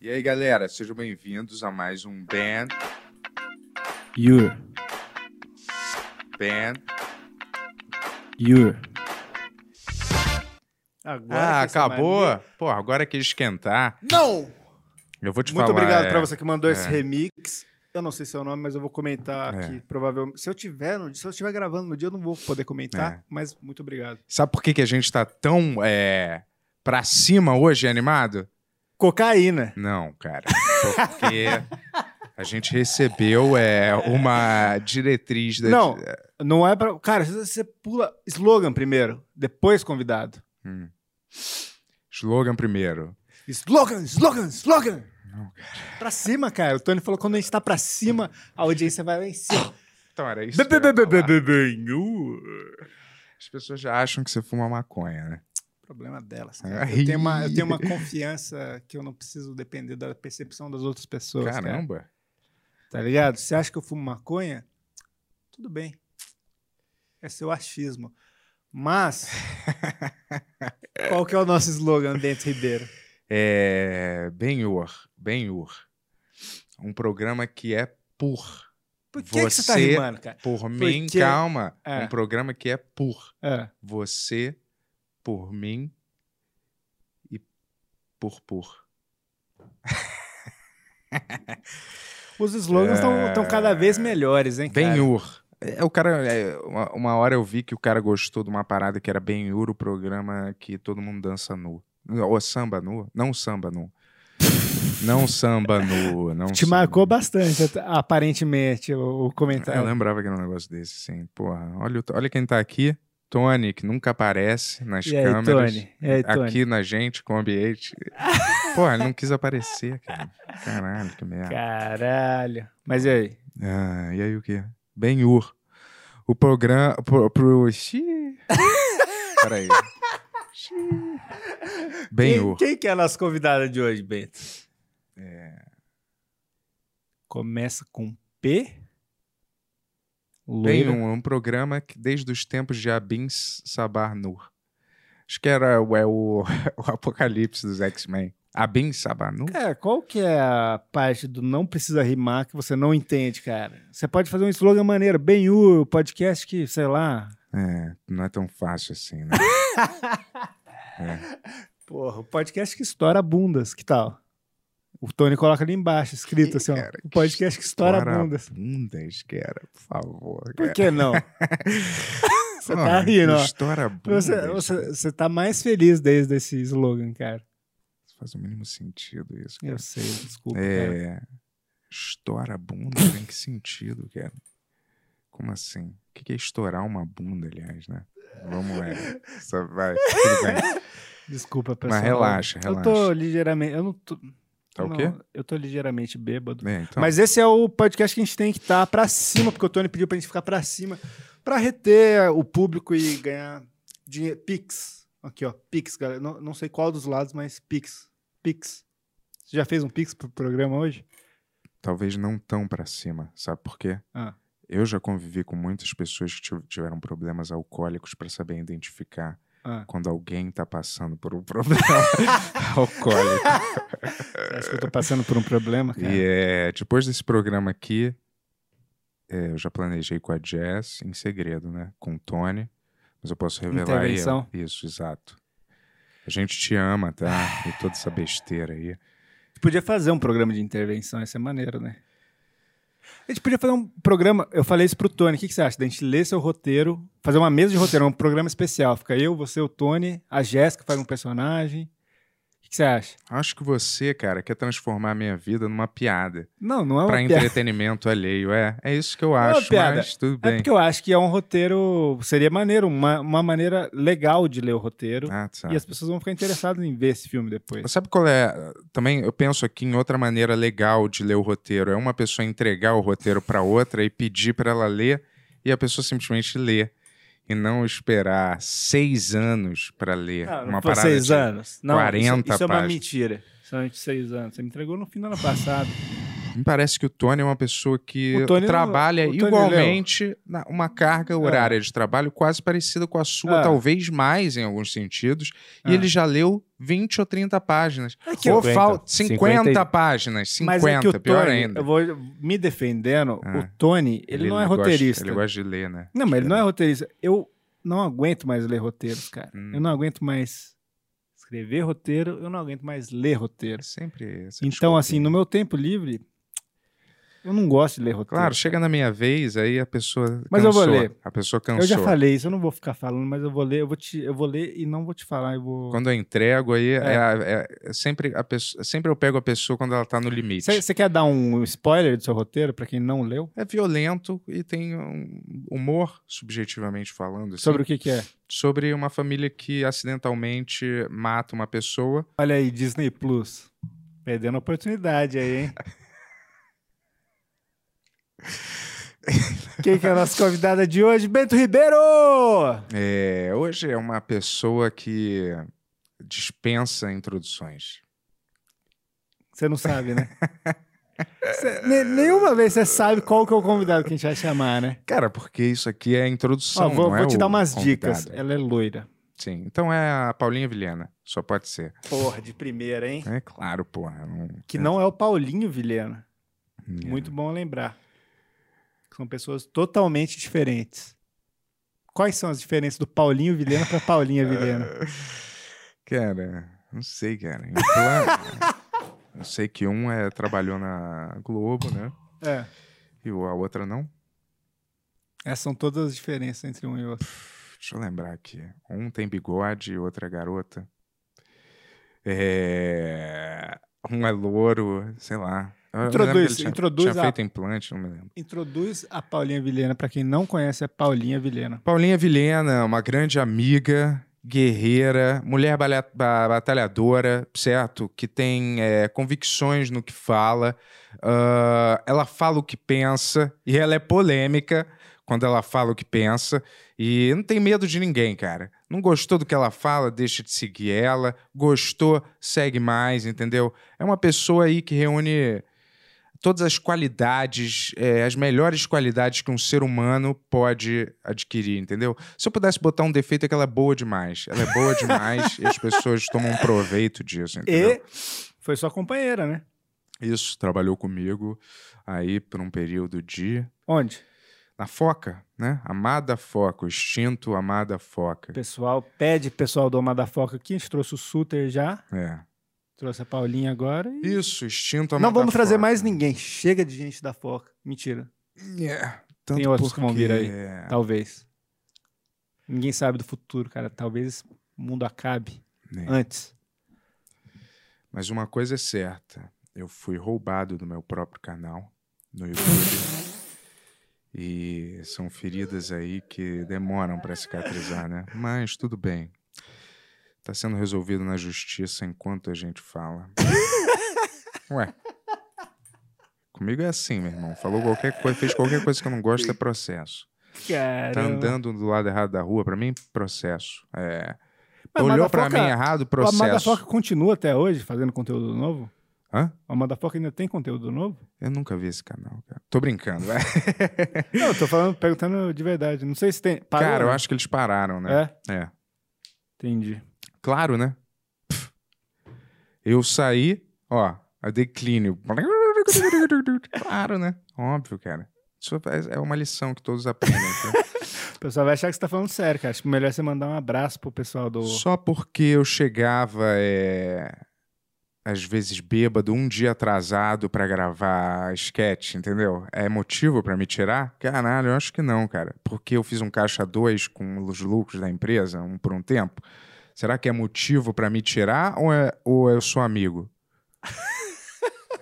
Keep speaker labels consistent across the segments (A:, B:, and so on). A: E aí, galera, sejam bem-vindos a mais um Band,
B: You're,
A: Band.
B: you're.
A: Ah,
C: Agora que essa
A: acabou?
C: mania-
A: Porra, agora que esquentar,
C: Não!
A: eu vou te
C: Muito
A: falar.
C: obrigado
A: é,
C: pra você que mandou esse
A: é.
C: remix. Eu não sei seu nome, mas eu vou comentar
A: É.
C: aqui, provavelmente. Se eu tiver, no- se eu estiver gravando no dia, eu não vou poder comentar,
A: É.
C: mas muito obrigado.
A: Sabe por que, que a gente tá tão é, pra cima hoje, animado?
C: Cocaína.
A: Não, cara. Porque a gente recebeu é, uma diretriz da.
C: Não, não é pra. Cara, você- você pula slogan primeiro, depois convidado.
A: Hum. Slogan primeiro.
C: Slogan, slogan, slogan! Pra cima, cara. O Tony falou que quando a gente tá pra cima, a audiência vai lá em cima.
A: Então era isso.
C: Be-
A: que eu
C: be-
A: ia
C: be- be-
A: falar.
C: be- be- uh.
A: As pessoas já acham que você fuma maconha, né?
C: Problema delas, cara. Eu tenho, uma, eu tenho uma confiança que eu não preciso depender da percepção das outras pessoas. cara.
A: Caramba.
C: Tá ligado? Você acha que eu fumo maconha? Tudo bem. É seu achismo. Mas. qual que é o nosso slogan, Dente Ribeiro?
A: É. Benhur. Benhur. Um programa que é por.
C: Por que, que você tá
A: Você-
C: rimando, cara?
A: Por mim,
C: Porque-
A: calma.
C: É.
A: Um programa que é por.
C: É.
A: Você, por mim e por por.
C: Os slogans estão cada vez melhores, hein, cara?
A: Benhur. É, o cara. é, uma, uma hora eu vi que o cara gostou de uma parada que era Benhur, o programa que todo mundo dança nu. Ou samba nu? Não samba nu. Não samba nu. Não
C: Te
A: samba
C: marcou
A: nu.
C: bastante, at- aparentemente, o, o
A: Eu
C: comentário.
A: lembrava que era um negócio desse, sim. Porra, olha, o- olha quem tá aqui. Tony, que nunca aparece nas
C: E aí,
A: câmeras.
C: Tony? E aí, Tony?
A: Aqui na gente, com o ambiente. Porra, ele não quis aparecer, cara. Caralho, que merda.
C: Caralho. Mas e aí?
A: Ah, e aí o quê? Ben-Hur. O programa... Pro... pro... Xiii. Peraí. Xiii. Ben-Hur.
C: Quem, quem que é a nossa convidada de hoje, Bento? É. Começa com P. Loira.
A: Ben-Hur é um programa que desde os tempos de Abin Sabar Nur. Acho que era o- é o, o apocalipse dos X-Men. Abin Sabar Nur?
C: Cara, qual que é a parte do não precisa rimar que você não entende, cara? Você pode fazer um slogan maneiro, bem o podcast que, sei lá.
A: É, não é tão fácil assim, né?
C: Porra, o podcast que estoura bundas, que tal? O Tony coloca ali embaixo, escrito
A: Que,
C: assim, ó.
A: cara,
C: o podcast que estoura bundas.
A: bundas, cara. Por favor,
C: Por
A: cara.
C: que não? você tá
A: Pô,
C: rindo, ó.
A: Estoura bundas.
C: Você, você, você tá mais feliz desde esse slogan, cara.
A: Faz o mínimo sentido isso. cara.
C: Eu sei, desculpa. cara.
A: É. Estoura a bunda? Em que sentido, cara? Como assim? O que que é estourar uma bunda, aliás, né? Vamos lá. Só vai. Tudo bem.
C: Desculpa, pessoal.
A: Mas relaxa, relaxa.
C: Eu tô ligeiramente. Eu não tô.
A: Tá o
C: não,
A: quê?
C: Eu tô ligeiramente bêbado.
A: É, então,
C: Mas esse é o podcast que a gente tem que estar pra cima, porque o Tony pediu pra gente ficar pra cima, pra reter o público e ganhar dinheiro. Pix. Aqui, ó. Pix, galera. Não, não sei qual dos lados, mas Pix. Pix. Você já fez um Pix pro programa hoje?
A: talvez não tão pra cima, sabe por quê?
C: Ah.
A: Eu já convivi com muitas pessoas que tiv- tiveram problemas alcoólicos pra saber identificar
C: Ah.
A: quando alguém tá passando por um problema alcoólico.
C: Você acha que eu tô passando por um problema, cara?
A: E é, depois desse programa aqui, é, eu já planejei com a Jess, em segredo, né? Com o Tony. Mas eu posso revelar aí. ó.
C: Intervenção.
A: Isso, exato. A gente te ama, tá? E toda essa besteira aí.
C: podia fazer um programa de intervenção, ia ser maneiro, né? A gente podia fazer um programa, eu falei isso pro Tony, o que, que você acha? Da gente ler seu roteiro, fazer uma mesa de roteiro, um programa especial. Fica eu, você, o Tony, a Jéssica faz um personagem. O que, que você acha?
A: Acho que você, cara, quer transformar a minha vida numa piada.
C: Não, não é uma
A: pra
C: piada.
A: entretenimento alheio. É, é isso que eu
C: é uma
A: acho,
C: piada.
A: mas tudo
C: É
A: bem.
C: porque eu acho que é um roteiro, seria maneiro, uma, uma maneira legal de ler o roteiro.
A: Ah, tá.
C: E as pessoas vão ficar interessadas em ver esse filme depois.
A: Sabe qual é? Também eu penso aqui em outra maneira legal de ler o roteiro. É uma pessoa entregar o roteiro para outra e pedir para ela ler e a pessoa simplesmente ler. E não esperar seis anos para ler.
C: Ah, Não,
A: uma
C: não foi seis
A: de
C: anos. Não,
A: 40
C: isso, isso é uma
A: páginas.
C: mentira. São seis anos. Você me entregou no fim do ano passado.
A: Me parece que o Tony é uma pessoa que
C: O Tony não-
A: trabalha
C: o Tony
A: igualmente na- uma carga horária de trabalho quase parecida com a sua,
C: É.
A: talvez mais em alguns sentidos. E
C: É.
A: ele já leu 20 ou 30 páginas.
C: É que
A: ou
D: 50,
A: falta 50,
D: 50.
A: páginas, 50,
C: Mas é que o Tony,
A: pior ainda.
C: eu vou me defendendo,
A: Ah.
C: o Tony, ele, não é
A: gosta-
C: roteirista.
A: Ele gosta de ler, né?
C: Não, mas ele não é roteirista. Eu não aguento mais ler roteiros, cara.
A: Hum.
C: Eu não aguento mais escrever roteiro, eu não aguento mais ler
A: É
C: roteiros.
A: Sempre. essa
C: Então,
A: desculpa.
C: assim, no meu tempo livre, eu não gosto de ler roteiro.
A: Claro, chega na minha vez, aí a pessoa.
C: Mas eu
A: cansou.
C: vou ler.
A: A pessoa cansou.
C: eu já falei isso, eu não vou ficar falando, mas eu vou ler, eu vou, te, eu vou ler e não vou te falar, eu vou...
A: Quando eu entrego, aí é a- é- é sempre, a pessoa, sempre eu pego a pessoa quando ela tá no limite.
C: Você quer dar um spoiler do seu roteiro pra quem não leu?
A: É violento e tem um humor, subjetivamente falando. assim,
C: Sobre o que que é?
A: sobre uma família que acidentalmente mata uma pessoa.
C: Olha aí, Disney Plus. Perdendo a oportunidade aí, hein? Quem que é a nossa convidada de hoje? Bento Ribeiro!
A: É, hoje é uma pessoa que dispensa introduções.
C: Você não sabe, né? Cê- ne- nenhuma vez você sabe qual que é o convidado que a gente vai chamar, né?
A: Cara, porque isso aqui é a introdução.
C: Ó, vou
A: não é
C: vou te
A: o
C: dar umas
A: convidado.
C: dicas. Ela é loira.
A: Sim, então é a Paulinha Vilhena. Só pode ser.
C: Porra, de primeira, hein?
A: É claro, porra. Não...
C: Que não é o Paulinho Vilhena.
A: É.
C: Muito bom lembrar. São pessoas totalmente diferentes. Quais são as diferenças do Paulinho Vilhena para Paulinha Vilhena?
A: Cara, não sei, cara. Eu, claro, eu sei que um é, trabalhou na Globo, né?
C: É.
A: E o- a outra não.
C: Essas É, são todas as diferenças entre um e outro.
A: Deixa eu lembrar aqui. Um tem bigode e outra é garota. É... Um é louro, sei lá. Eu- eu
C: Introduz,
A: lembro que ele tinha,
C: introduz
A: tinha
C: a-
A: feito implante, não me lembro.
C: Introduz a Paulinha Vilhena, pra quem não conhece, é Paulinha Vilhena.
A: Paulinha Vilhena, uma grande amiga, guerreira, mulher balha- ba- batalhadora, certo? Que tem é, convicções no que fala. Ah, ela fala o que pensa e ela é polêmica quando ela fala o que pensa. E não tem medo de ninguém, cara. Não gostou do que ela fala, deixa de seguir ela. Gostou, segue mais, entendeu? É uma pessoa aí que reúne todas as qualidades, eh, as melhores qualidades que um ser humano pode adquirir, entendeu? Se eu pudesse botar um defeito, é que ela é boa demais. Ela é boa demais e as pessoas tomam proveito disso, entendeu?
C: E foi sua companheira, né?
A: Isso, trabalhou comigo aí por um período de...
C: Onde?
A: Na Foca, né? Amada Foca, o extinto Amada
C: O
A: Foca.
C: pessoal pede, pessoal do Amada Foca aqui, a gente trouxe o Suter já,
A: É.
C: trouxe a Paulinha agora e...
A: Isso, extinto Amada
C: Não vamos trazer
A: Foca.
C: mais ninguém, chega de gente da Foca. Mentira,
A: É. Tanto
C: Tem outros que vão vir aí.
A: porque-
C: É. talvez. Ninguém sabe do futuro, cara, talvez o mundo acabe
A: É.
C: antes.
A: Mas uma coisa é certa, eu fui roubado do meu próprio canal no YouTube. e são feridas aí que demoram para cicatrizar, né? Mas tudo bem. Tá sendo resolvido na justiça enquanto a gente fala. Ué. Comigo é assim, meu irmão. Falou qualquer coisa, fez qualquer coisa que eu não gosto, é processo.
C: Então,
A: Tá
C: Caramba.
A: andando do lado errado da rua, pra mim, processo. É.
C: Mas
A: Olhou
C: Amada
A: pra
C: Foca-
A: mim errado,
C: O Amada Foca
A: processo.
C: continua até hoje fazendo conteúdo novo?
A: Hã?
C: O Amada Foca ainda tem conteúdo novo?
A: Eu nunca vi esse canal, cara. Tô brincando, vai.
C: Não, eu tô falando, perguntando de verdade. Não sei se tem. Parou,
A: Cara, eu
C: né?
A: acho que eles pararam, né?
C: É, entendi.
A: Claro, né? Pff. Eu saí, ó, a declínio. Claro, né? Óbvio, cara. Isso é é uma lição que todos aprendem. tá?
C: O pessoal vai achar que você tá falando sério, cara. Acho melhor você mandar um abraço pro pessoal do.
A: Só porque eu chegava, é, às vezes bêbado, um dia atrasado pra gravar sketch, entendeu? É motivo pra me tirar? Caralho, eu acho que não, cara. Porque eu fiz um caixa dois com os lucros da empresa um por um tempo. Será que é motivo pra me tirar ou, é, ou eu sou amigo?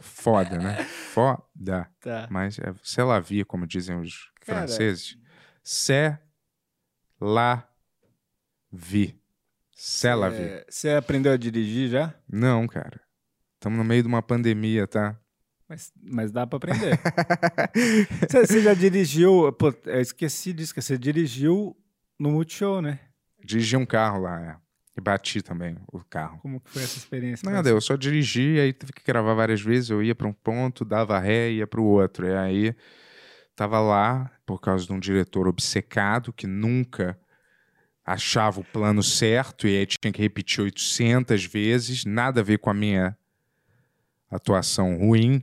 A: Foda, né? Foda.
C: Tá.
A: Mas é c'est la vie, como dizem os
C: Cara.
A: franceses. C'est la vie. C'est la vie.
C: É, você aprendeu a dirigir já?
A: Não, cara. Estamos no meio de uma pandemia, tá?
C: Mas, mas dá pra aprender. você, você já dirigiu. Pô, eu esqueci disso, que você dirigiu no Multishow, né?
A: Dirigi um carro lá, é. E bati também o carro.
C: Como que foi essa experiência? né?
A: Nada, eu só dirigia aí tive que gravar várias vezes. Eu ia para um ponto, dava ré, ia para o outro. E aí tava lá por causa de um diretor obcecado que nunca achava o plano certo e aí tinha que repetir 800 vezes. Nada a ver com a minha atuação ruim,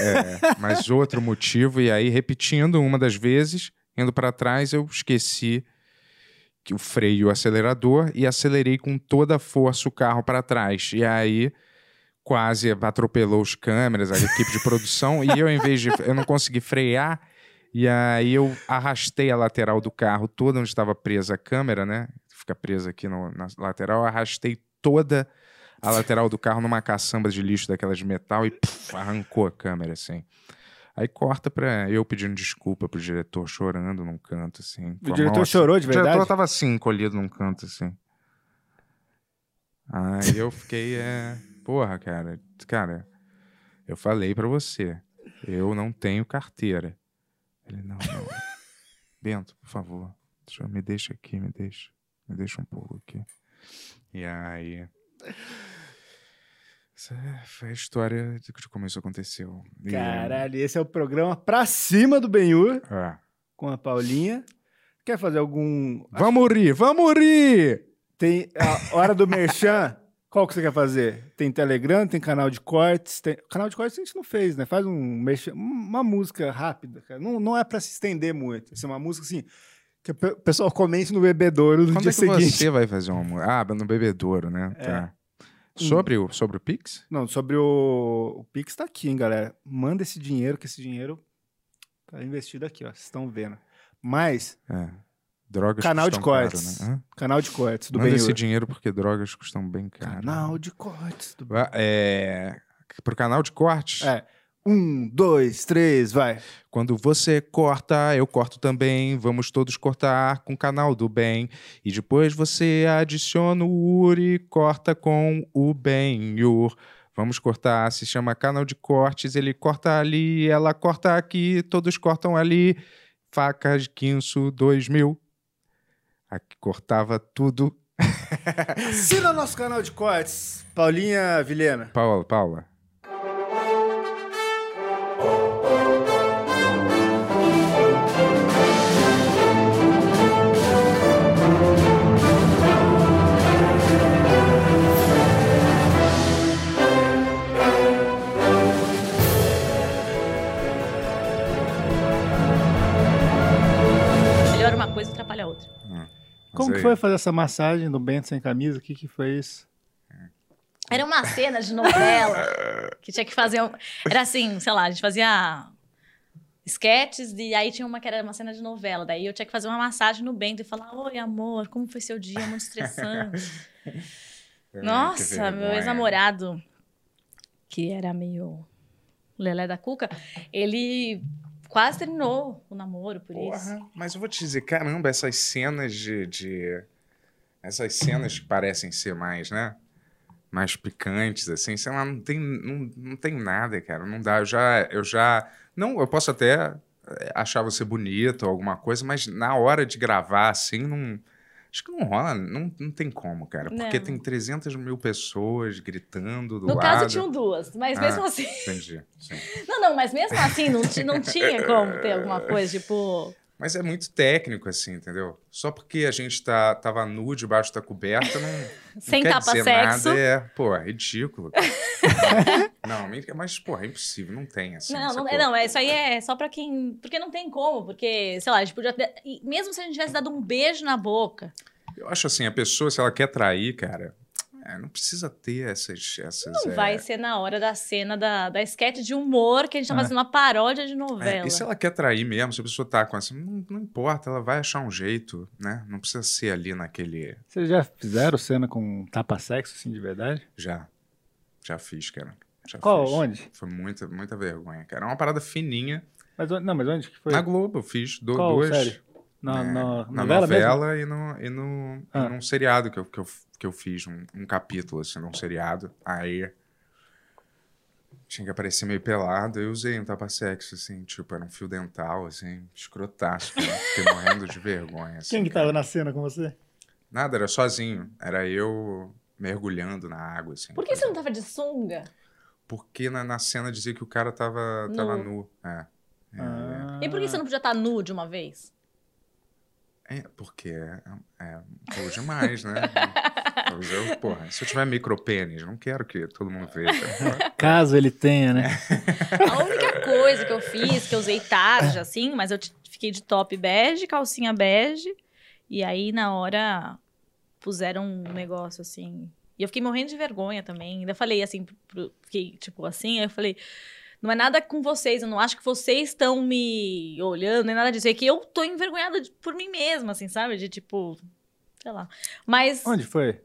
A: é, mas outro motivo. E aí repetindo uma das vezes, indo para trás, eu esqueci que o freio e o acelerador e acelerei com toda a força o carro para trás. E aí quase atropelou os câmeras, a equipe de produção, e eu em vez de eu não consegui frear e aí eu arrastei a lateral do carro toda onde estava presa a câmera, né? Fica presa aqui no- na lateral, eu arrastei toda a lateral do carro numa caçamba de lixo daquelas de metal e puf, arrancou a câmera assim. Aí corta pra eu pedindo desculpa pro diretor chorando num canto assim. com a
C: O
A: mão
C: diretor
A: assim.
C: chorou de
A: O diretor
C: verdade?
A: tava assim, encolhido num canto, assim. Aí eu fiquei, é... Porra, cara. Cara, eu falei pra você. Eu não tenho carteira. Ele, não, não. Bento, por favor. deixa eu- me deixa aqui, me deixa. Me deixa um pouco aqui. E aí... Essa foi a história de de como isso aconteceu. E-
C: Caralho, esse é o programa Pra Cima do Benhur
A: É.
C: com a Paulinha. Quer fazer algum.
A: Vamos rir, vamos rir!
C: Tem a hora do Merchan? Qual que você quer fazer? Tem Telegram, tem canal de cortes. Tem... Canal de cortes a gente não fez, né? Faz um merchan, uma música rápida, cara. Não, não é pra se estender muito. Assim, uma música assim. Que o pe- o pessoal comente no bebedouro no
A: Quando
C: dia
A: é que
C: seguinte. É.
A: você vai fazer uma música? Ah, no bebedouro, né? Tá. Sobre, o, sobre o Pix?
C: Não, sobre o. O Pix tá aqui, hein, galera. Manda esse dinheiro, que esse dinheiro tá investido aqui, ó. Vocês estão vendo. Mas,
A: É. Drogas
C: Canal de
A: custam caro,
C: cortes.
A: né? Hã?
C: canal de cortes do
A: Manda
C: Benhur.
A: esse dinheiro porque drogas custam bem caro.
C: Canal de cortes do
A: Ah, É... Pro canal de cortes?
C: É. Um, dois, três, vai.
A: Quando você corta, eu corto também. Vamos todos cortar com o canal do bem. E depois você adiciona o Uri e corta com o Benhur. Vamos cortar, se chama canal de cortes. Ele corta ali, ela corta aqui, todos cortam ali. Facas Quinso 2000. Aqui cortava tudo.
C: Assina nosso canal de cortes, Paulinha Vilhena.
A: Paula, Paula.
D: Melhora uma coisa e atrapalha a outra.
C: Como que foi fazer essa massagem do Bento sem camisa? O que, que foi isso?
D: Era uma cena de novela que tinha que fazer. Um... Era assim, sei lá, a gente fazia esquetes e aí tinha uma que era uma cena de novela. Daí eu tinha que fazer uma massagem no Bento e falar: Oi, amor, como foi seu dia? Muito estressante. Nossa, meu ex-namorado, que era meio lelé da cuca, ele quase terminou o namoro por isso.
A: Porra, mas eu vou te dizer, caramba, essas cenas de, de- Essas cenas que parecem ser mais, né? Mais picantes, assim, sei lá, não tem, não, não tem nada, cara. Não dá. Eu já. Eu já. Não, eu posso até eh, achar você bonita ou alguma coisa, mas na hora de gravar, assim, não. Acho que não rola, não, não tem como, cara. Porque
D: Não.
A: tem 300 mil pessoas gritando do
D: No
A: lado.
D: caso, um tinham duas, mas
A: Ah.
D: mesmo assim.
A: Entendi. Sim.
D: Não, não, mas mesmo assim não, ti- não tinha como ter alguma coisa, tipo.
A: Mas é muito técnico, assim, entendeu? Só porque a gente tá, tava nu debaixo da coberta, não, não
D: Sem
A: quer
D: tapa
A: dizer
D: sexo.
A: nada. É, pô, é ridículo. não, men- mas, pô, é impossível, não tem, assim.
D: não, não,
A: sacou?
D: não, é- isso aí é só pra quem. Porque não tem como, porque, sei lá, a gente podia. ter- e Mesmo se a gente tivesse dado um beijo na boca.
A: Eu acho assim, a pessoa, se ela quer trair, cara, é, não precisa ter essas... essas
D: Não
A: é,
D: vai ser na hora da cena da, da esquete de humor que a gente
A: Ah.
D: tá fazendo uma paródia de novela.
A: É, e se ela quer trair mesmo, se a pessoa tá com assim, não, não importa, ela vai achar um jeito, né? Não precisa ser ali naquele...
C: Vocês já fizeram cena com tapa-sexo, assim, de verdade?
A: Já, já fiz, cara. Já
C: Qual?
A: fiz.
C: Onde?
A: Foi muita, muita vergonha, cara. É uma parada fininha.
C: Mas, on- não, mas onde que foi?
A: Na Globo, eu fiz do,
C: Qual
A: dois.
C: série? Na,
A: É,
C: na
A: Na
C: novela,
A: novela,
C: mesmo?
A: e no, e no
C: Ah.
A: e num seriado que eu, que eu, que eu fiz, um, um capítulo, assim, num seriado. Aí tinha que aparecer meio pelado. Eu usei um tapa-sexo, assim, tipo, era um fio dental, assim, escrotaço, né? Fiquei morrendo de vergonha. Assim,
C: Quem que
A: cara.
C: tava na cena com você?
A: Nada, era sozinho. Era eu mergulhando na água, assim.
D: Por que você não tava de sunga?
A: Porque na, na cena dizia que o cara tava, tava
D: Nu.
A: nu. É. É,
C: Ah.
D: E por que você não podia estar nu de uma vez?
A: é, porque é, é um pouco demais, né? Talvez eu, porra, se eu tiver micropênis, não quero que todo mundo veja.
B: Caso ele tenha, né?
D: A única coisa que eu fiz, que eu usei tarde, assim, mas eu t- fiquei de top bege, calcinha bege, e aí na hora puseram um negócio assim. E eu fiquei morrendo de vergonha também. Ainda falei assim, pro- pro- fiquei tipo assim, aí eu falei. Não é nada com vocês, eu não acho que vocês estão me olhando, nem nada disso. É que eu tô envergonhada de- por mim mesma, assim, sabe? De tipo, sei lá. Mas
C: Onde foi?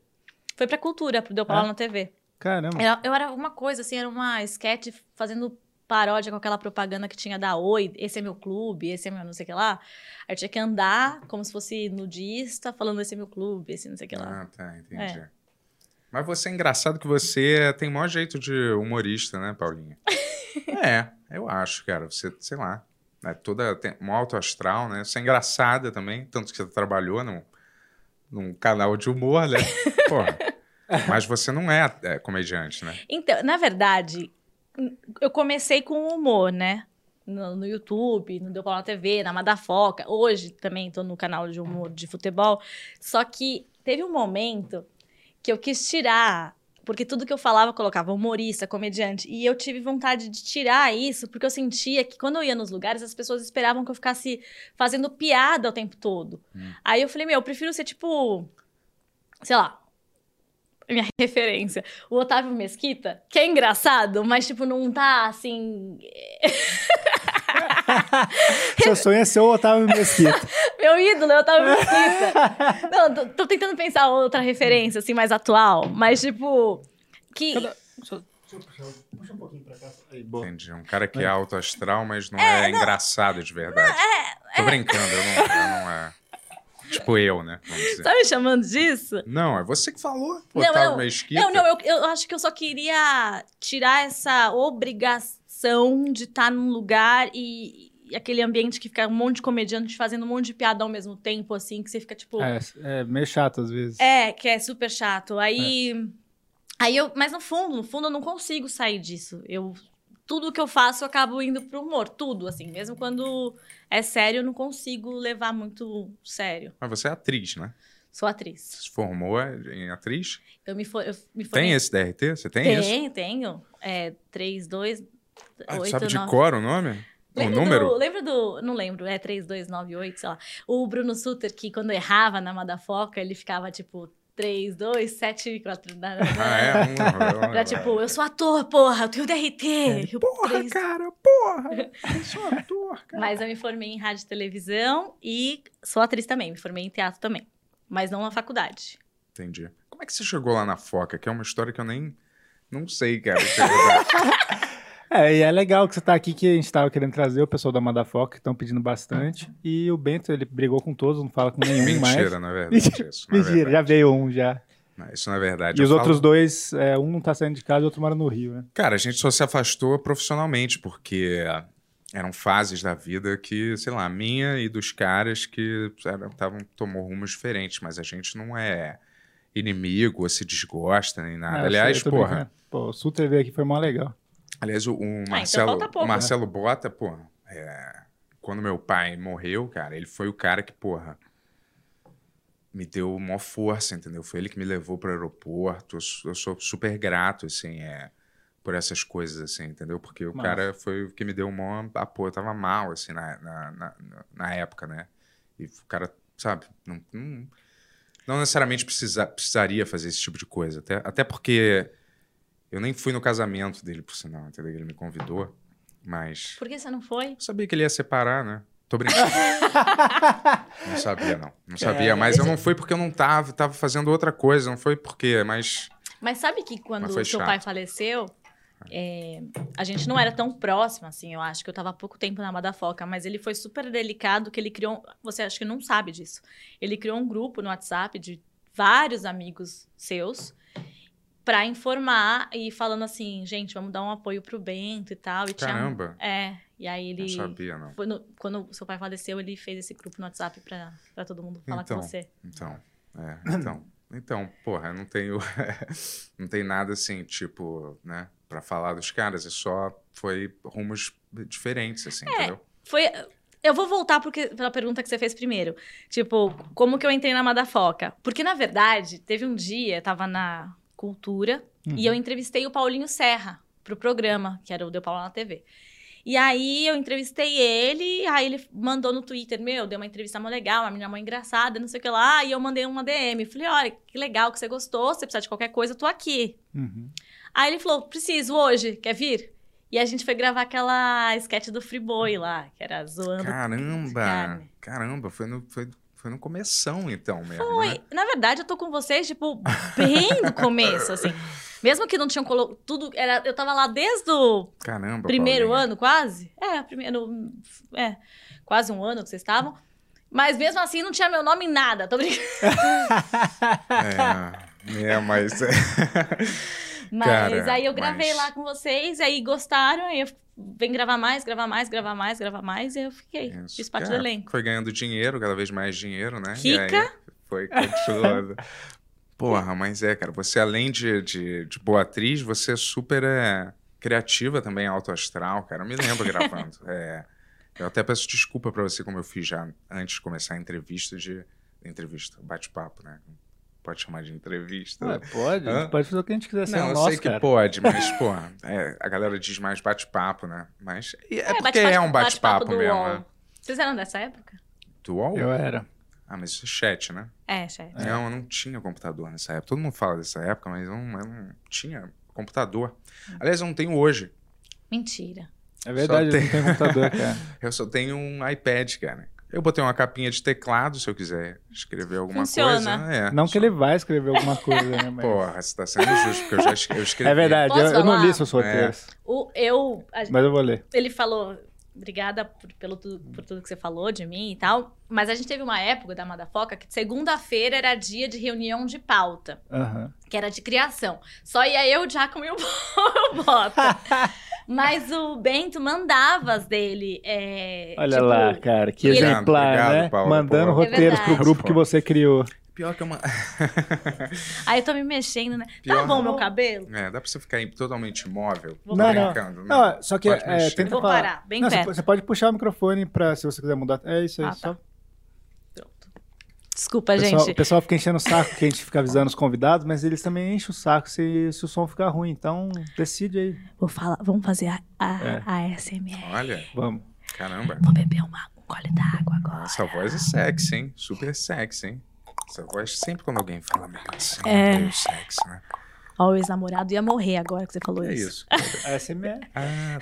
D: foi pra cultura, deu pra
C: É?
D: lá na TV.
C: Caramba.
D: Era- eu era alguma coisa, assim, era uma sketch fazendo paródia com aquela propaganda que tinha da Oi, esse é meu clube, esse é meu não sei o que lá. Aí eu tinha que andar como se fosse nudista, falando esse é meu clube, esse não sei o que lá.
A: Ah, tá, entendi. Mas você é engraçado que você tem o maior jeito de humorista, né, Paulinha? é, eu acho, cara. Você, sei lá, é toda tem, um alto astral, né? Você é engraçada também, tanto que você trabalhou num, num canal de humor, né? Porra. Mas você não é, é, comediante, né?
D: Então, na verdade, n- eu comecei com o humor, né? No, no YouTube, no Deu Bola na TV, na Madafoca. Hoje também tô no canal de humor de futebol. Só que teve um momento que eu quis tirar, porque tudo que eu falava eu colocava humorista, comediante, e eu tive vontade de tirar isso, porque eu sentia que quando eu ia nos lugares, as pessoas esperavam que eu ficasse fazendo piada o tempo todo.
A: Hum.
D: Aí eu falei, meu, eu prefiro ser tipo, sei lá, minha referência, o Otávio Mesquita, que é engraçado, mas tipo não tá assim,
C: Seu sonho é ser o Otávio Mesquita.
D: Meu ídolo é o Otávio Mesquita. Não, tô, tô tentando pensar outra referência, assim, mais atual. Mas, tipo, que...
B: Puxa um pouquinho pra cá. Aí, boa.
A: Entendi. Um cara que é alto astral, mas não é, engraçado de verdade. Tô brincando, eu não, eu não é. Tipo eu, né? Vamos dizer.
D: Tá me chamando disso?
A: Não, é você que falou. tá
D: Não,
A: Otávio
D: não.
A: Mesquita.
D: Não, não, eu, eu acho que eu só queria tirar essa obrigação de estar num lugar e, e aquele ambiente que fica um monte de comediante fazendo um monte de piada ao mesmo tempo, assim, que você fica, tipo...
C: É, é meio chato às vezes.
D: É, que é super chato. Aí. Aí eu. Mas no fundo, no fundo, eu não consigo sair disso. Eu. Tudo que eu faço, eu acabo indo pro humor. Tudo, assim. Mesmo quando é sério, eu não consigo levar muito sério.
A: Mas você é atriz, né?
D: Sou atriz.
A: Você se formou em atriz?
D: Eu me, for, eu me
A: Tem
D: formei-
A: esse DRT? Você tem
D: Tem,
A: isso?
D: tenho. É, 3, 2, 8,
A: Ah, sabe de
D: 9.
A: cor o nome? o
D: Lembra
A: número?
D: Do, lembra do. Não lembro, é 3298, sei lá. O Bruno Suter, que quando errava na Madafoca, ele ficava tipo 3274.
A: Ah, é? Um, um,
D: Era tipo, eu sou ator, porra, eu tenho DRT. eu
A: Porra,
D: três-
A: cara, porra! Eu sou ator, cara.
D: Mas eu me formei em rádio e televisão e sou atriz também, me formei em teatro também. Mas não na faculdade.
A: Entendi. Como é que você chegou lá na Foca? Que é uma história que eu nem... Não sei, cara. se é verdade.
C: É, e é legal que você tá aqui, que a gente tava querendo trazer o pessoal da Madafoca, que estão pedindo bastante. E o Bento, ele brigou com todos, não fala com nenhum mais.
A: Mentira, na verdade. Isso, na
C: Mentira, já
A: verdade.
C: veio um já.
A: Não, Isso, na verdade.
C: E
A: eu
C: os
A: falo-
C: outros dois, é, um não tá saindo de casa e o outro mora no Rio, né?
A: Cara, a gente só se afastou profissionalmente, porque eram fases da vida que, sei lá, a minha e dos caras que eram- tavam, tomou rumos diferentes, mas a gente não é inimigo ou se desgosta nem nada.
C: Ah, eu
A: aliás,
C: sei, eu tô
A: porra,
C: brincando. Pô, o Suter veio aqui, foi mó legal.
A: aliás, o, o
D: então
A: Marcelo,
D: falta pouco,
A: o
D: né?
A: Marcelo Bota, porra, é, quando meu pai morreu, cara, ele foi o cara que, porra, me deu maior força, entendeu? Foi ele que me levou pro aeroporto. Eu, sou- eu sou super grato, assim, é, por essas coisas, assim, entendeu? Porque o
C: Massa.
A: cara foi o que me deu o maior apoio. Eu tava mal, assim, na, na, na, na época, né? E o cara, sabe, não, não, não necessariamente precisa, precisaria fazer esse tipo de coisa. Até, até porque eu nem fui no casamento dele, por sinal, entendeu? Ele me convidou, mas...
D: Por que você não foi?
A: Eu sabia que ele ia separar, né? Tô brincando. não sabia, não. Não sabia, mas eu não fui porque eu não tava, tava fazendo outra coisa, não foi porque, mas.
D: Mas sabe que quando
A: Mas foi
D: o seu
A: chato.
D: pai faleceu, é, a gente não era tão próximo, assim, eu acho que eu tava há pouco tempo na Madafoca, mas ele foi super delicado que ele criou. um, Você acha que não sabe disso. Ele criou um grupo no WhatsApp de vários amigos seus pra informar e falando assim, gente, vamos dar um apoio pro Bento e tal. E tinha-
A: Caramba,
D: É, e aí ele.
A: não sabia, não.
D: Foi no- quando o seu pai faleceu, ele fez esse grupo no WhatsApp pra, pra todo mundo falar
A: Então.
D: com você.
A: Então. É, então, então, porra, eu não tenho, não tem nada assim, tipo, né, pra falar dos caras, é só, foi rumos diferentes, assim, entendeu?
D: Foi. Eu vou voltar pro que, pra pergunta que você fez primeiro. Tipo, como que eu entrei na Madafoca? Porque, na verdade, teve um dia, eu tava na cultura, e
C: Uhum.
D: eu entrevistei o Paulinho Serra pro programa, que era o Deu Paula na TV. E aí eu entrevistei ele, aí ele mandou no Twitter, meu, deu uma entrevista mó legal, uma menina mó engraçada, não sei o que lá, e eu mandei uma DM. Falei, olha, que legal que você gostou, se você precisar de qualquer coisa, eu tô aqui.
C: Uhum.
D: Aí ele falou: preciso hoje, quer vir? E a gente foi gravar aquela sketch do Friboi lá, que era zoando.
A: Caramba,
D: carne.
A: caramba, foi no, foi, foi no começão, então, mesmo,
D: Foi.
A: né?
D: Na verdade, eu tô com vocês, tipo, bem no começo, assim. Mesmo que não tinham colocado tudo. Era, eu tava lá desde o
A: Caramba,
D: primeiro
A: Paulinha.
D: ano, quase. É, primeiro. É, quase um ano que vocês estavam. Mas mesmo assim, não tinha meu nome em nada. Tô brincando.
A: É, é, mas...
D: Mas
A: Cara,
D: aí eu gravei
A: mas-
D: lá com vocês, aí gostaram, aí eu. Vem gravar mais, gravar mais, gravar mais, gravar mais, e eu fiquei.
A: Isso,
D: Fiz parte do
A: cara,
D: elenco.
A: Foi ganhando dinheiro, cada vez mais dinheiro, né? E
D: Rica.
A: aí foi continuando. Porra, mas é, cara, você além de, de, de boa atriz, você é super é, criativa também, alto astral, cara. Eu me lembro gravando. É, eu até peço desculpa pra você, como eu fiz já antes de começar a entrevista de. Entrevista, bate-papo, né? Pode chamar de entrevista. né?
C: Ué, pode,
A: Hã?
C: pode fazer o que a gente quiser. Não,
A: Não,
C: é
A: Assim, eu
C: nosso,
A: sei que
C: cara.
A: pode, mas, pô, é, a galera diz mais bate-papo, né? Mas e é, porque
D: bate-papo-
A: é um bate-papo,
D: do
A: mesmo,
D: UOL.
A: né?
D: Vocês eram dessa época?
A: Do UOL?
C: Eu era.
A: Ah, mas isso é chat, né?
D: É, chefe.
A: Não, eu não tinha computador nessa época. Todo mundo fala dessa época, mas eu não, eu não tinha computador. Aliás, eu não tenho hoje.
D: Mentira.
C: É verdade,
A: Só
C: eu não tenho computador, cara.
A: Eu só tenho um iPad, cara. Eu botei uma capinha de teclado, se eu quiser escrever alguma
D: Funciona.
A: coisa. É.
C: Não que ele vai escrever alguma coisa, né? Mas...
A: Porra, você tá sendo justo, porque eu já es- eu escrevi.
C: é verdade, eu,
D: Posso
C: eu não
D: falar?
C: li seus roteiros,
D: O, eu. a-
A: É.
C: mas eu vou ler.
D: ele falou, obrigada por, pelo, tu- por tudo que você falou de mim e tal. Mas a gente teve uma época da Madafoca que segunda-feira era dia de reunião de pauta,
C: Aham.
D: que era de criação. Só ia eu, o Giacomo e o Bo- o Bota. Mas o Bento mandava as dele. é,
C: Olha
D: tipo,
C: lá, cara, que
D: ele-
C: exemplar,
A: Obrigado,
C: né?
A: Paula,
C: Mandando
A: porra.
D: É
C: roteiros pro
D: verdade.
C: grupo que você criou.
A: Pior que é
C: Tá
A: uma.
D: Aí eu tô me mexendo, né?
A: Pior
D: tá bom
A: não.
D: meu cabelo?
A: É, dá pra você ficar aí totalmente imóvel,
D: Vou
A: não,
D: parar.
A: brincando. né?
C: Não, só que
A: Pode
C: é,
A: mexer.
C: tenta
D: Vou
C: falar.
D: parar, bem
C: Não, você
D: perto.
C: po- você pode puxar o microfone pra, se você quiser mudar. É isso aí,
D: Ah, tá.
C: só.
D: Desculpa,
C: O pessoal,
D: gente.
C: o pessoal fica enchendo o saco que a gente fica avisando os convidados, mas eles também enchem o saco se, se o som ficar ruim. Então, decide aí.
D: Vou falar, vamos fazer a, a,
C: É.
D: a SMR.
A: Olha,
C: Vamos.
A: caramba.
D: Vou beber uma, um gole d'água agora.
A: Essa voz é sexy, hein? Super sexy, hein? Essa voz sempre quando alguém fala meio assim,
D: É.
A: meio sexy, né?
D: Ó, o ex-namorado ia morrer agora que você falou
A: É
D: isso.
A: isso.
C: ASMR.
A: Ah,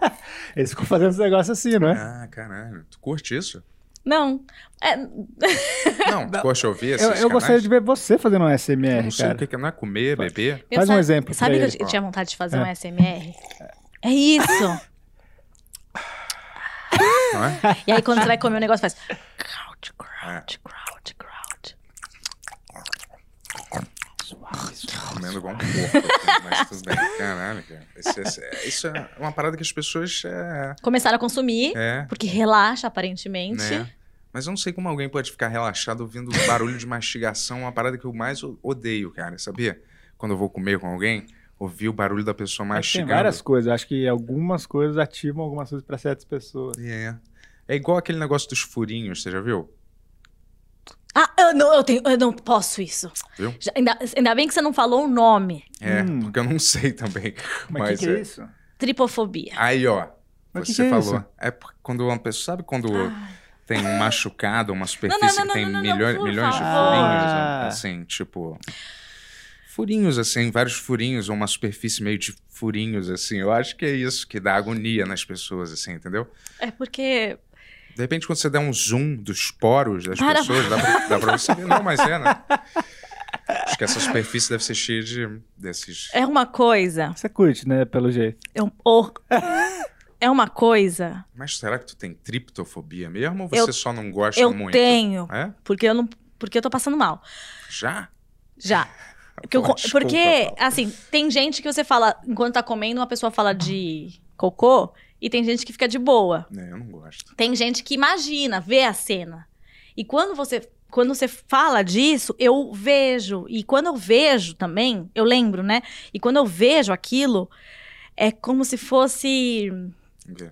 A: tá.
C: Eles ficam fazendo uns negócios assim, não é?
A: Ah, caralho. Tu curte isso?
D: Não. É,
A: Não, tu gosta de ouvir É, esses
C: Eu, eu
A: canais?
C: gostaria de ver você fazendo um ASMR,
A: Não sei o
C: cara.
A: que que é, não é comer, beber?
D: eu
C: Faz um
D: sa-
C: exemplo
D: Sabe
C: pra
D: que
C: ele.
D: eu tinha vontade de fazer
C: É.
D: um SMR? É isso.
A: Não é?
D: E aí quando você vai comer o negócio faz crouch, crouch, crouch, crouch.
A: Comendo igual um porco. cara, Mas tudo bem. Caralho, cara. Esse- esse- isso é uma parada que as pessoas... É...
D: Começaram a consumir,
A: é,
D: porque relaxa aparentemente.
A: né? Mas eu não sei como alguém pode ficar relaxado ouvindo barulho de mastigação, uma parada que eu mais o- odeio, cara, sabia? Quando eu vou comer com alguém, ouvir o barulho da pessoa
C: Acho que tem
A: mastigando.
C: várias coisas. Acho que algumas coisas ativam algumas coisas pra certas pessoas.
A: É. É igual aquele negócio dos furinhos, você já viu?
D: Ah, eu não, eu, tenho, eu não posso isso.
A: Viu?
D: Já- ainda, ainda bem que você não falou o nome.
A: É,
C: Hum.
A: porque eu não sei também.
C: Mas,
A: Mas
C: que, que é
A: é-
C: isso?
D: Tripofobia.
A: Aí, ó,
C: Mas
A: você
C: que que é
A: falou.
C: isso? Ah.
A: É porque quando uma pessoa. Sabe quando
D: Ai.
A: tem um machucado, uma superfície
D: não,
A: que tem
D: não, não, não,
A: milhões,
D: por
A: milhões de
D: favor.
A: furinhos?
C: Ah.
A: Assim, tipo. Furinhos, assim, vários furinhos, ou uma superfície meio de furinhos, assim. Eu acho que é isso que dá agonia nas pessoas, assim, entendeu?
D: É porque.
A: De repente, quando você dá um zoom dos poros das
D: Para.
A: pessoas, dá pra, dá pra você ver. Não, mas é, né? Acho que essa superfície deve ser cheia de, desses.
D: É uma coisa.
C: Você curte, né? Pelo jeito.
D: É, um- o- é uma coisa.
A: Mas será que tu tem triptofobia mesmo? Ou você
D: Eu-
A: só não gosta
D: Eu
A: muito?
D: tenho,
A: É?
D: porque eu não. Porque eu tô passando mal.
A: Já?
D: Já. Porque, eu
A: Pô,
D: co-
A: desculpa,
D: porque,
A: Paula.
D: assim, tem gente que você fala, enquanto tá comendo, uma pessoa fala de cocô, e tem gente que fica de boa.
A: Não, eu não gosto.
D: Tem gente que imagina, vê a cena. E quando você quando você fala disso, eu vejo. E quando eu vejo também, eu lembro, né? E quando eu vejo aquilo, é como se fosse
A: Ok.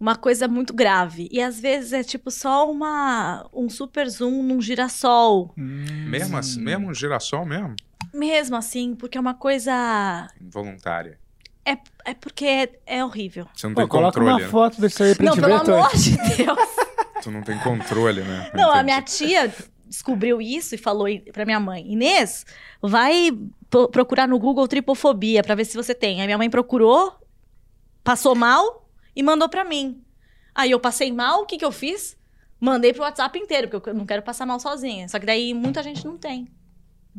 D: uma coisa muito grave. E às vezes é tipo só uma, um super zoom num girassol.
C: Hum.
A: Mesmo, assim, mesmo um girassol mesmo?
D: Mesmo assim, porque é uma coisa.
A: Involuntária.
D: É porque é, é horrível.
A: Você não
C: Pô,
A: tem
C: coloca
A: controle,
C: uma
A: né?
C: foto desse aí pra
D: Não,
C: gente
D: pelo
C: ver, Tony.
D: amor de Deus.
A: Tu não tem controle, né?
D: Não, a
A: Entendi.
D: minha tia descobriu isso e falou i- pra minha mãe: Inês, vai po- procurar no Google tripofobia pra ver se você tem. Aí minha mãe procurou, passou mal e mandou pra mim. Aí eu passei mal, o que, que eu fiz? Mandei pro WhatsApp inteiro, porque eu não quero passar mal sozinha. Só que daí muita gente não tem.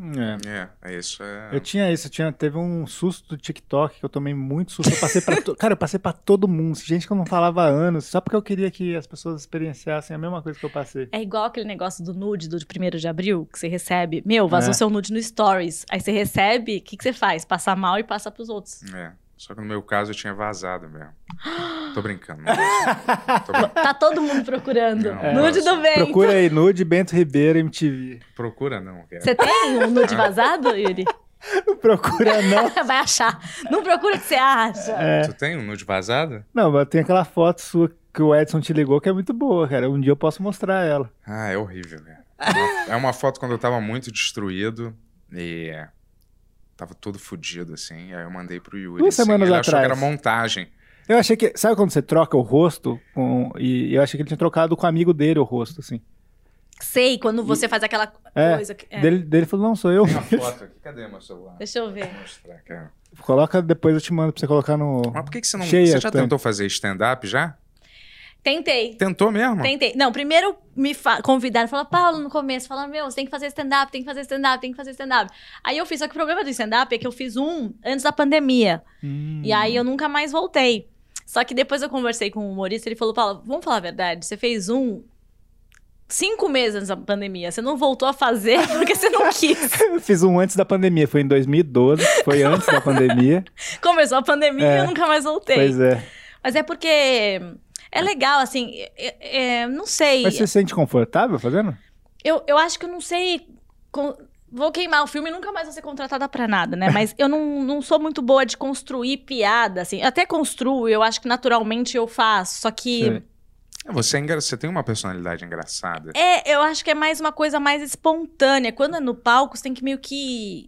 C: É.
A: É, isso é...
C: Eu tinha isso, eu tinha, teve um susto do TikTok que eu tomei muito susto. Eu passei pra to- Cara, eu passei pra todo mundo. Gente que eu não falava há anos, só porque eu queria que as pessoas experienciassem a mesma coisa que eu passei.
D: É igual aquele negócio do nude do 1 de abril, que você recebe. Meu, vazou
C: É.
D: seu nude no Stories. Aí você recebe, o que, que você faz? Passa mal e passa pros outros.
A: é. Só que no meu caso eu tinha vazado mesmo. Tô brincando. não deixa. Tô brin-
D: Tá todo mundo procurando.
A: Não,
D: nude
A: nossa.
D: do bem.
C: Procura aí, Nude Bento Ribeiro MTV.
A: Procura não, cara.
D: Você tem um nude vazado, Yuri?
C: Não procura, não.
D: Vai achar. Não procura o que você acha.
C: É.
A: Tu tem um nude vazado?
C: Não, mas tem aquela foto sua que o Edson te ligou que é muito boa, cara. Um dia eu posso mostrar ela.
A: Ah, é horrível, cara. É uma- É uma foto quando eu tava muito destruído e é, tava todo fudido, assim. Aí eu mandei pro Yuri.
C: Duas
A: assim,
C: semanas
A: ele achou que
C: atrás.
A: era montagem.
C: Eu achei que. Sabe quando você troca o rosto? Com, e eu achei que ele tinha trocado com o amigo dele o rosto, assim.
D: Sei, quando você faz aquela
C: É,
D: coisa. que- é.
C: Dele, dele falou: não, sou eu.
A: Tem uma foto aqui. Cadê meu celular?
D: Deixa eu ver.
A: Vou mostrar, cara.
C: Coloca depois, eu te mando pra você colocar no.
A: Mas por que, que você não.
C: Cheia,
A: você já
C: Tânia.
A: tentou fazer stand-up já?
D: Tentei.
A: Tentou mesmo?
D: Tentei. Não, primeiro me fa- convidaram, falaram, Paulo, no começo, falaram, meu, você tem que fazer stand-up, tem que fazer stand-up, tem que fazer stand-up. Aí eu fiz, só que o problema do stand-up é que eu fiz um antes da pandemia.
C: Hum.
D: E aí eu nunca mais voltei. Só que depois eu conversei com o humorista, ele falou, Paulo, vamos falar a verdade, você fez um cinco meses antes da pandemia, você não voltou a fazer porque você não quis.
C: Eu fiz um antes da pandemia, foi em 2012, foi antes da pandemia.
D: Começou a pandemia e
C: É.
D: eu nunca mais voltei.
C: Pois é.
D: Mas é porque é legal, assim, é- é- não sei.
C: Mas você se sente confortável fazendo?
D: Eu, eu acho que eu não sei. con- Vou queimar o filme e nunca mais vou ser contratada pra nada, né? Mas eu não, não sou muito boa de construir piada, assim. Eu até construo, eu acho que naturalmente eu faço. Só que
C: Sim.
A: É, Você, é engra- você tem uma personalidade engraçada.
D: é, eu acho que é mais uma coisa mais espontânea. Quando é no palco, você tem que meio que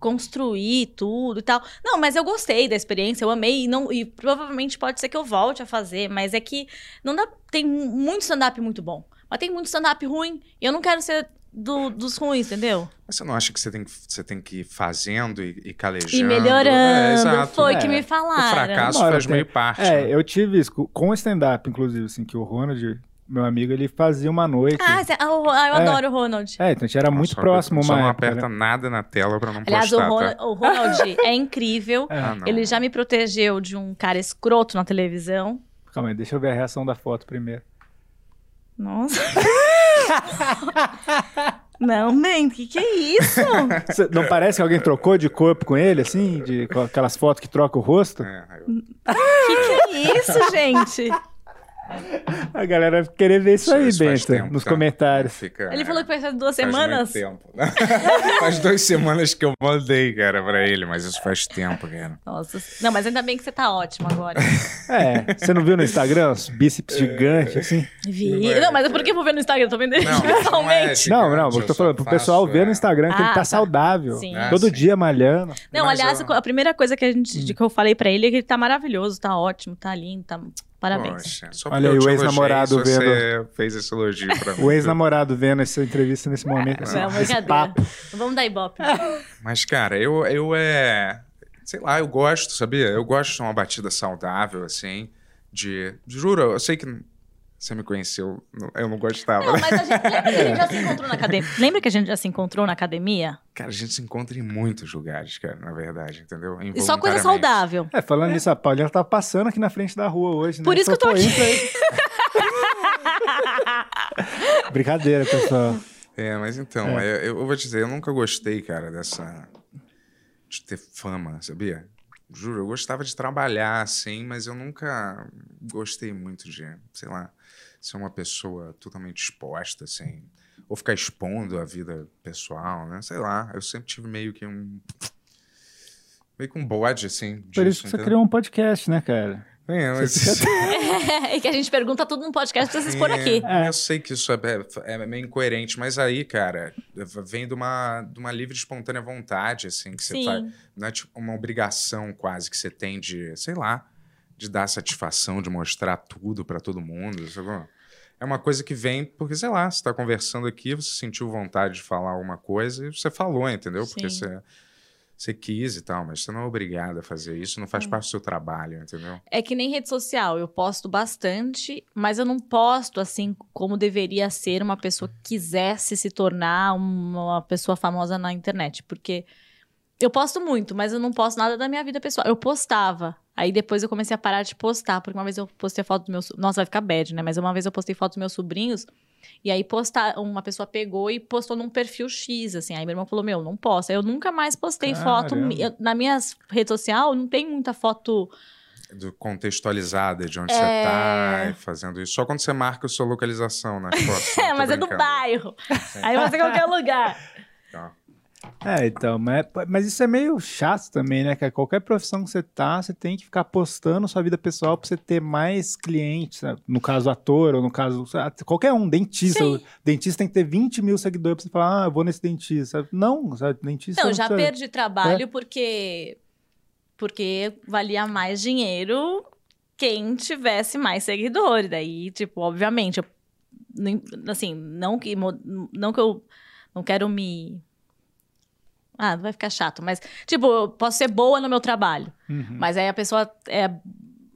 D: construir tudo e tal. Não, mas eu gostei da experiência, eu amei e não e provavelmente pode ser que eu volte a fazer, mas é que não dá, tem mu- muito stand up muito bom, mas tem muito stand up ruim e eu não quero ser do- dos ruins, entendeu?
A: Mas você não acha que você tem que, você tem que ir fazendo e, e calejando?
D: E
A: É,
D: melhorando,
A: exato.
D: foi
C: É.
D: que me
A: O
D: falaram.
A: fracasso
C: Uma hora
A: faz
C: tem-
A: meio parte. né?
C: É, eu tive isso co- com o stand-up, inclusive, assim, que o Ronald, meu amigo, ele fazia uma noite.
D: Ah, cê- ah, o- ah, eu
C: É.
D: adoro o Ronald.
C: É, então a gente era
A: Nossa,
C: muito
A: só-
C: próximo,
A: Só
C: uma
A: não
C: época, né?
A: aperta nada na tela pra não
D: Aliás, o,
A: postar,
D: Ron-
A: tá?
D: o Ronald é incrível.
C: É.
A: Ah, não.
D: Ele já me protegeu de um cara escroto na televisão.
C: né? Calma aí, deixa eu ver a reação da foto primeiro.
D: Nossa. Não, man, que que é isso?
C: Cê- Não parece que alguém trocou de corpo com ele, assim? De com aquelas fotos que troca o rosto?
A: É, eu-
D: Que que é isso, gente?
C: A galera vai querer ver isso, aí,
A: isso faz
C: Bento,
A: tempo,
C: nos
A: tá?
C: comentários.
A: Fica-
D: Ele falou que faz
A: faz
D: duas
A: muito
D: semanas.
A: tempo. né? faz duas semanas que eu mandei, cara, pra ele, mas isso faz tempo, cara.
D: Nossa. Não, mas ainda bem que você tá ótimo agora.
C: É, você não viu no Instagram os bíceps gigantes, assim?
D: Vi. Não, mas é porque eu vou ver no Instagram, tô vendo ele pessoalmente.
A: gigante,
C: Não, não, eu tô
A: é só
C: falando pro
A: faço,
C: pessoal ver
A: é.
C: no Instagram que ele
D: Ah,
C: tá,
D: tá.
C: saudável.
D: Sim.
A: Ah,
C: Todo
A: sim.
C: dia malhando.
D: Não,
A: Mas
D: aliás,
A: eu-
D: a primeira coisa que, a gente,
A: Hum.
D: de que eu falei pra ele é que ele tá maravilhoso, tá ótimo, tá lindo, tá... parabéns.
A: Poxa, só
C: Olha
A: porque eu
C: aí,
A: te
C: o ex-namorado
A: elogiei, Você fez esse elogio pra mim.
C: O ex-namorado vendo essa entrevista nesse momento.
D: Isso é uma
C: esse
D: brincadeira.
C: papo.
D: Não Vamos dar ibope.
A: Mas, cara, eu, eu é. Sei lá, eu gosto, sabia? Eu gosto de uma batida saudável, assim. De. Juro, eu sei que você me conheceu, eu não gostava. né?
D: Não, mas a gente, lembra que a gente já se encontrou na academia? Lembra que a gente já se encontrou na academia?
A: Cara, a gente se encontra em muitos lugares, cara, na verdade, entendeu?
D: E só coisa
A: Involuntariamente.
D: saudável.
C: É, falando nisso, a Paulina tá passando aqui na frente da rua hoje, né?
D: Por isso que eu tô
C: pô, entra aí. Brincadeira, pessoal.
A: É, mas então, Eu, eu vou te dizer, eu nunca gostei, cara, dessa. de ter fama, sabia? Juro, eu gostava de trabalhar, assim, mas eu nunca gostei muito de, sei lá, ser uma pessoa totalmente exposta, assim. Ou ficar expondo a vida pessoal, né? Sei lá, eu sempre tive meio que um... Meio que um bode, assim.
C: Por isso que você criou um podcast, né, cara?
A: É, mas...
D: É, e que a gente pergunta tudo no podcast pra vocês expor aqui.
A: É, Eu sei que isso é, é meio incoerente, mas aí, cara, vem de uma, de uma livre e espontânea vontade, assim, que você
D: Sim.
A: faz. Não é tipo uma obrigação quase que você tem de, sei lá, de dar satisfação, de mostrar tudo pra todo mundo. sacou? É uma coisa que vem porque, sei lá, você tá conversando aqui, você sentiu vontade de falar alguma coisa e você falou, entendeu? Porque
D: Sim.
A: você. Você quis e tal, mas você não é obrigado a fazer isso, não faz parte do seu trabalho, entendeu?
D: É que nem rede social, eu posto bastante, mas eu não posto assim como deveria ser uma pessoa que quisesse se tornar uma pessoa famosa na internet, porque eu posto muito, mas eu não posto nada da minha vida pessoal. Eu postava, aí depois eu comecei a parar de postar, porque uma vez eu postei foto do meu, so- nossa, vai ficar bad, né? Mas uma vez eu postei foto dos meus sobrinhos e aí postar, uma pessoa pegou e postou num perfil X, assim. Aí meu irmão falou: "Meu, não posta". Aí Eu nunca mais postei foto
C: Caramba.
D: eu- na minha rede social, não tem muita foto
A: do- contextualizada de onde
D: É.
A: você tá e fazendo isso. Só quando você marca a sua localização na foto. tá
D: É, mas é do bairro. Aí você em qualquer lugar.
C: É, então, mas, mas isso é meio chato também, né? cara? qualquer profissão que você tá, você tem que ficar postando sua vida pessoal pra você ter mais clientes. né? No caso, ator, ou no caso, sabe? qualquer um, dentista.
D: Sim.
C: O Dentista tem que ter 20 mil seguidores pra você falar, ah, eu vou nesse dentista. sabe? Não, sabe? dentista.
D: Não, eu já
C: precisa-
D: perdi trabalho porque porque valia mais dinheiro quem tivesse mais seguidor. Daí, tipo, obviamente, eu, nem- assim, não que mo- não que eu não quero me ah, vai ficar chato, mas tipo, eu posso ser boa no meu trabalho,
C: Uhum.
D: mas aí a pessoa é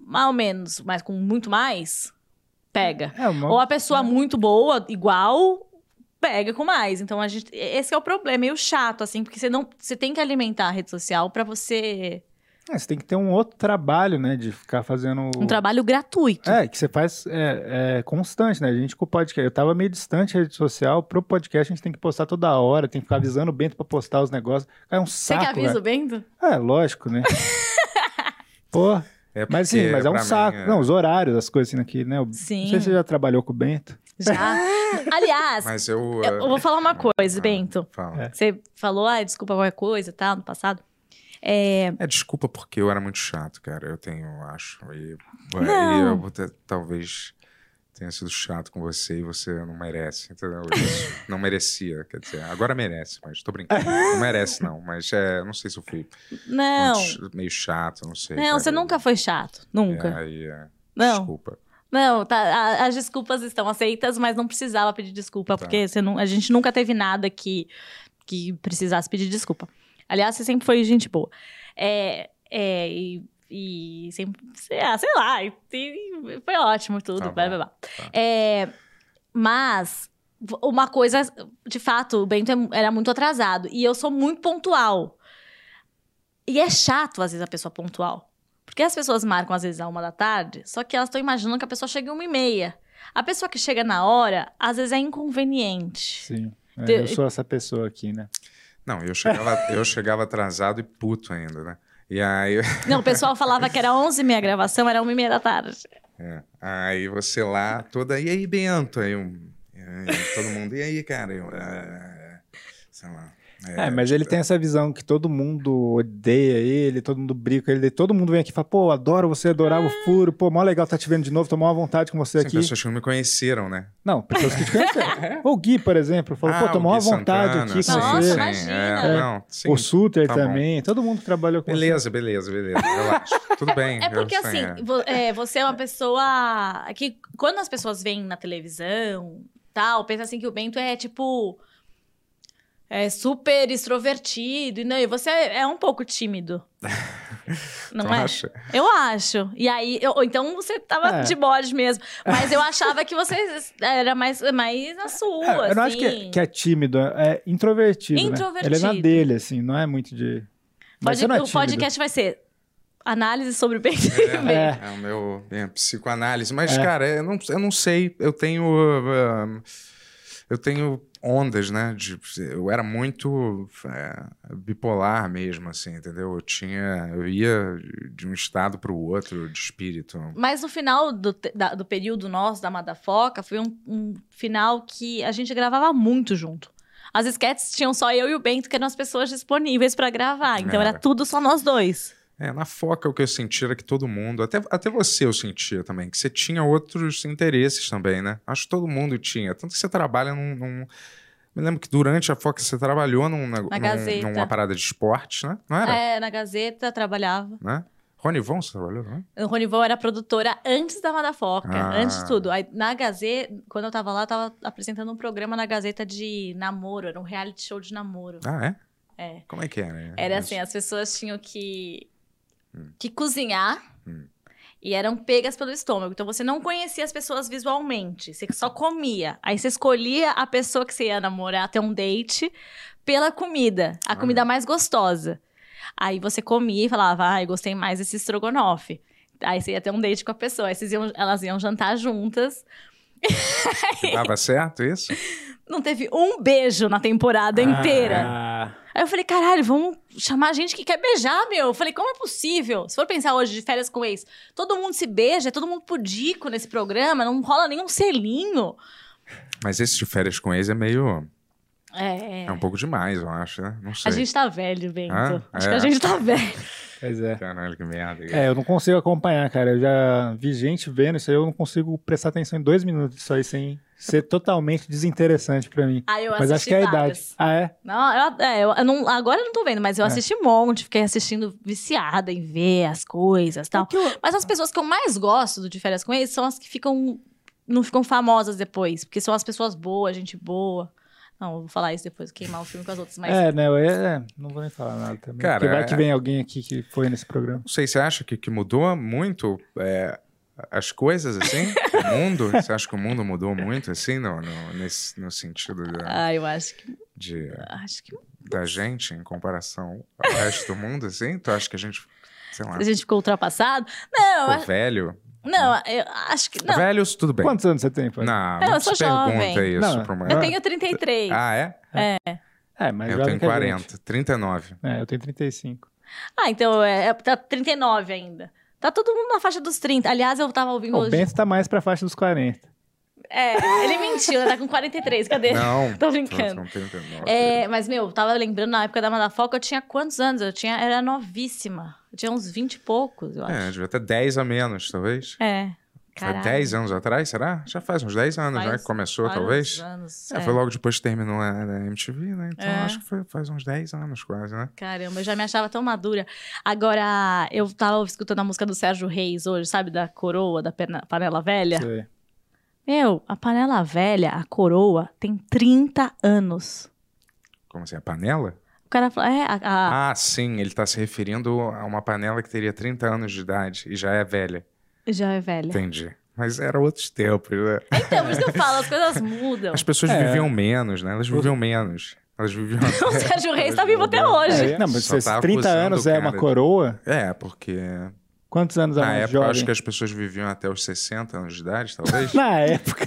D: mais ou menos, mas com muito mais pega.
C: É, uma-
D: Ou a pessoa muito boa, igual, pega com mais. Então, a gente, esse é o problema. É meio chato, assim, porque você, não, você tem que alimentar a rede social pra você...
C: é, você tem que ter um outro trabalho, né? De ficar fazendo.
D: Um trabalho gratuito.
C: É, que você faz é, é, constante, né? A gente com o podcast. Eu tava meio distante da rede social. Pro podcast, a gente tem que postar toda hora, tem que ficar avisando o Bento pra postar os negócios. Cara, é um
D: você
C: saco.
D: que avisa
C: velho.
D: o Bento?
C: É, lógico, né? Pô,
A: É
C: mas sim,
A: porque,
C: mas é um
A: pra mim,
C: saco.
A: é-
C: Não, os horários, as coisas assim aqui, né? O- Não
D: Sim,
C: sei se você já trabalhou com o Bento.
D: já. Aliás,
A: Mas eu. eh, ah,
D: eu eu vou falar uma
C: Ah.
D: coisa, Bento.
A: Fala. É.
D: Você falou, ah, desculpa qualquer coisa, tá, no passado. É,
A: desculpa porque eu era muito chato, cara. Eu tenho, eu acho. E,
D: Não.
A: e eu vou ter- talvez tenha sido chato com você e você não merece, entendeu? Isso. não merecia, quer dizer, agora merece, mas tô brincando. Não merece, não. Mas é, não sei se eu fui
D: não,
A: muito ch- meio chato, não sei.
D: não,
A: cara.
D: você nunca foi chato, nunca.
A: É, aí, é,
D: Não.
A: Desculpa.
D: Não, tá, a- as desculpas estão aceitas, mas não precisava pedir desculpa,
A: Tá.
D: porque você não, a gente nunca teve nada que, que precisasse pedir desculpa. Aliás, você sempre foi gente boa. É, é, e, e sempre, sei lá, sei lá, e- e foi ótimo tudo,
A: Tá
D: blá,
A: bom.
D: blá, blá.
A: Tá.
D: É, mas, v- uma coisa, de fato, o Bento é- era muito atrasado, e eu sou muito pontual. E é chato, às vezes, a pessoa pontual. Porque as pessoas marcam às vezes a uma da tarde, só que elas estão imaginando que a pessoa chega em uma e meia. A pessoa que chega na hora, às vezes é inconveniente.
C: Sim. É,
D: Te-
C: eu sou essa pessoa aqui, né?
A: Não, eu chegava, eu chegava atrasado e puto ainda, né? E aí,
D: Não, o pessoal falava que era 11 h a gravação, era 1 e meia da tarde.
A: é, aí você lá, toda, e aí, Bento? Aí, um, é, todo mundo, e aí, cara? Eu, "Ah, sei lá.
C: É, mas ele tem essa visão que todo mundo odeia ele, todo mundo briga com ele, todo mundo vem aqui e fala, pô, adoro você, adorava o
D: Ah.
C: furo, pô, mó legal tá te vendo de novo, tô mó à vontade com você
A: Sim,
C: aqui.
A: pessoas que não me conheceram, né?
C: Não, pessoas que te conhecem. o Gui, por exemplo, falou, pô,
A: Ah,
C: tô
A: o
C: mó à
A: Gui
C: vontade
A: Santana,
C: aqui
A: sim,
C: com
D: Nossa,
C: você.
A: sim,
D: imagina.
A: é, não, sim.
C: o Suter
A: tá bom.
C: também, todo mundo que trabalhou com você.
A: Beleza, beleza, beleza. Relaxa. Tudo bem.
D: É porque
A: eu sei,
D: assim, vo- é, você é uma pessoa que quando as pessoas veem na televisão, tal, pensa assim que o Bento é tipo é super extrovertido e não, e você é um pouco tímido. Não
A: Tu
D: é?
A: acha?
D: Eu acho. E aí, eu- ou então você tava
C: É.
D: de bode mesmo, mas eu achava que você era mais mais na sua,
C: É, eu não acho
D: assim.
C: que é, que é tímido, é introvertido. né?
D: Introvertido.
C: Ele é na dele, assim, não é muito de. Mas
D: Pode-
C: você não é
D: o
C: tímido.
D: podcast vai ser análise sobre o Bento.
A: É,
C: É.
A: é o meu é, psicoanálise. Mas,
C: É.
A: cara, eu não, eu não sei. Eu tenho. ah, ah, eu tenho ondas, né? de- eu era muito é, bipolar mesmo, assim, entendeu? Eu tinha, eu ia de um estado para o outro de espírito.
D: Mas no final do, te- da- do período nosso da Madafoca, foi um, um final que a gente gravava muito junto. As sketches tinham só eu e o Bento, que eram as pessoas disponíveis pra gravar. Então era
A: Era.
D: tudo só nós dois.
A: É, na foca o que eu sentia era que todo mundo, até, até você eu sentia também, que você tinha outros interesses também, né? Acho que todo mundo tinha. Tanto que você trabalha num. num- Me lembro que durante a foca você trabalhou num, neg-
D: Na
A: num-
D: Gazeta.
A: numa parada de esporte, né? Não era?
D: É, na Gazeta, trabalhava.
A: Né? Rony Von, você trabalhou, não é?
D: O Ronivon era produtora antes da Madafoca,
A: Ah.
D: antes de tudo. Aí, na Gazeta, quando eu tava lá, eu tava apresentando um programa na Gazeta de namoro, era um reality show de namoro.
A: Ah, é?
D: É.
A: Como é que era?
D: Era
A: Isso.
D: assim, as pessoas tinham que, que cozinhar e eram pegas pelo estômago. Então você não conhecia as pessoas visualmente, você só comia. Aí você escolhia a pessoa que você ia namorar, ter um date, pela comida, a
A: Olha.
D: comida mais gostosa. Aí você comia e falava, ai, gostei mais desse estrogonofe. Aí você ia ter um date com a pessoa, aí vocês iam- elas iam jantar juntas.
A: E Dava certo isso?
D: Não teve um beijo na temporada inteira.
C: Ah,
D: Aí eu falei, caralho, vamos chamar gente que quer beijar, meu. Eu falei, como é possível? Se for pensar hoje de férias com ex, todo mundo se beija, é todo mundo pudico nesse programa, não rola nenhum selinho.
A: Mas esse de férias com ex é meio.
D: É.
A: É um pouco demais, eu acho, né? Não sei.
D: A gente tá velho, Bento.
A: Ah,
D: Acho
A: é.
D: que a gente tá velho.
C: pois é.
A: Caralho, que merda.
C: É, eu não consigo acompanhar, cara. Eu já vi gente vendo isso aí, eu não consigo prestar atenção em dois minutos isso aí sem ser totalmente desinteressante pra mim.
D: Aí eu
C: Mas acho
D: assisti
C: que é a
D: várias.
C: idade. Ah, é?
D: Não, eu, é, eu- eu não- agora eu não tô vendo, mas eu
C: É.
D: assisti um monte, fiquei assistindo viciada em ver as coisas e tal. Mas as pessoas que eu mais gosto do De Férias com eles são as que ficam. não ficam famosas depois, porque são as pessoas boas, gente boa. Não, eu vou falar isso depois, queimar o filme com as outras, mas.
C: É, né? eu- é, é, não vou nem falar nada também.
A: Cara,
C: porque vai
A: é-
C: que vem alguém aqui que foi nesse programa.
A: Não sei, você acha que, que mudou muito é, as coisas, assim? o mundo? Você acha que o mundo mudou muito, assim, no, no, nesse, no sentido da,
D: Ah, eu acho que.
A: de-
D: Acho que
A: da gente em comparação ao resto do mundo, assim? Tu acha que a gente, sei lá,
D: a gente ficou ultrapassado. Não, eu
A: ficou
D: acho-
A: velho?
D: não, eu acho que. é Não,
A: Velhos, tudo bem.
C: Quantos anos você tem, pai?
A: Não,
D: Eu
A: não
D: sou
A: se pergunta
D: jovem.
A: isso
C: Não,
A: pra uma...
D: eu tenho 33. Ah.
A: Ah, é?
C: É, mas
A: Eu
C: jovem
A: tenho
C: que a gente.
A: 40, 39.
C: É, eu tenho 35.
D: então é, é- tá 39 ainda. Tá todo mundo na faixa dos 30. Aliás, eu tava ouvindo
C: O
D: hoje.
C: Bento tá mais pra faixa dos 40.
D: É, ele mentiu, ele tá com 43, cadê?
A: Não,
D: Tô
A: são
D: brincando.
A: 39.
D: É, mas, meu, tava lembrando na época da Madafoca, eu tinha quantos anos? Eu tinha, era novíssima. Eu tinha uns 20 e poucos, eu
A: É,
D: acho.
A: devia ter 10 a menos, talvez.
D: É.
A: Foi
D: Caralho.
A: 10 anos atrás, será? Já faz uns 10 anos, né?
D: Faz
A: Que começou,
D: vários
A: talvez.
D: Anos,
A: É,
D: é.
A: foi logo depois que terminou a, a MTV, né? Então
D: É.
A: acho que foi faz uns 10 anos quase, né?
D: Caramba, eu já me achava tão madura. Agora, eu tava escutando a música do Sérgio Reis hoje, sabe? Da coroa, da perna- panela velha.
C: Sei.
D: Meu, a panela velha, a coroa, tem 30 anos.
A: Como assim, a panela?
D: O cara fala, é, a, a-
A: Ah, sim, ele tá se referindo a uma panela que teria 30 anos de idade e já é velha.
D: já é velha.
A: Entendi. Mas era outros tempos, né?
D: Então, por isso que eu falo, as coisas mudam.
A: As pessoas
C: É.
A: viviam menos, né? Elas viviam menos. Elas viviam...
D: O Sérgio Reis
A: Elas
D: tá vivo até
A: viviam-
D: hoje.
C: É, não, mas
A: Só
C: se
A: tá
C: 30
A: acusando
C: anos
A: o
C: é
A: cara
C: uma
A: de-
C: coroa,
A: É, porque
C: quantos anos é
A: na
C: mais
A: época eu
C: jovem?
A: acho que é as pessoas viviam até os 60 anos de idade, talvez.
C: Na época.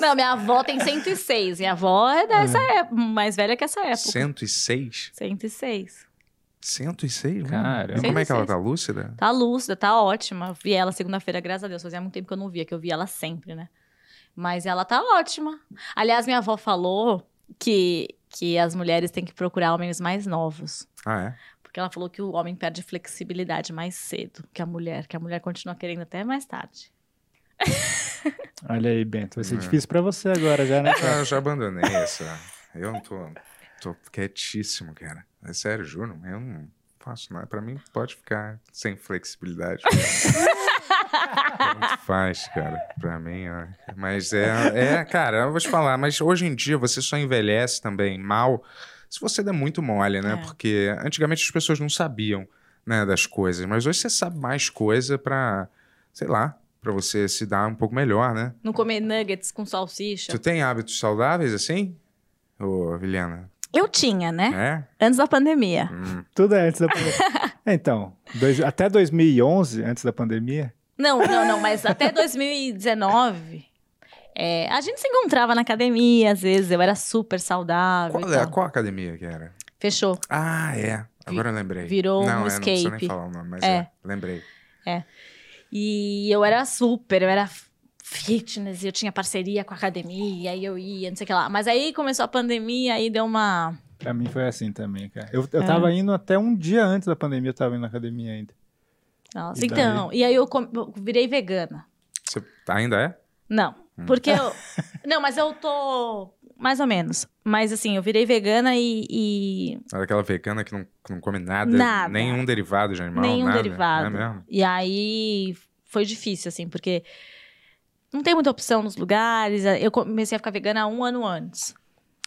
D: Não, minha avó tem 106. Minha avó é dessa
A: Hum.
D: época, mais velha que essa época.
A: 106?
D: 106.
A: 106?
C: Cara,
A: Cara, como é que ela
D: 106.
A: tá lúcida?
D: Tá lúcida, tá ótima. Eu Vi ela segunda-feira, graças a Deus. Fazia muito tempo que eu não via, que eu via ela sempre, né? Mas ela tá ótima. Aliás, minha avó falou que, que as mulheres têm que procurar homens mais novos.
A: Ah, é?
D: Porque ela falou que o homem perde flexibilidade mais cedo que a mulher, que a mulher continua querendo até mais tarde.
C: Olha aí, Bento, vai ser
A: É.
C: dififícil pra você agora já, né?
A: Ah, eu já abandonei essa. Eu não tô, tô quietíssimo, cara. É sério, juro. Eu não faço nada. Pra mim, pode ficar sem flexibilidade. Tanto faz, cara. Pra mim, ó. Mas é, é, cara, eu vou te falar. Mas hoje em dia, você só envelhece também mal se você der muito mole, né?
D: É.
A: Porque antigamente as pessoas não sabiam né, das coisas. Mas hoje você sabe mais coisa pra, sei lá, pra você se dar um pouco melhor, né?
D: Não comer nuggets com salsicha.
A: Tu tem hábitos saudáveis assim? Ô, Vilhena.
D: Eu tinha, né?
A: É?
D: Antes da pandemia.
A: Hum.
C: Tudo é antes da pandemia. então, dois- até 2011, antes da pandemia,
D: Não, não, não, mas até 2019 É, a gente se encontrava na academia, às vezes, eu era super saudável.
A: Qual,
D: e
A: é,
D: tal.
A: qual academia que era?
D: Fechou.
A: Ah, é. Agora eu lembrei.
D: virou
A: não,
D: um
A: é, Não preciso nem
D: escape.
A: falar o nome, mas
D: É.
A: é. Lembrei.
D: E eu era super, eu era fitness, e eu tinha parceria com a academia, e eu ia, não sei o que lá. Mas aí começou a pandemia, aí deu uma.
C: Pra mim foi assim também, cara. Eu, eu tava indo até um dia antes da pandemia, eu tava indo na academia ainda.
D: Nossa,
C: E daí?
D: então, e aí eu, com- eu virei vegana.
A: Você tá- ainda é?
D: Não, porque eu. Não, mas eu tô. Mais ou menos. Mas assim, eu virei vegana e. e
A: Era é aquela vegana que não, que não come nada,
D: Nada.
A: nenhum derivado de animal,
D: nenhum
A: nada.
D: derivado.
A: É mesmo?
D: E aí foi difícil, assim, porque não tem muita opção nos lugares. Eh, Eu comecei a ficar vegana um ano antes.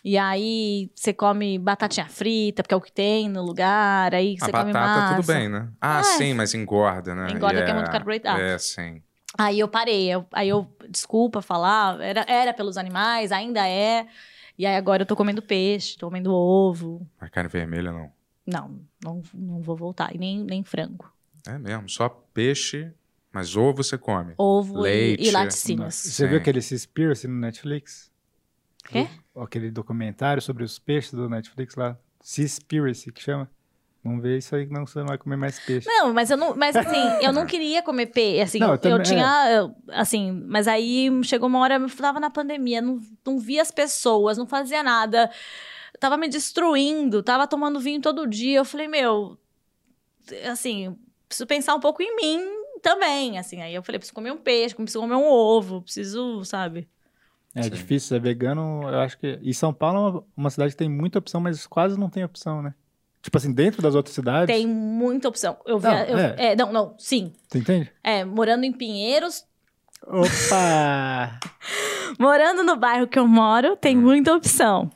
D: E aí você come batatinha frita, porque é o que tem no lugar. Aí
A: A
D: você come
A: batata,
D: massa.
A: tudo bem, né? Ah,
D: É.
A: sim, mas engorda, né?
D: Engorda
A: E
D: que é muito carboidrato.
A: É, sim.
D: Aí eu parei. eu- aí eu, desculpa falar, era, era pelos animais, ainda é. E aí agora eu tô comendo peixe, tô comendo ovo.
A: A carne vermelha, não.
D: Não, não, não vou voltar. E nem, nem frango.
A: É mesmo, só peixe, mas ovo você come.
D: Ovo e- e,
A: Leite.
D: laticínios.
C: Você viu
A: Sim.
C: aquele Seaspiracy no Netflix?
D: Quê?
C: O- Aquele documentário sobre os peixes do Netflix lá. Seaspiracy, que chama. Vamos ver isso aí que não você não vai comer mais peixe.
D: Não, mas eu não, mas assim, eu não queria comer peixe, assim,
C: Não, eu
D: eu,
C: também- é.
D: tinha, eu- assim, mas aí chegou uma hora, eu tava na pandemia, não, não via as pessoas, não fazia nada, tava me destruindo, tava tomando vinho todo dia, eu falei, meu, assim, preciso pensar um pouco em mim também, assim, aí eu falei, preciso comer um peixe, preciso comer um ovo, preciso, sabe?
C: É
A: Sim.
C: difícil ser vegano, eu acho que. E São Paulo é uma, uma cidade que tem muita opção, mas quase não tem opção, né? Tipo assim, dentro das outras cidades.
D: Tem muita opção, eu vi,
C: Não,
D: eu-
C: é.
D: é, não, não, sim,
C: Tu entende?
D: é, morando em Pinheiros,
C: Opa!
D: Morando no bairro que eu moro, tem muita opção.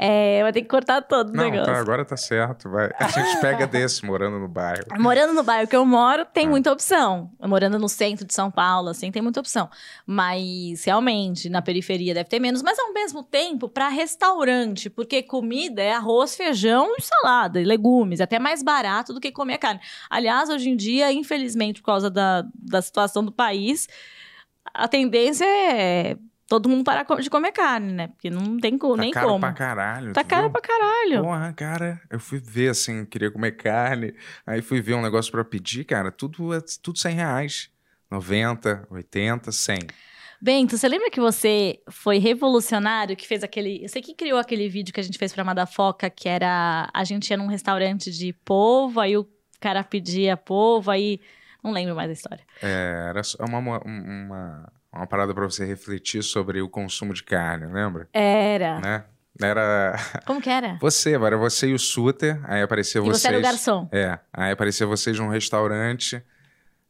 D: É, vai ter que cortar todo o
A: Não,
D: negócio.
A: tá, agora tá certo, vai. A gente pega desse morando no bairro.
D: Morando no bairro que eu moro, tem
A: Ah.
D: muita opção. Morando no centro de São Paulo, assim, tem muita opção. Mas, realmente, na periferia deve ter menos. Mas, ao mesmo tempo, para restaurante, porque comida é arroz, feijão e salada, e legumes. É até mais barato do que comer carne. Aliás, hoje em dia, infelizmente, por causa da, da situação do país, a tendência é todo mundo parar co- de comer carne, né? Porque não tem co-
A: Tá
D: nem
A: caro
D: como.
A: pra caralho.
D: Tá
A: tu
D: caro
A: viu?
D: pra caralho.
A: Porra, cara, eu fui ver assim, queria comer carne. Aí fui ver um negócio pra pedir, cara, tudo é tudo 100 reais. 90, 80, 100.
D: Bento, você lembra que você foi revolucionário que fez aquele. Eu sei que criou aquele vídeo que a gente fez pra Madafoca, que era. A gente ia num restaurante de polvo, aí o cara pedia polvo, aí. Não lembro mais a história.
A: É, era só uma, uma, uma, uma parada pra você refletir sobre o consumo de carne, lembra?
D: Era.
A: Né? Era
D: Como que era?
A: você, era você e o Suter, aí apareceu
D: E você era o
A: vocês-
D: garçom.
A: É, aí aparecia vocês num restaurante.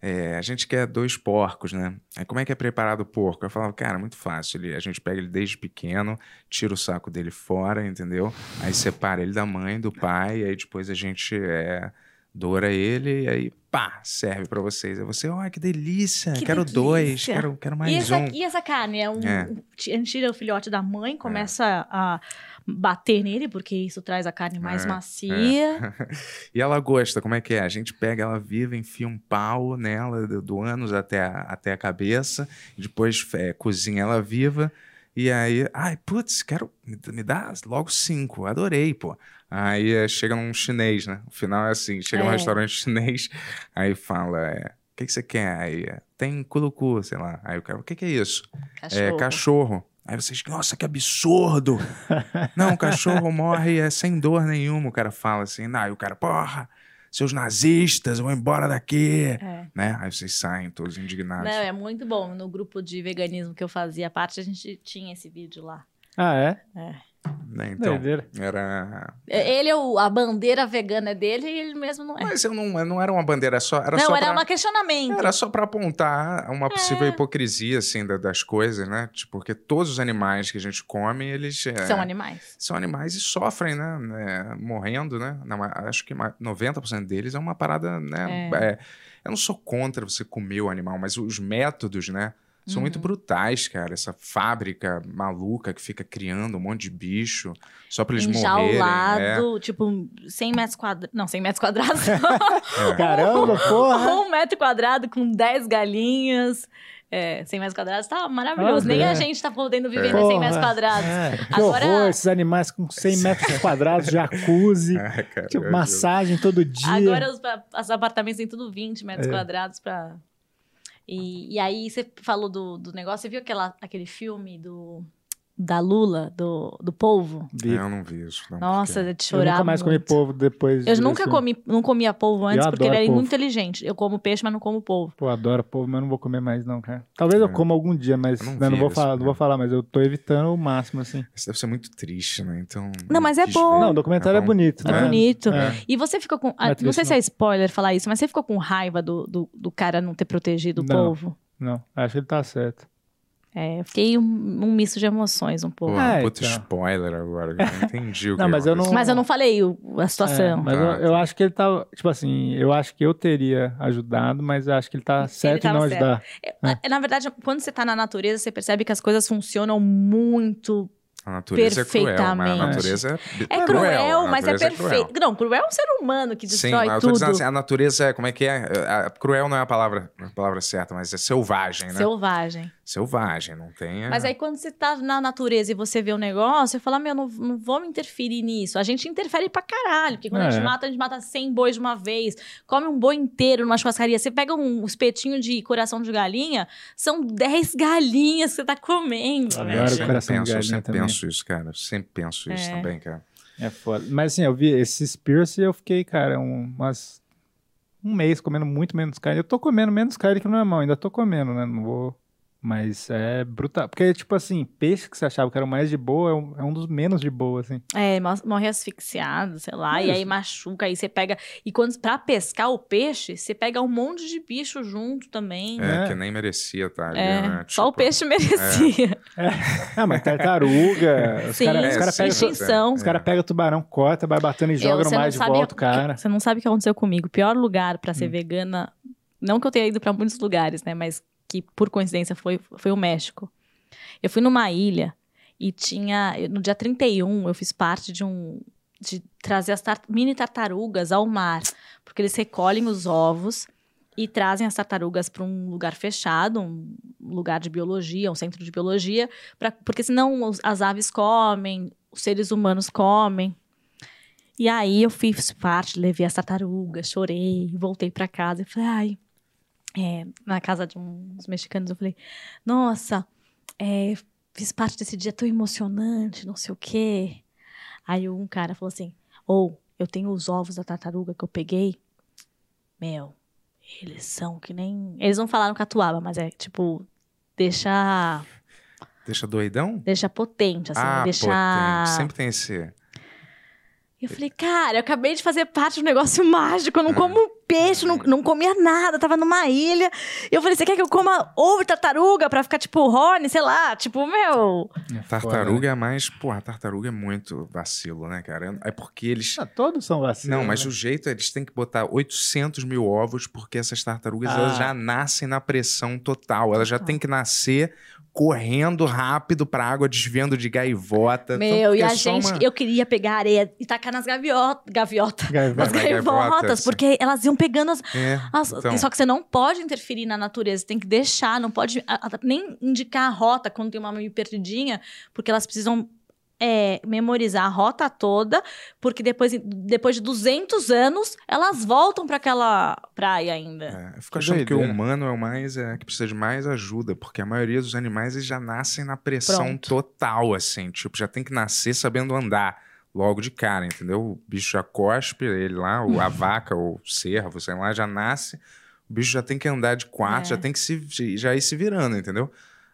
A: é, a gente quer dois porcos, né? Aí como é que é preparado o porco? Eu falava, cara, é muito fácil. Ele, a gente pega ele desde pequeno, tira o saco dele fora, entendeu? Aí separa ele da mãe, do pai, aí depois a gente é, doura ele e aí pá, serve pra vocês. Aí você, ó, que delícia,
D: Que
A: quero
D: delícia.
A: dois, quero, quero mais
D: E essa,
A: um.
D: e essa carne? É um,
A: É.
D: um- A gente tira o filhote da mãe, começa a bater nele, porque isso traz a carne mais
A: É,
D: macia.
A: E ela gosta, como é que é? A gente pega ela viva, enfia um pau nela, do, do ânus até a, até a cabeça, e depois é, cozinha ela viva, e aí, ai, putz, quero, me, me dá logo cinco, adorei, pô. Aí é, chega num chinês, né? O final é assim, chega num
D: É.
A: restaurante chinês, aí fala, é, o que, que você quer? Aí, é, tem culucu, sei lá. Aí o cara, o que, que é isso? É, cachorro. Aí vocês, nossa, que absurdo! não, o cachorro morre é sem dor nenhuma, o cara fala assim. Não, aí o cara, porra, seus nazistas, vão embora daqui.
D: É.
A: Né? Aí vocês saem todos indignados.
D: Não, é muito bom. No grupo de veganismo que eu fazia parte, a gente tinha esse vídeo lá.
C: ah, é?
A: Né? Então,
C: Doideira.
A: era.
D: É, Ele é o, a bandeira vegana é dele e ele mesmo não é.
A: Mas eu não, não era uma bandeira só. Era só
D: não, era É.
A: pra...
D: um questionamento.
A: Era só pra apontar uma possível hipocrisia, assim, da- das coisas, né? Tipo, porque todos os animais que a gente come, eles... é,
D: São animais.
A: são animais e sofrem, né? né, morrendo, né? Na ma- acho que ma- 90% deles é uma parada, né? é, eu não sou contra você comer o animal, mas os métodos, né? São
D: Uhum.
A: muito brutais, cara. Essa fábrica maluca que fica criando um monte de bicho só pra eles morrerem. né?
D: Enjaulado, tipo, 100 metros quadrados. Não, 100 metros quadrados.
A: É.
C: Caramba, porra!
D: um metro quadrado com 10 galinhas. É, 100 metros quadrados tá maravilhoso.
C: Ah,
D: Nem
C: é.
D: a gente tá podendo viver
C: É.
D: nos 100 metros
C: Porra,
D: quadrados.
A: É.
E: Que
D: Agora-
E: horror, esses animais com 100 metros quadrados, jacuzzi,
A: Ah, cara,
E: tipo,
A: eu-
E: massagem todo dia.
D: Agora os, pa- os apartamentos têm tudo 20 metros
E: É.
D: quadrados pra. E, e aí você falou do, do negócio, você viu aquela, aquele filme do, da Lula, do, do polvo?
A: eu-
E: Vi.
A: é, eu não vi isso. Não,
D: Nossa,
A: porque-
D: é de
E: Eu
D: chorar.
E: nunca mais comi
D: muito.
E: polvo depois.
D: Eu
E: desse
D: nunca
E: filme.
D: comi, não comia polvo antes
E: Eu
D: porque ele
E: adoro
D: era
E: polvo.
D: muito inteligente. Eu como peixe, mas não como polvo.
E: Pô, adoro polvo, mas eu não vou comer mais não, cara. Talvez eu
A: É.
E: coma algum dia, mas
A: Eu
E: né,
A: não
E: não,
A: vi
E: vou
A: isso,
E: falar,
A: né?
E: não vou falar, mas eu tô evitando o máximo, assim.
A: Isso deve ser muito triste, né? Então.
D: Não, mas é
A: quis
D: bom.
A: ver.
E: Não, o documentário é,
A: bom?
E: bonito,
D: É
E: né?
D: bonito.
E: É.
D: E você ficou com.
E: Não
D: ah,
E: é
D: não,
E: triste,
D: sei se é spoiler falar isso, mas você ficou com raiva do, do, do cara não ter protegido o
E: Não.
D: polvo?
E: Não, acho que ele tá certo.
D: É, eu fiquei um, um misto de emoções um pouco.
A: Pô,
E: Ah,
A: puta
E: então.
A: spoiler agora. Eu não entendi o que
E: Não, mas eu
A: aconteceu.
E: não-
D: Mas eu não falei o- a
E: É,
D: situação.
E: mas eu,
A: Ah,
E: eu acho que ele tá. Tipo assim, eu acho que eu teria ajudado, mas eu acho que ele tá certo em
D: tava
E: não
D: certo.
E: ajudar.
D: É, Na verdade, quando você tá na natureza, você percebe que as coisas funcionam muito.
A: A natureza é cruel, mas a
D: Perfeitamente.
A: natureza
D: É, cruel,
A: a
D: mas é
A: natureza cruel.
D: perfeito. não, cruel é um ser humano que
A: Sim,
D: destrói
A: mas eu tô
D: tudo.
A: dizendo assim, a natureza é, como é que é? A- a- cruel não é a palavra, a palavra certa, mas é selvagem, né?
D: Selvagem.
A: Selvagem, não tem... é-
D: Mas aí quando você tá na natureza e você vê o negócio, eu falo, meu, não, não vou me interferir nisso. A gente interfere pra caralho, porque quando a
E: É.
D: gente mata, a gente mata 100 bois de uma vez, come um boi inteiro numa churrascaria. Você pega um espetinho de coração de galinha, são 10 galinhas que você tá comendo.
E: Tá
A: É,
D: né?
E: Agora o
A: sempre
E: coração de
A: penso, eu
E: galinha
A: sempre
E: também.
A: penso isso, cara. Eu sempre penso isso
D: É.
A: também, cara.
E: É foda. Mas assim, eu vi esse Spears e eu fiquei, cara, um- umas. Um mês comendo muito menos carne. Eu tô comendo menos carne que não é mal, ainda tô comendo, né? Não vou. Mas é brutal. Porque, tipo assim, peixe que você achava que era o mais de boa é um, é um dos menos de boa, assim.
D: É, mor- morre asfixiado, sei lá, e aí machuca, aí você pega. E quando pra pescar o peixe, você pega um monte de bicho junto também.
A: É,
E: É.
A: que nem merecia estar ali,
D: É,
A: né?
D: só o
A: Tipo,
D: peixe merecia.
E: Ah, mas tartaruga. os
D: Sim,
E: caras
A: é,
E: cara
A: sim,
E: pegam
A: sim.
D: extinção.
E: Os
A: É.
E: caras pegam tubarão, corta, vai batendo e joga no
D: você não
E: mar de
D: sabe-
E: volta, o cara. Hum.
D: Você não sabe o que aconteceu comigo. O pior lugar pra ser vegana, não que eu tenha ido pra muitos lugares, né? Mas que por coincidência foi, foi o México. Eu fui numa ilha e tinha. eu- No dia 31, eu fiz parte de um. de trazer as tar- mini tartarugas ao mar. Porque eles recolhem os ovos e trazem as tartarugas para um lugar fechado, um lugar de biologia, um centro de biologia, pra- porque senão os- as aves comem, os seres humanos comem. E aí eu fiz parte, levei as tartarugas, chorei, voltei para casa e falei, ai, é, na casa de uns mexicanos, eu falei, nossa, é, fiz parte desse dia tão emocionante, não sei o quê. Aí um cara falou assim, ou eu tenho os ovos da tartaruga que eu peguei, meu, eles são que nem. Eles não falaram catuaba, mas é tipo. Deixa.
A: Deixa doidão?
D: Deixa potente, assim.
A: ah,
D: deixa.
A: potente. Sempre tem esse...
D: Eu falei, cara, eu acabei de fazer parte de um negócio mágico, eu
A: É.
D: não como um peixe, não, não comia nada, eu tava numa ilha. Eu falei, você quer que eu coma ovo e tartaruga pra ficar tipo Rony, sei lá, tipo, meu.
E: né?
A: Tartaruga é mais... Porra, tartaruga é muito vacilo, né, cara? É porque eles...
E: Ah, todos são vacilos.
A: Não, mas
E: né?
A: o jeito é eles têm que botar 800 mil ovos, porque essas tartarugas
E: Ah.
A: elas já nascem na pressão total. Elas já têm que nascer correndo rápido pra água, desviando de gaivota. Tanto
D: Meu,
A: que
D: e
A: é
D: a
A: só
D: gente.
A: uma-
D: Eu queria pegar areia e tacar nas gaviota, gaviota, nas
E: Gaivota.
A: Vai, vai, gaivota,
D: gaivotas,
A: sim.
D: porque elas iam pegando as,
A: É,
D: As-
A: então,
D: Só que você não pode interferir na natureza, tem que deixar, não pode a- a- nem indicar a rota quando tem uma meio perdidinha, porque elas precisam é, memorizar a rota toda, porque depois, depois de 200 anos elas voltam para aquela praia ainda.
A: é, eu
E: Que
A: fico achando que o
E: doideira.
A: humano é o mais é, que precisa de mais ajuda, porque a maioria dos animais eles já nascem na pressão
D: Pronto.
A: total, assim, tipo, já tem que nascer sabendo andar logo de cara, entendeu? O bicho já cospe, ele lá, ou a vaca, ou o cervo, sei lá, já nasce, o bicho já tem que andar de quatro, já
D: É.
A: tem que se, já ir se virando, entendeu?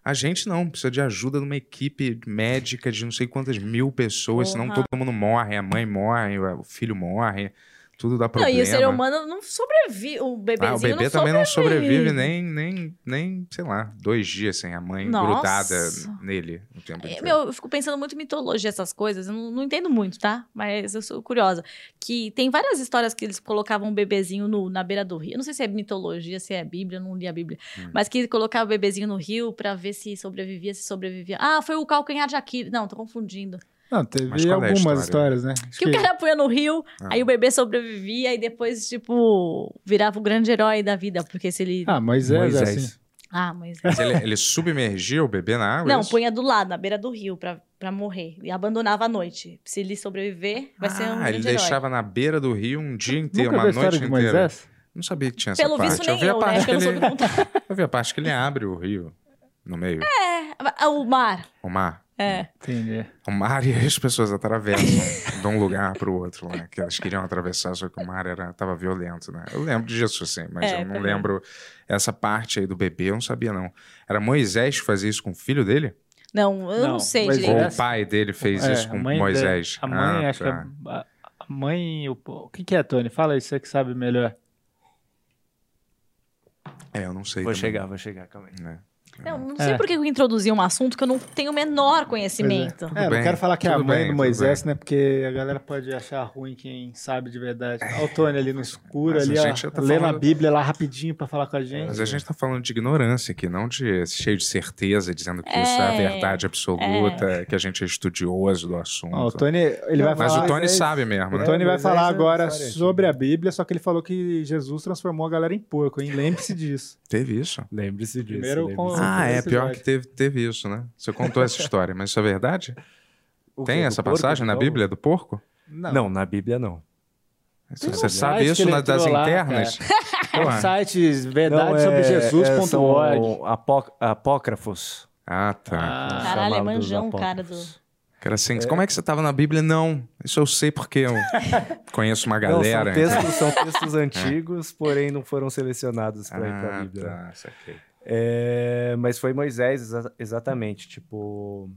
A: A gente não, precisa de ajuda de uma equipe médica de não sei quantas mil pessoas, senão
D: Porra.
A: todo mundo morre, a mãe morre, o filho morre, tudo dá
D: Não,
A: É, problema.
D: e o ser humano não sobrevive, o bebezinho
A: Ah, o bebê
D: não
A: também não
D: sobrevive.
A: sobrevive nem, nem, nem, sei lá, dois dias sem a mãe
D: Nossa.
A: grudada nele o tempo
D: É,
A: inteiro.
D: Meu, eu fico pensando muito em mitologia, essas coisas. Eu não, não entendo muito, tá? Mas eu sou curiosa. Que tem várias histórias que eles colocavam um bebezinho no- na beira do rio. Eu não sei se é mitologia, se é Bíblia, eu não li a Bíblia.
A: Hum.
D: Mas que colocava o bebezinho no rio pra ver se sobrevivia, se sobrevivia. Ah, foi o calcanhar de Aquiles. Não, tô confundindo.
E: Não, teve
A: Mas qual é a
E: algumas
A: história?
E: histórias, né? Acho
D: Que, o cara punha no rio,
A: Ah.
D: aí o bebê sobrevivia e depois, tipo, virava o grande herói da vida. Porque se ele.
E: Ah, Moisés, é
A: Moisés.
E: assim.
D: Ah, Moisés.
A: Mas ele, ele submergia o bebê na água?
D: Não,
A: isso?
D: punha do lado, na beira do rio, pra, pra morrer. E abandonava à noite. Se ele sobreviver, vai ser um
A: Ah, ele
D: grande herói.
A: deixava na beira do rio um dia inteiro,
E: Nunca
A: uma
E: viu a história
A: noite
E: de
A: inteira.
E: Moisés?
A: Não sabia que tinha
D: Pelo
A: essa parte.
D: visto, nem
A: vi a
D: eu, né?
A: parte
D: Porque eu não
A: que
D: soube
A: ele...
D: contar.
A: eu vi a parte que ele abre o rio no meio.
D: Ah, O mar.
A: O mar.
C: É.
E: Entendi.
A: O mar e as pessoas atravessam de um lugar para o outro, né? Que elas queriam atravessar, só que o mar era, tava violento, né? Eu lembro disso, sim, mas
D: É,
A: eu não
D: também.
A: lembro essa parte aí do bebê, eu não sabia, não. Era Moisés que fazia isso com o filho dele?
D: Não, eu não,
E: Não,
D: sei
E: mas
A: Ou
D: direito.
E: é-
A: o pai dele fez
E: É,
A: isso com
E: a mãe
A: Moisés?
E: dele- a mãe,
A: Ah,
E: acho
A: tá.
E: que é a, a mãe. e O, o que, que é, Tony? Fala aí, você que sabe melhor.
A: É, eu não sei.
F: Vou
A: também,
F: chegar, vou chegar, calma aí.
A: né?
D: Não, não sei
E: É.
D: por que eu introduzi um assunto que eu não tenho o menor conhecimento.
A: Tudo
E: É,
A: bem,
E: não quero falar que é a
A: tudo
E: mãe
A: bem,
E: do
A: tudo
E: Moisés, né? Porque a galera pode achar ruim quem sabe de verdade. Olha o Tony ali no escuro,
A: É, Mas
E: ali,
A: a
E: ó,
A: gente já tá
E: lendo
A: falando-
E: a Bíblia lá rapidinho pra falar com a gente.
A: Mas a gente tá falando de ignorância aqui, não de cheio de certeza, dizendo que isso é a
D: É,
A: verdade absoluta, que a gente é estudioso do assunto.
E: Ó, o Tony, ele vai
A: Mas
E: falar. É
A: o Tony
E: Moisés-
A: sabe mesmo, né?
E: O Tony vai
C: Moisés
E: falar
C: é
E: agora
C: história, gente.
E: sobre a Bíblia, só que ele falou que Jesus transformou a galera em porco, hein? Lembre-se disso.
A: Teve isso.
F: Lembre-se disso.
E: Primeiro
F: lembre-se.
E: com-
A: Ah, é,
E: esse
A: pior
E: episódio.
A: que teve, teve isso, né? Você contou essa história, mas isso é verdade?
F: O quê?
A: Tem
F: Do
A: essa
F: porco,
A: passagem na
F: então?
A: Bíblia do porco?
F: Não, na Bíblia não.
A: Você
E: um
A: sabe
E: site
A: isso
E: que
A: na-
E: ele
A: das
E: entrou lá,
A: internas?
C: um
E: Tem
A: Porra.
E: sites verdade
F: Não, é-
E: sobre Jesus.org.
F: é, são apó- apócrifos.
A: Ah, tá.
E: Ah,
D: Caralho,
F: Chamavam
D: é
F: dos
D: manjão, cara,
F: apócrifos.
A: Cara, assim, como é que você tava na Bíblia? Não, isso eu sei porque eu conheço uma
F: Não,
A: galera.
F: são textos, são textos antigos, porém não foram selecionados para ir para a
A: Ah,
F: Bíblia. né?
A: tá, saquei.
F: É, mas foi Moisés, exa- exatamente. Tipo.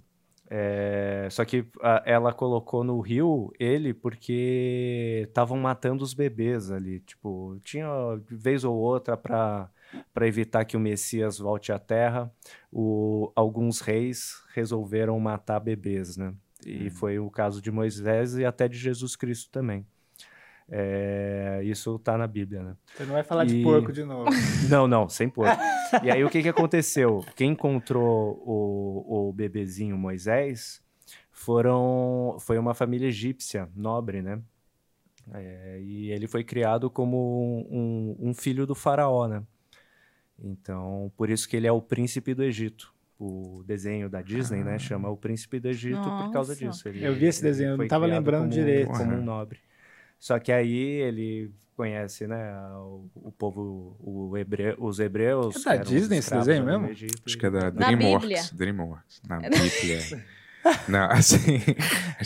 F: é, só que a- ela colocou no rio ele porque estavam matando os bebês ali. Tipo, tinha de vez ou outra para evitar que o Messias volte à terra. o- alguns reis resolveram matar bebês, né? E foi o caso de Moisés e até de Jesus Cristo também. É, isso tá na Bíblia, né?
E: Você não vai falar
F: E-
E: de porco de novo.
F: Não, não, sem porco. e aí o que, que aconteceu? Quem encontrou o, o bebezinho Moisés foram foi uma família egípcia, nobre, né? É, e ele foi criado como um, um filho do faraó, né? Então, por isso que ele é o príncipe do Egito. O desenho da Disney, né? Chama o príncipe do Egito por causa
D: Nossa.
F: disso. Ele-
E: Eu vi esse
F: ele
E: desenho, eu não
F: foi
E: tava
F: criado
E: lembrando
F: como um-
E: direito.
F: Como
A: Porra.
F: um nobre. Só que aí ele conhece, né, o, o povo, o hebreu, os hebreus.
E: É da
F: que eram os
E: Disney esse
F: escravos
E: desenho
F: ali no
E: mesmo?
F: Egito.
A: Acho que é da
D: Na
A: Dreamworks. Dreamworks. Na Bíblia. não, assim, a gente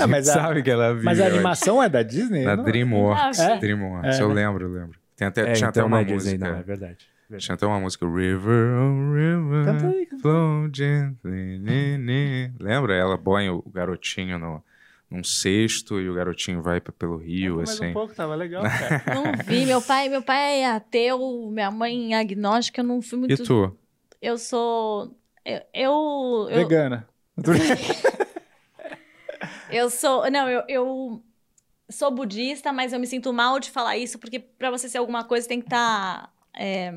E: Ah, mas a-
A: sabe que ela é
E: Mas a
A: Bíblia,
E: animação é da Disney?
A: Na
E: não?
A: Dreamworks.
D: Ah,
E: sim.
A: Dreamworks. eu lembro, eu lembro. Tem até,
F: É,
A: tinha até
F: então não
A: uma
F: é Disney,
A: música.
F: não, é verdade.
A: Tinha até uma música, River on River,
E: Canta aí, canta.
A: flow gently, ni, ni. Lembra? Ela põe o garotinho no, num cesto e o garotinho vai p- pelo rio,
E: Mas um
A: assim.
E: pouco tava legal, cara.
D: Não vi, meu pai, meu pai é ateu, minha mãe é agnóstica, eu não fui
A: E
D: muito.
A: tu?
D: Eu sou. Eu, eu, eu,
E: Vegana.
D: eu sou. Não, eu, eu sou budista, mas eu me sinto mal de falar isso, porque pra você ser alguma coisa tem que estar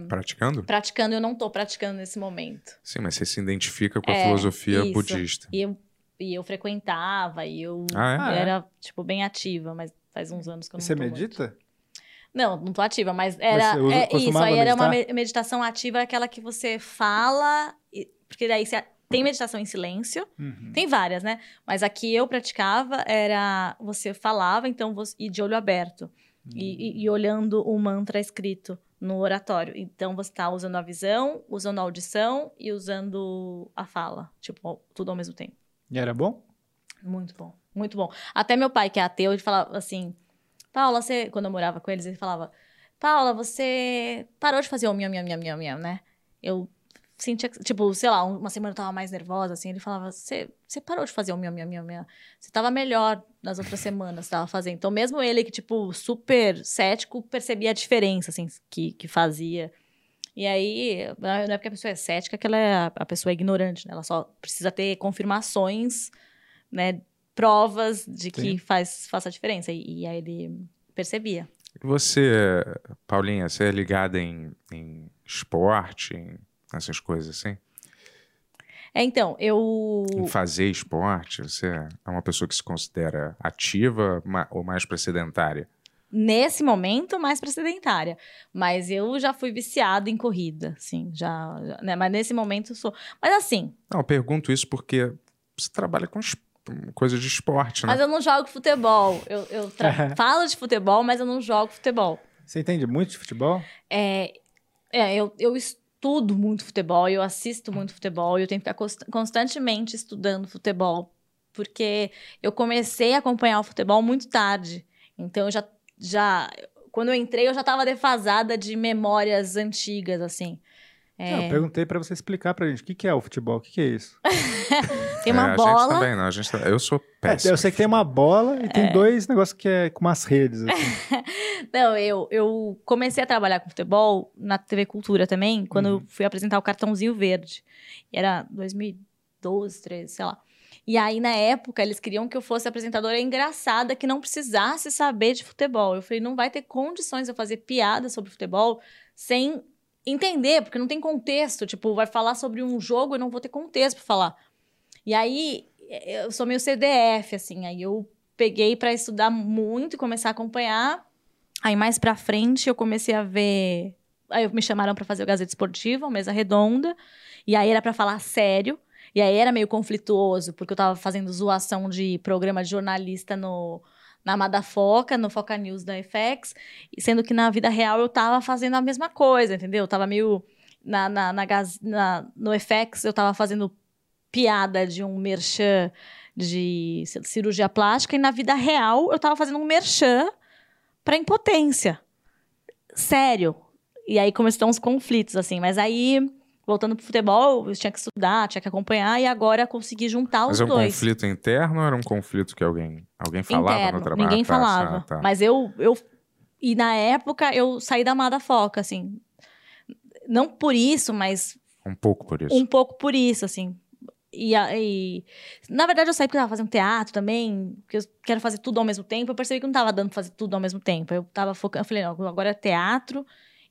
A: Praticando?
D: praticando. Eu não tô praticando nesse momento.
A: Sim, mas você se identifica com a
D: É,
A: filosofia
D: isso.
A: budista.
D: E eu, e eu frequentava, e eu
A: Ah,
E: é?
D: era, tipo, bem ativa, mas faz uns anos que eu não
E: Você
D: tô muito.
E: medita?
D: Não, não tô ativa, mas era
E: você usa-
D: é isso.
E: costumava
D: Aí era uma
E: meditar?
D: me- meditação ativa, aquela que você fala, e- porque daí você tem meditação em silêncio,
E: Uhum.
D: tem várias, né? Mas a que eu praticava era você falava, então você e de olho aberto e, e- e olhando o mantra escrito no oratório. Então você tá usando a visão, usando a audição e usando a fala, tipo tudo ao mesmo tempo.
E: E era bom?
D: Muito bom, muito bom. Até meu pai, que é ateu, ele falava assim: Paula, você. Quando eu morava com eles, ele falava: Paula, você parou de fazer o miam, miam, miam, miam, miam, né? Eu sentia, que- tipo, sei lá, uma semana eu tava mais nervosa, assim. Ele falava: Você você parou de fazer o miam, miam, miam, miam. Você tava melhor nas outras semanas, que tava fazendo. Então, mesmo ele, que, tipo, super cético, percebia a diferença, assim, que, que fazia. E aí, não é porque a pessoa é cética que ela é a- a pessoa é ignorante, né? Ela só precisa ter confirmações né, provas de que faz, faça a diferença. E, e aí ele percebia.
A: E você, Paulinha, você é ligada em, em esporte, em essas coisas assim?
D: É, então, eu.
A: Em fazer esporte? Você é uma pessoa que se considera ativa ma- ou mais pra sedentária?
D: nesse momento, mais pra sedentária. Mas eu já fui viciada em corrida, assim, já, já- né? Mas nesse momento eu sou. Mas assim,
A: Não, eu pergunto isso porque você trabalha com es- com coisa de esporte, né?
D: mas eu não jogo futebol. Eu, eu tra- falo de futebol, mas eu não jogo futebol.
E: Você entende muito de futebol?
D: É, é, eu, eu estudo muito futebol, eu assisto muito futebol, eu tenho que ficar const- constantemente estudando futebol, porque eu comecei a acompanhar o futebol muito tarde. Então, eu já, já quando eu entrei, eu já estava defasada de memórias antigas, assim. É,
E: Eu perguntei pra você explicar pra gente o que, que é o futebol, o que, que é isso.
D: tem
A: É,
D: assim, uma
A: A gente
D: bola.
A: também não. A gente, tá- eu sou
D: É,
A: péssimo.
E: eu sei que tem uma bola e tem dois negócios que é com umas redes. assim.
D: Não, eu, eu comecei a trabalhar com futebol na TV Cultura também, quando eu fui apresentar o cartãozinho verde. E Era 2012, 13, sei lá. E aí, na época, eles queriam que eu fosse apresentadora engraçada, que não precisasse saber de futebol. Eu falei, não vai ter condições de eu fazer piada sobre futebol sem entender, porque não tem contexto. Tipo, vai falar sobre um jogo e não vou ter contexto pra falar. E aí, eu sou meio CDF, assim. Aí eu peguei pra estudar muito e começar a acompanhar. Aí mais pra frente eu comecei a ver. Aí me chamaram pra fazer o Gazeta Esportiva, uma mesa redonda. E aí era pra falar sério. E aí era meio conflituoso, porque eu tava fazendo zoação de programa de jornalista no, na Madafoca, no Foca News da FX. e Sendo que na vida real eu tava fazendo a mesma coisa, entendeu? Eu tava meio. Na, na, na, Gaz- na- no FX eu tava fazendo piada de um merchan de ci- cirurgia plástica. E na vida real eu tava fazendo um merchan pra impotência. Sério. E aí começaram os conflitos, assim. Mas aí, voltando pro futebol, eu tinha que estudar, tinha que acompanhar, e agora consegui juntar
A: Mas
D: os
A: é um
D: dois.
A: conflito interno ou era um conflito que alguém, alguém falava
D: Interno,
A: no trabalho?
D: Ninguém
A: Ah, tá,
D: falava.
A: ah, tá.
D: Mas eu, eu. E na época eu saí da Amada Foca, assim. Não por isso, mas
A: Um pouco por isso.
D: um pouco por isso, assim. E, a- e- na verdade eu saí porque eu tava fazendo teatro também, porque eu quero fazer tudo ao mesmo tempo. Eu percebi que não tava dando pra fazer tudo ao mesmo tempo. Eu tava focando, eu falei, não, agora é teatro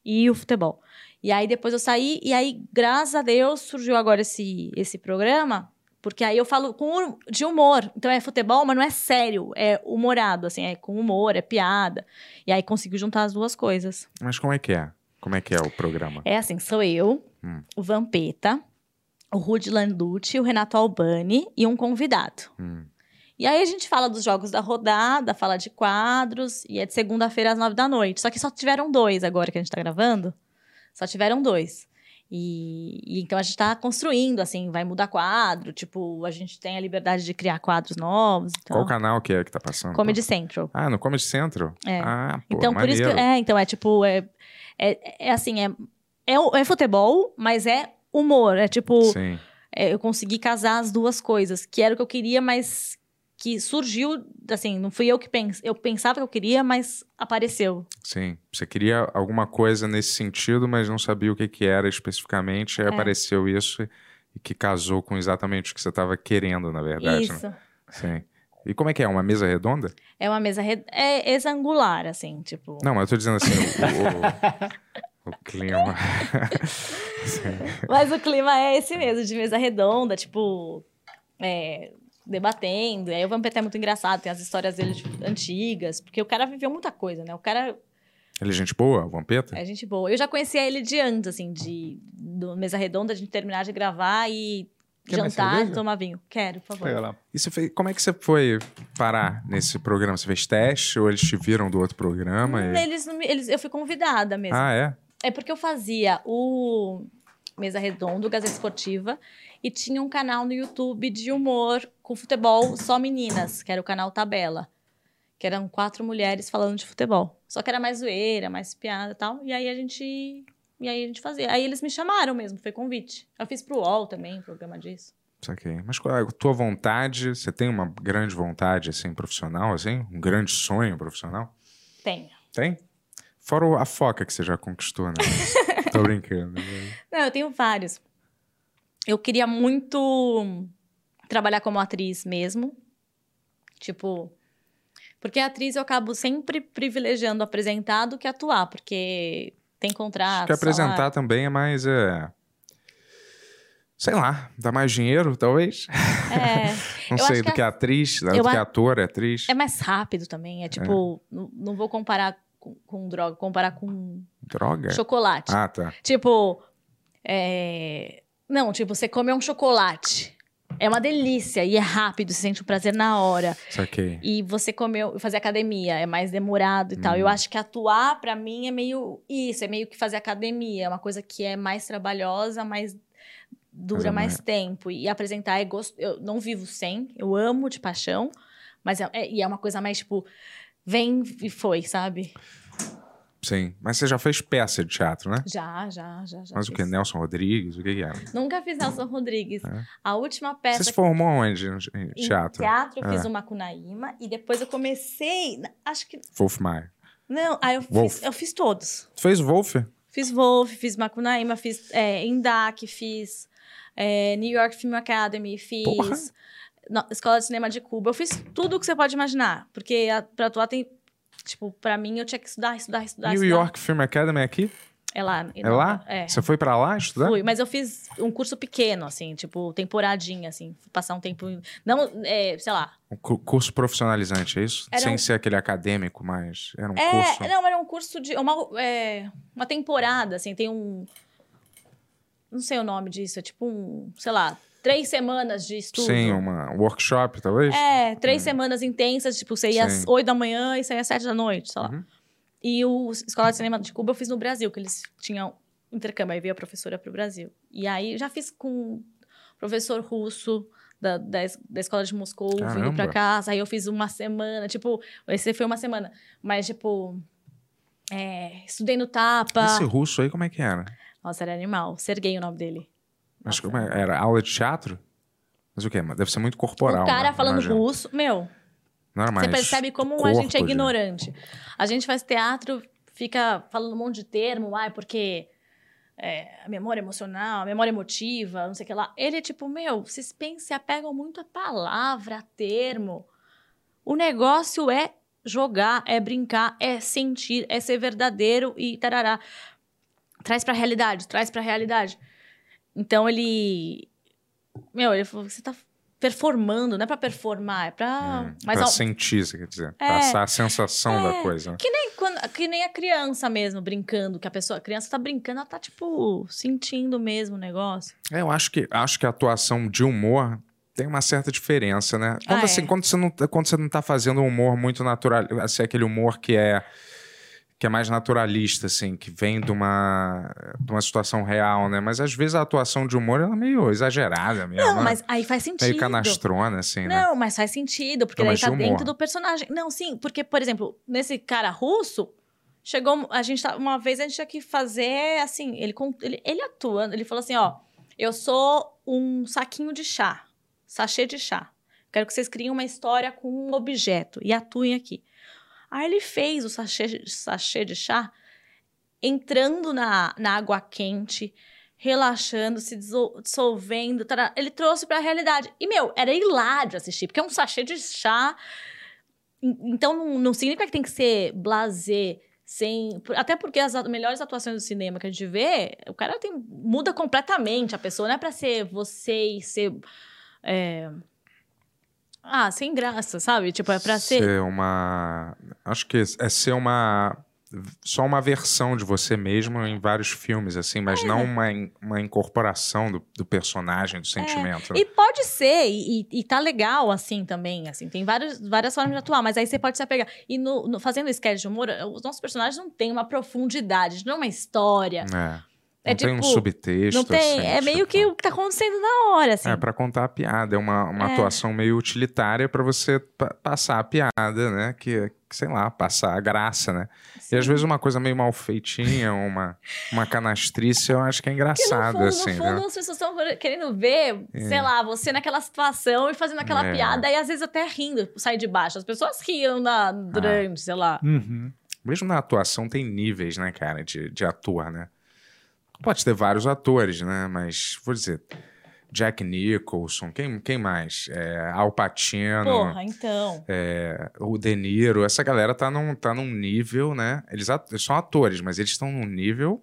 D: e o futebol. E aí depois eu saí, e aí, graças a Deus, surgiu agora esse, esse programa, porque aí eu falo com, hu- de humor. Então é futebol, mas não é sério, é humorado, assim, é com humor, é piada. E aí consegui juntar as duas coisas.
A: Mas como é que é? Como é que é o programa?
D: É assim, sou eu,
A: Hum.
D: o Vampeta, o Rudy Landucci, o Renato Albani e um convidado.
A: Hum.
D: E aí a gente fala dos jogos da rodada, fala de quadros, e é de segunda-feira às nove da noite. Só que só tiveram dois agora que a gente tá gravando. Só tiveram dois. E, e então a gente tá construindo, assim, vai mudar quadro, tipo, a gente tem a liberdade de criar quadros novos. Então,
A: Qual canal que é que tá passando?
D: Comedy Central.
A: Ah, no Comedy Central?
D: É.
A: Ah, pô,
D: Então, por
A: maneiro.
D: isso que. É, então, é tipo. É, é, é assim, é, é, o- é futebol, mas é humor. É tipo.
A: Sim.
D: é, eu consegui casar as duas coisas, que era o que eu queria, mas que surgiu, assim, não fui eu que pens eu pensava que eu queria, mas apareceu.
A: Sim, você queria alguma coisa nesse sentido, mas não sabia o que, que era especificamente,
D: É.
A: aí apareceu isso e que casou com exatamente o que você estava querendo, na verdade. né?
D: Isso.
A: Sim. E como é que é? Uma mesa redonda?
D: É uma mesa red- é exangular, assim, tipo.
A: Não, mas eu tô dizendo assim, o, o- o clima.
D: Mas o clima é esse mesmo, de mesa redonda, tipo, é, debatendo. E aí o Vampeta é muito engraçado, tem as histórias dele de- antigas, porque o cara viveu muita coisa, né? O cara
A: Ele é gente boa, o Vampeta?
D: É gente boa. Eu já conhecia ele de antes, assim, de do mesa redonda, de terminar de gravar e
E: Quer mais
D: jantar e
E: cerveja?
D: tomar vinho. Quero, por favor.
E: Pega lá.
A: E você fez, como é que você foi parar nesse programa? Você fez teste ou eles te viram do outro programa?
D: Hum,
A: e-
D: Eles, não me- eles, eu fui convidada mesmo.
A: Ah, é?
D: É porque eu fazia o Mesa Redonda, o Gazeta Esportiva, e tinha um canal no YouTube de humor com futebol só meninas, que era o canal Tabela. Que eram quatro mulheres falando de futebol. Só que era mais zoeira, mais piada e tal. E aí a gente. E aí a gente fazia. Aí eles me chamaram mesmo, foi convite. Eu fiz pro UOL também, um programa disso.
A: Saquei. Mas qual é a tua vontade? Você tem uma grande vontade, assim, profissional, assim? Um grande sonho profissional?
D: Tenho.
A: Tem? Fora o- a foca que você já conquistou, né? Tô brincando.
D: Não, eu tenho vários. Eu queria muito trabalhar como atriz mesmo. Tipo, porque atriz eu acabo sempre privilegiando apresentar do que atuar, porque tem
A: Acho
D: contrato.
A: que apresentar
D: salário.
A: também é mais. É... Sei lá, dá mais dinheiro, talvez.
D: É,
A: Não
D: Eu
A: sei,
D: acho
A: do
D: que
A: que
D: a-
A: atriz, do
D: eu
A: que
D: a-
A: ator, atriz.
D: é mais rápido também. É tipo, Não, não vou comparar com, com droga, comparar com
A: Droga?
D: chocolate.
A: Ah, tá.
D: Tipo, é, não, tipo, você come um chocolate. É uma delícia e é rápido, você sente o prazer na hora.
A: Saquei.
D: E você comeu, fazer academia é mais demorado e tal.
A: Hum.
D: Eu acho que atuar, pra mim, é meio isso, é meio que fazer academia. É uma coisa que é mais trabalhosa,
A: Mas
D: mais
A: é
D: dura mais tempo. E apresentar é gosto. Eu não vivo sem, eu amo de paixão, mas é, é- e é uma coisa mais tipo, vem e foi, sabe?
A: Sim. Mas você já fez peça de teatro, né?
D: Já, já, já, já.
A: Mas o
D: fiz.
A: que? Nelson Rodrigues? O que que era?
D: Nunca fiz Nelson Rodrigues.
A: É.
D: A última
A: Você
D: peça
A: se formou onde? Em
D: em
A: teatro?
D: teatro eu
A: É.
D: fiz o Macunaíma e depois eu comecei, na- acho que
A: Wolf Maia.
D: não, ah, eu
A: Wolf.
D: fiz, eu fiz todos.
A: Tu fez Wolf?
D: Fiz Wolf, fiz Macunaíma, fiz é, Indac, fiz é, New York Film Academy, fiz
A: Porra.
D: no- Escola de Cinema de Cuba. Eu fiz tudo o que você pode imaginar, porque a, pra atuar tem tipo, pra mim eu tinha que estudar, estudar, estudar,
A: New
D: estudar.
A: York Film Academy é aqui?
D: É lá.
A: É lá?
D: É.
A: Você foi pra lá estudar?
D: Fui, mas eu fiz um curso pequeno, assim, tipo, temporadinha, assim, passar um tempo. em- Não, é, sei lá,
A: Um cu- curso profissionalizante, é isso?
D: Era
A: Sem
D: um-
A: ser aquele acadêmico, mas era um curso.
D: É, não, era um curso de. Uma, é, uma temporada, assim, tem um. Não sei o nome disso, é tipo um. Sei lá, três semanas de estudo.
A: Sim, uma, um workshop, talvez?
D: É, três semanas intensas, tipo, você ia às
A: Uhum. Sim.
D: oito da manhã e saía às sete da noite, sei lá.
A: Uhum.
D: E o Escola de Cinema de Cuba eu fiz no Brasil, que eles tinham intercâmbio, aí veio a professora pro Brasil. E aí já fiz com o professor russo. Da, da, es- da escola de Moscou, vindo
A: Caramba.
D: pra casa. Aí eu fiz uma semana, tipo, esse foi uma semana. Mas, tipo, é, estudei no tapa.
A: Esse russo aí, como é que era?
D: Nossa, era animal. Serguei o nome dele.
A: Mas
D: Nossa.
A: como é? Era aula de teatro? Mas o quê? Mas Deve ser muito corporal.
D: o cara
A: né?
D: falando
A: Imagino.
D: russo, meu,
A: Não era mais
D: Você percebe como a
A: corpo né?
D: gente é
A: de-
D: ignorante. A gente faz teatro, fica falando um monte de termo, ai, porque é, a memória emocional, a memória emotiva, não sei o que lá. Ele é tipo, meu, vocês pensam, se apegam muito a palavra, a termo. O negócio é jogar, é brincar, é sentir, é ser verdadeiro e tarará. Traz pra realidade, traz pra realidade. Então ele. Meu, ele falou: você tá performando, não é pra performar, é pra.
A: Hum,
D: mas
A: pra
D: ao-
A: sentir, você quer dizer.
D: É.
A: Passar a sensação
D: É.
A: da coisa. né?
D: quando- que nem a criança mesmo brincando, que a pessoa, a criança tá brincando, ela tá tipo sentindo mesmo o negócio.
A: É, Eu acho que, acho que a atuação de humor tem uma certa diferença, né? Quando,
D: Ah,
A: assim,
D: é.
A: quando, você não, tá- quando você não tá fazendo um humor muito natural, assim, aquele humor que é que é mais naturalista, assim, que vem de uma, de uma situação real, né? Mas às vezes a atuação de humor ela é meio exagerada mesmo.
D: Não,
A: né?
D: mas aí faz
A: Meio
D: sentido.
A: canastrona, assim, né?
D: Não, mas faz sentido, porque
A: Não,
D: daí
A: mas
D: tá
A: de humor.
D: dentro do personagem. Não, sim, porque, por exemplo, nesse cara russo, chegou. A gente tá, uma vez a gente tinha que fazer assim, ele, con- ele, ele atuando, ele falou assim: ó, eu sou um saquinho de chá, sachê de chá. Quero que vocês criem uma história com um objeto e atuem aqui. Aí ele fez o sachê, sachê de chá entrando na, na água quente, relaxando, se disso- dissolvendo. tará. Ele trouxe pra realidade. E, meu, era hilário assistir, porque é um sachê de chá. En- Então, não, não significa que tem que ser blazer. Sem, por- até porque as a- melhores atuações do cinema que a gente vê, o cara tem, muda completamente a pessoa. Não é pra ser você e ser. é, ah, sem graça, sabe? Tipo, é pra ser.
A: uma. Acho que é ser uma. Só uma versão de você mesmo em vários filmes, assim, mas
D: É.
A: não uma, in- uma incorporação do, do personagem, do sentimento. né?
D: É. E pode ser, e, e- e tá legal assim também, assim. Tem várias, várias
A: Uhum.
D: formas de atuar, mas aí você pode se apegar. E no, no- fazendo sketch de humor, eh, os nossos personagens não têm uma profundidade, não é uma história.
A: É.
D: É
A: não tem um
D: tipo,
A: subtexto.
D: não tem,
A: assim,
D: é
A: tipo,
D: meio que o que tá acontecendo na hora, assim.
A: É pra contar a piada, é uma, uma
D: É.
A: atuação meio utilitária pra você pa- passar a piada, né? Que, que, sei lá, passar a graça, né? E
D: Assim,
A: às vezes uma coisa meio mal feitinha, uma, uma canastrice, eu acho que é
D: Porque no
A: engraçado,
D: fundo,
A: assim,
D: no fundo
A: né?
D: as pessoas estão querendo ver, sei lá, você naquela situação e fazendo aquela
A: É.
D: piada, e às vezes até rindo, sai de baixo. As pessoas riam
A: Ah.
D: na, durante, sei lá.
E: Uhum.
A: Mesmo na atuação tem níveis, né, cara, de, de ator, né? Pode ter vários atores, né? Mas, vou dizer, Jack Nicholson, quem, quem mais? É, Al Pacino.
D: Porra, então.
A: É. o De Niro, essa galera tá num, tá num nível, né? Eles, at- eles são atores, mas eles estão num nível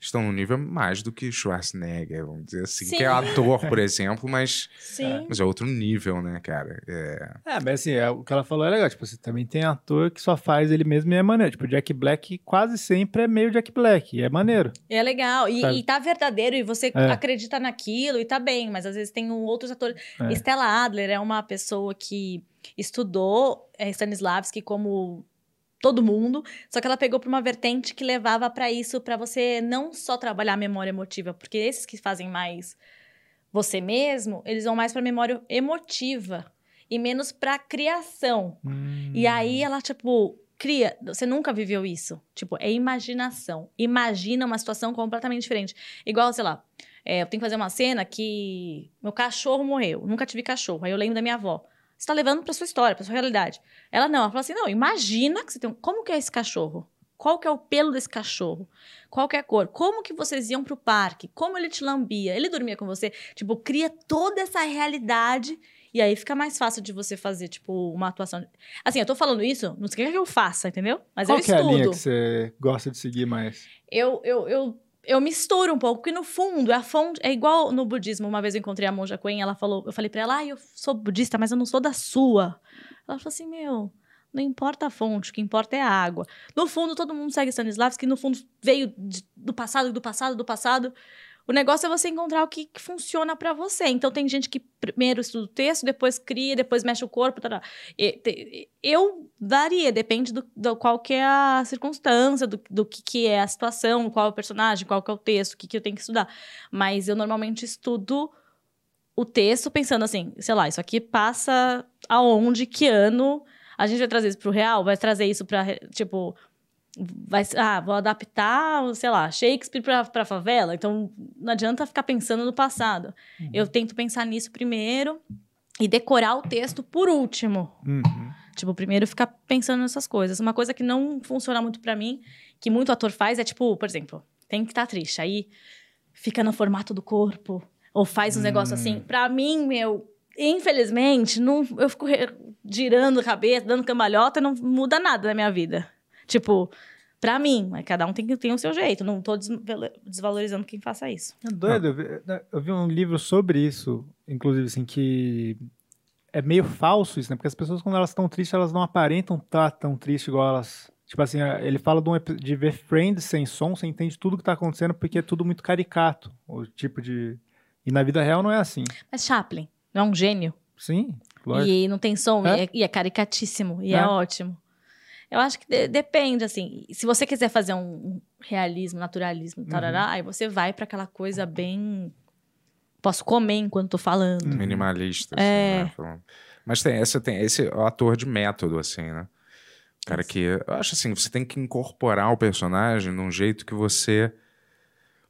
A: estão num nível mais do que Schwarzenegger, vamos dizer assim. Que é ator, por exemplo, mas,
D: Sim.
A: mas é outro nível, né, cara? É,
C: É, mas assim, é, o que ela falou é legal. Tipo, você também tem ator que só faz ele mesmo e é maneiro. Tipo, o Jack Black quase sempre é meio Jack Black. E é maneiro.
D: É legal.
C: Sabe?
D: E, e tá verdadeiro, e você
C: É.
D: acredita naquilo, e tá bem. Mas às vezes tem um- outros atores.
C: É.
D: Stella Adler é uma pessoa que estudou é, Stanislavski como todo mundo, só que ela pegou pra uma vertente que levava pra isso, pra você não só trabalhar a memória emotiva, porque esses que fazem mais você mesmo, eles vão mais pra memória emotiva e menos pra criação.
C: Hum.
D: E aí ela, tipo, cria. Você nunca viveu isso. Tipo, é imaginação. Imagina uma situação completamente diferente. Igual, sei lá, é, eu tenho que fazer uma cena que meu cachorro morreu. Nunca tive cachorro. Aí eu lembro da minha avó. Você tá levando pra sua história, pra sua realidade. Ela não, ela fala assim: não, imagina que você tem um. Como que é esse cachorro? Qual que é o pelo desse cachorro? Qual que é a cor? Como que vocês iam pro parque? Como ele te lambia? Ele dormia com você? Tipo, cria toda essa realidade e aí fica mais fácil de você fazer, tipo, uma atuação. Assim, eu tô falando isso, não sei o que eu faça, entendeu? Mas
C: Qual
D: eu
C: que é a
D: estudo.
C: linha que você gosta de seguir mais?
D: eu, eu, eu, eu misturo um pouco, porque no fundo, é a fonte. É igual no budismo. Uma vez eu encontrei a Monja Coen, ela falou, eu falei pra ela, ah, eu sou budista, mas eu não sou da sua. Ela falou assim, meu. Não importa a fonte, o que importa é a água. No fundo, todo mundo segue Stanislavski, no fundo veio de- do passado, do passado, do passado. O negócio é você encontrar o que, que funciona pra você. Então, tem gente que primeiro estuda o texto, depois cria, depois mexe o corpo. Tará. E- te- Eu varia, depende do, do qual que é a circunstância, do, do que, que é a situação, qual é o personagem, qual que é o texto, o que, que eu tenho que estudar. Mas eu normalmente estudo o texto pensando assim, sei lá, isso aqui passa aonde, que ano, a gente vai trazer isso pro real, vai trazer isso pra, re- tipo... Vai, ser- ah, vou adaptar, sei lá, Shakespeare pra, pra favela. Então, não adianta ficar pensando no passado. Eu tento pensar nisso primeiro e decorar o texto por último.
C: Uhum.
D: Tipo, primeiro ficar pensando nessas coisas. Uma coisa que não funciona muito pra mim, que muito ator faz, é tipo, por exemplo, tem que estar triste. Aí fica no formato do corpo, ou faz uns negócios assim. Pra mim, meu, infelizmente, não, eu fico re- girando a cabeça, dando cambalhota, não muda nada na minha vida. Tipo, pra mim, mas cada um tem, que- tem o seu jeito. Não tô desvalo- desvalorizando quem faça isso.
C: É doido. Eu vi, eu vi um livro sobre isso, inclusive, assim, que é meio falso isso, né? Porque as pessoas, quando elas estão tristes, elas não aparentam estar tão tristes igual elas. Tipo assim, a- ele fala de, um epi- de ver Friends sem som, você entende tudo que tá acontecendo porque é tudo muito caricato. O tipo de. E na vida real não é assim.
D: Mas Chaplin, não é um gênio?
C: Sim, lógico.
D: E não tem som,
C: É.
D: e, é, e é caricatíssimo, e
C: É.
D: é ótimo. Eu acho que de- depende, assim. Se você quiser fazer um um realismo, naturalismo, tarará, aí você vai pra aquela coisa bem. Posso comer enquanto tô falando.
A: minimalista. assim,
D: Uhum. É.
A: né? Falando. Mas tem, essa, tem esse é o ator de método, assim, né? O Cara, que eu acho assim, você tem que incorporar o personagem de um jeito que você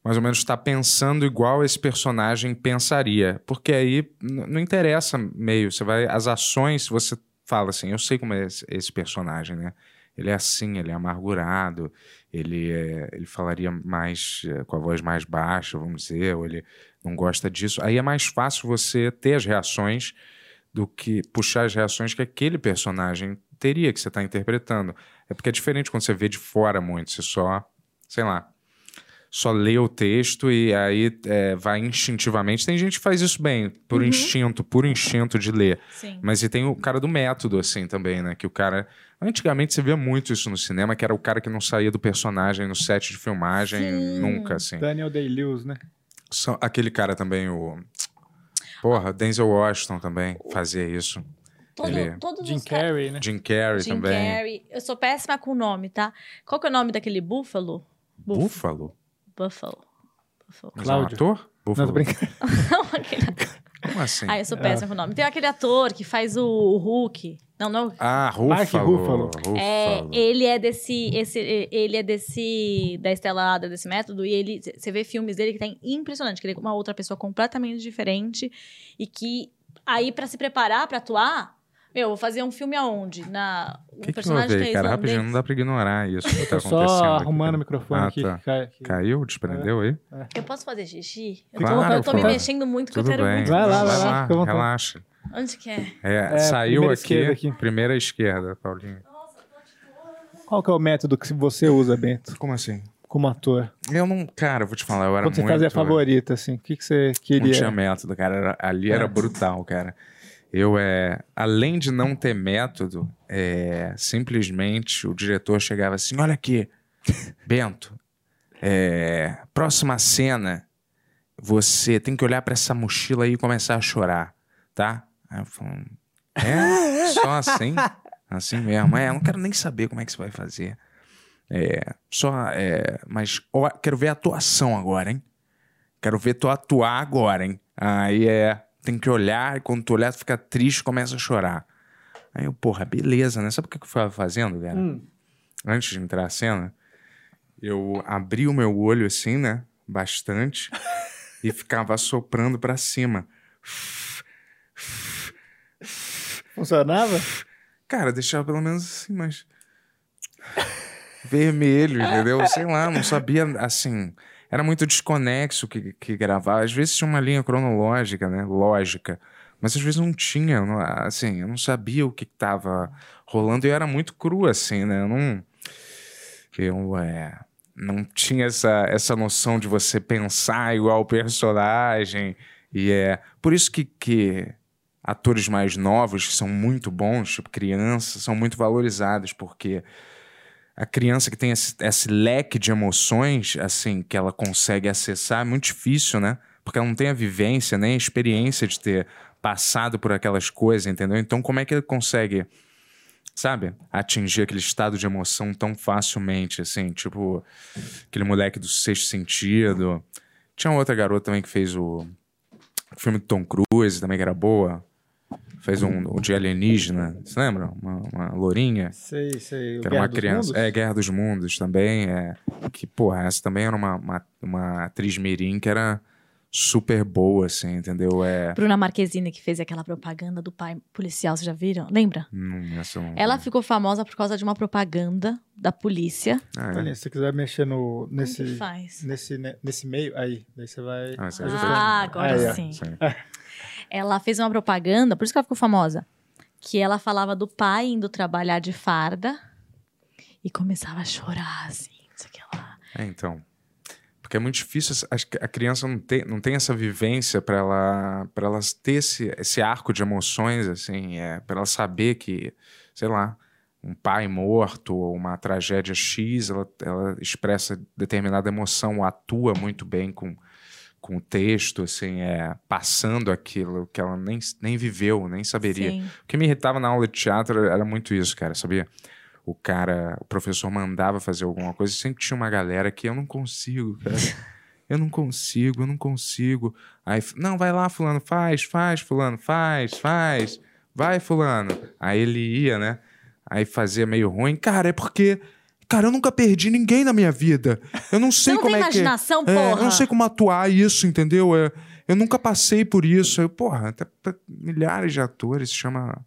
A: mais ou menos está pensando igual esse personagem pensaria. Porque aí n- não interessa meio, você vai. As ações, se você fala assim, eu sei como é esse, esse personagem, né? Ele é assim, ele é amargurado, ele, é- ele falaria mais eh, com a voz mais baixa, vamos dizer, ou ele não gosta disso. Aí é mais fácil você ter as reações do que puxar as reações que aquele personagem teria, que você está interpretando. É porque é diferente quando você vê de fora muito, você só, sei lá, só lê o texto e aí é, vai instintivamente. Tem gente que faz isso bem, por instinto, por instinto de ler.
D: Sim.
A: Mas e tem o cara do método, assim, também, né? Que o cara. Antigamente você via muito isso no cinema, que era o cara que não saía do personagem no set de filmagem
D: Sim.
A: nunca, assim.
C: Daniel Day-Lewis, né?
A: Só- aquele cara também, o. Porra, Denzel Washington também fazia isso.
D: Todo,
A: Ele-
D: todos
C: Jim
D: os caras-
C: Carrey, né?
A: Jim Carrey
D: Jim
A: também.
D: Carrey. Eu sou péssima com o nome, tá? Qual que é o nome daquele búfalo? Buf-
A: Búfalo?
D: Buffalo. Buffalo.
A: Mas é um
C: Cláudio.
A: ator?
C: Não,
A: Búfalo.
C: tô brincando.
D: Não, aquele...
A: Como assim?
D: Ah, eu sou péssima com o nome. Tem aquele ator que faz o, o Hulk. Não, não é o
A: Ah,
C: Mark
A: Rúfalo.
C: Ruffalo.
A: Rúfalo.
D: É, ele é desse, esse, ele é desse, da estelada, desse método, e ele, você vê filmes dele que tá impressionante, que ele é uma outra pessoa completamente diferente, e que aí pra se preparar pra atuar, meu, vou fazer um filme aonde? Na, um
A: O que, que
D: personagem
A: houve aí,
D: é
A: cara?
D: islandês?
A: Rapidinho, não dá pra ignorar isso que tá
C: Tô
A: acontecendo.
C: só
A: aqui.
C: arrumando o microfone
A: Ah,
C: aqui.
A: tá.
C: cai- que-
A: Caiu? Desprendeu aí?
D: Eu posso fazer xixi? Eu
A: Claro,
D: tô, eu tô me
A: claro.
D: mexendo muito, que eu
A: Tudo
D: quero
A: bem.
D: muito.
C: Vai lá, vai
D: xixi.
C: lá. fica à vontade.
A: relaxa.
D: Onde que é?
A: É,
C: É,
A: saiu
C: primeira
A: aqui,
C: esquerda aqui.
A: Primeira esquerda, Paulinho.
C: Qual que é o método que você usa, Bento?
A: Como assim?
E: como ator?
A: Eu não, cara, vou te falar, eu era
E: Quando você
A: muito. né?
E: fazia favorita, assim, o que, que você
A: Não tinha
E: queria?
A: método, cara. Era- ali era brutal, cara. Eu, é, além de não ter método, é, simplesmente o diretor chegava assim: olha aqui, Bento, é, próxima cena, você tem que olhar pra essa mochila aí e começar a chorar, tá? Aí eu falo, é? Só assim? Assim mesmo. É, eu não quero nem saber como é que você vai fazer. É, só, é, mas ó, quero ver a atuação agora, hein? Quero ver tu atuar agora, hein? Aí é, tem que olhar, e quando tu olhar, tu fica triste, começa a chorar. Aí eu, porra, beleza, né? Sabe o que que eu tava fazendo, cara? Antes de entrar a cena, eu abri o meu olho assim, né? Bastante. e ficava soprando pra cima.
E: Funcionava?
A: Cara, deixava pelo menos assim, mas. Vermelho, entendeu? Sei lá, não sabia, assim. Era muito desconexo o que, que gravar. Às vezes tinha uma linha cronológica, né? Lógica. Mas às vezes não tinha, não- assim, eu não sabia o que que tava rolando e eu era muito cru, assim, né? Eu não. Eu, é. Não tinha essa, essa noção de você pensar igual o personagem. E é. Por isso que- que atores mais novos que são muito bons, tipo crianças, são muito valorizados, porque a criança que tem esse, esse leque de emoções, assim, que ela consegue acessar, é muito difícil, né? Porque ela não tem a vivência, nem a experiência de ter passado por aquelas coisas, entendeu? Então, como é que ele consegue, sabe, atingir aquele estado de emoção tão facilmente, assim, tipo aquele moleque do sexto sentido. Tinha outra garota também que fez o o filme do Tom Cruise também, que era boa. Fez um, o de alienígena, você lembra? Uma, uma lourinha.
E: Sei, sei.
A: Que era uma criança. É, Guerra dos Mundos também. É, que, porra, essa também era uma, uma, uma atriz mirim que era super boa, assim, entendeu? É.
D: Bruna Marquezine, que fez aquela propaganda do pai policial, vocês já viram? Lembra?
A: Hum, essa eu não-
D: Ela ficou famosa por causa de uma propaganda da polícia.
A: Ah, é.
E: Toninho, se você quiser mexer no, nesse,
D: Como que faz?
E: nesse, ne- nesse meio, aí, daí você vai...
A: Ah, essa aí foi-
D: Ah, agora
E: Ah, é.
D: sim.
A: Sim.
D: Ela fez uma propaganda, por isso que ela ficou famosa. Que ela falava do pai indo trabalhar de farda e começava a chorar, assim, não sei o que lá.
A: É, então. Porque é muito difícil, essa- acho que a criança não tem, não tem essa vivência para ela, pra ela ter esse, esse arco de emoções, assim, é, para ela saber que, sei lá, um pai morto ou uma tragédia X, ela, ela expressa determinada emoção, atua muito bem com, com o texto, assim, é, passando aquilo que ela nem, nem viveu, nem saberia.
D: Sim.
A: O que me irritava na aula de teatro era muito isso, cara, sabia? O cara, o professor mandava fazer alguma coisa e sempre tinha uma galera que eu não consigo, cara. Eu não consigo, eu não consigo. Aí, f- não, vai lá, fulano, faz, faz, fulano, faz, faz. Vai, fulano. Aí ele ia, né? Aí fazia meio ruim. Cara, é porque... Cara, eu nunca perdi ninguém na minha vida. Eu não
D: Você
A: sei
D: não
A: como
D: tem
A: é que...
D: imaginação,
A: É,
D: porra?
A: eu não sei como atuar isso, entendeu? É, eu nunca passei por isso. Eu, porra, tá- tá- milhares de atores chama.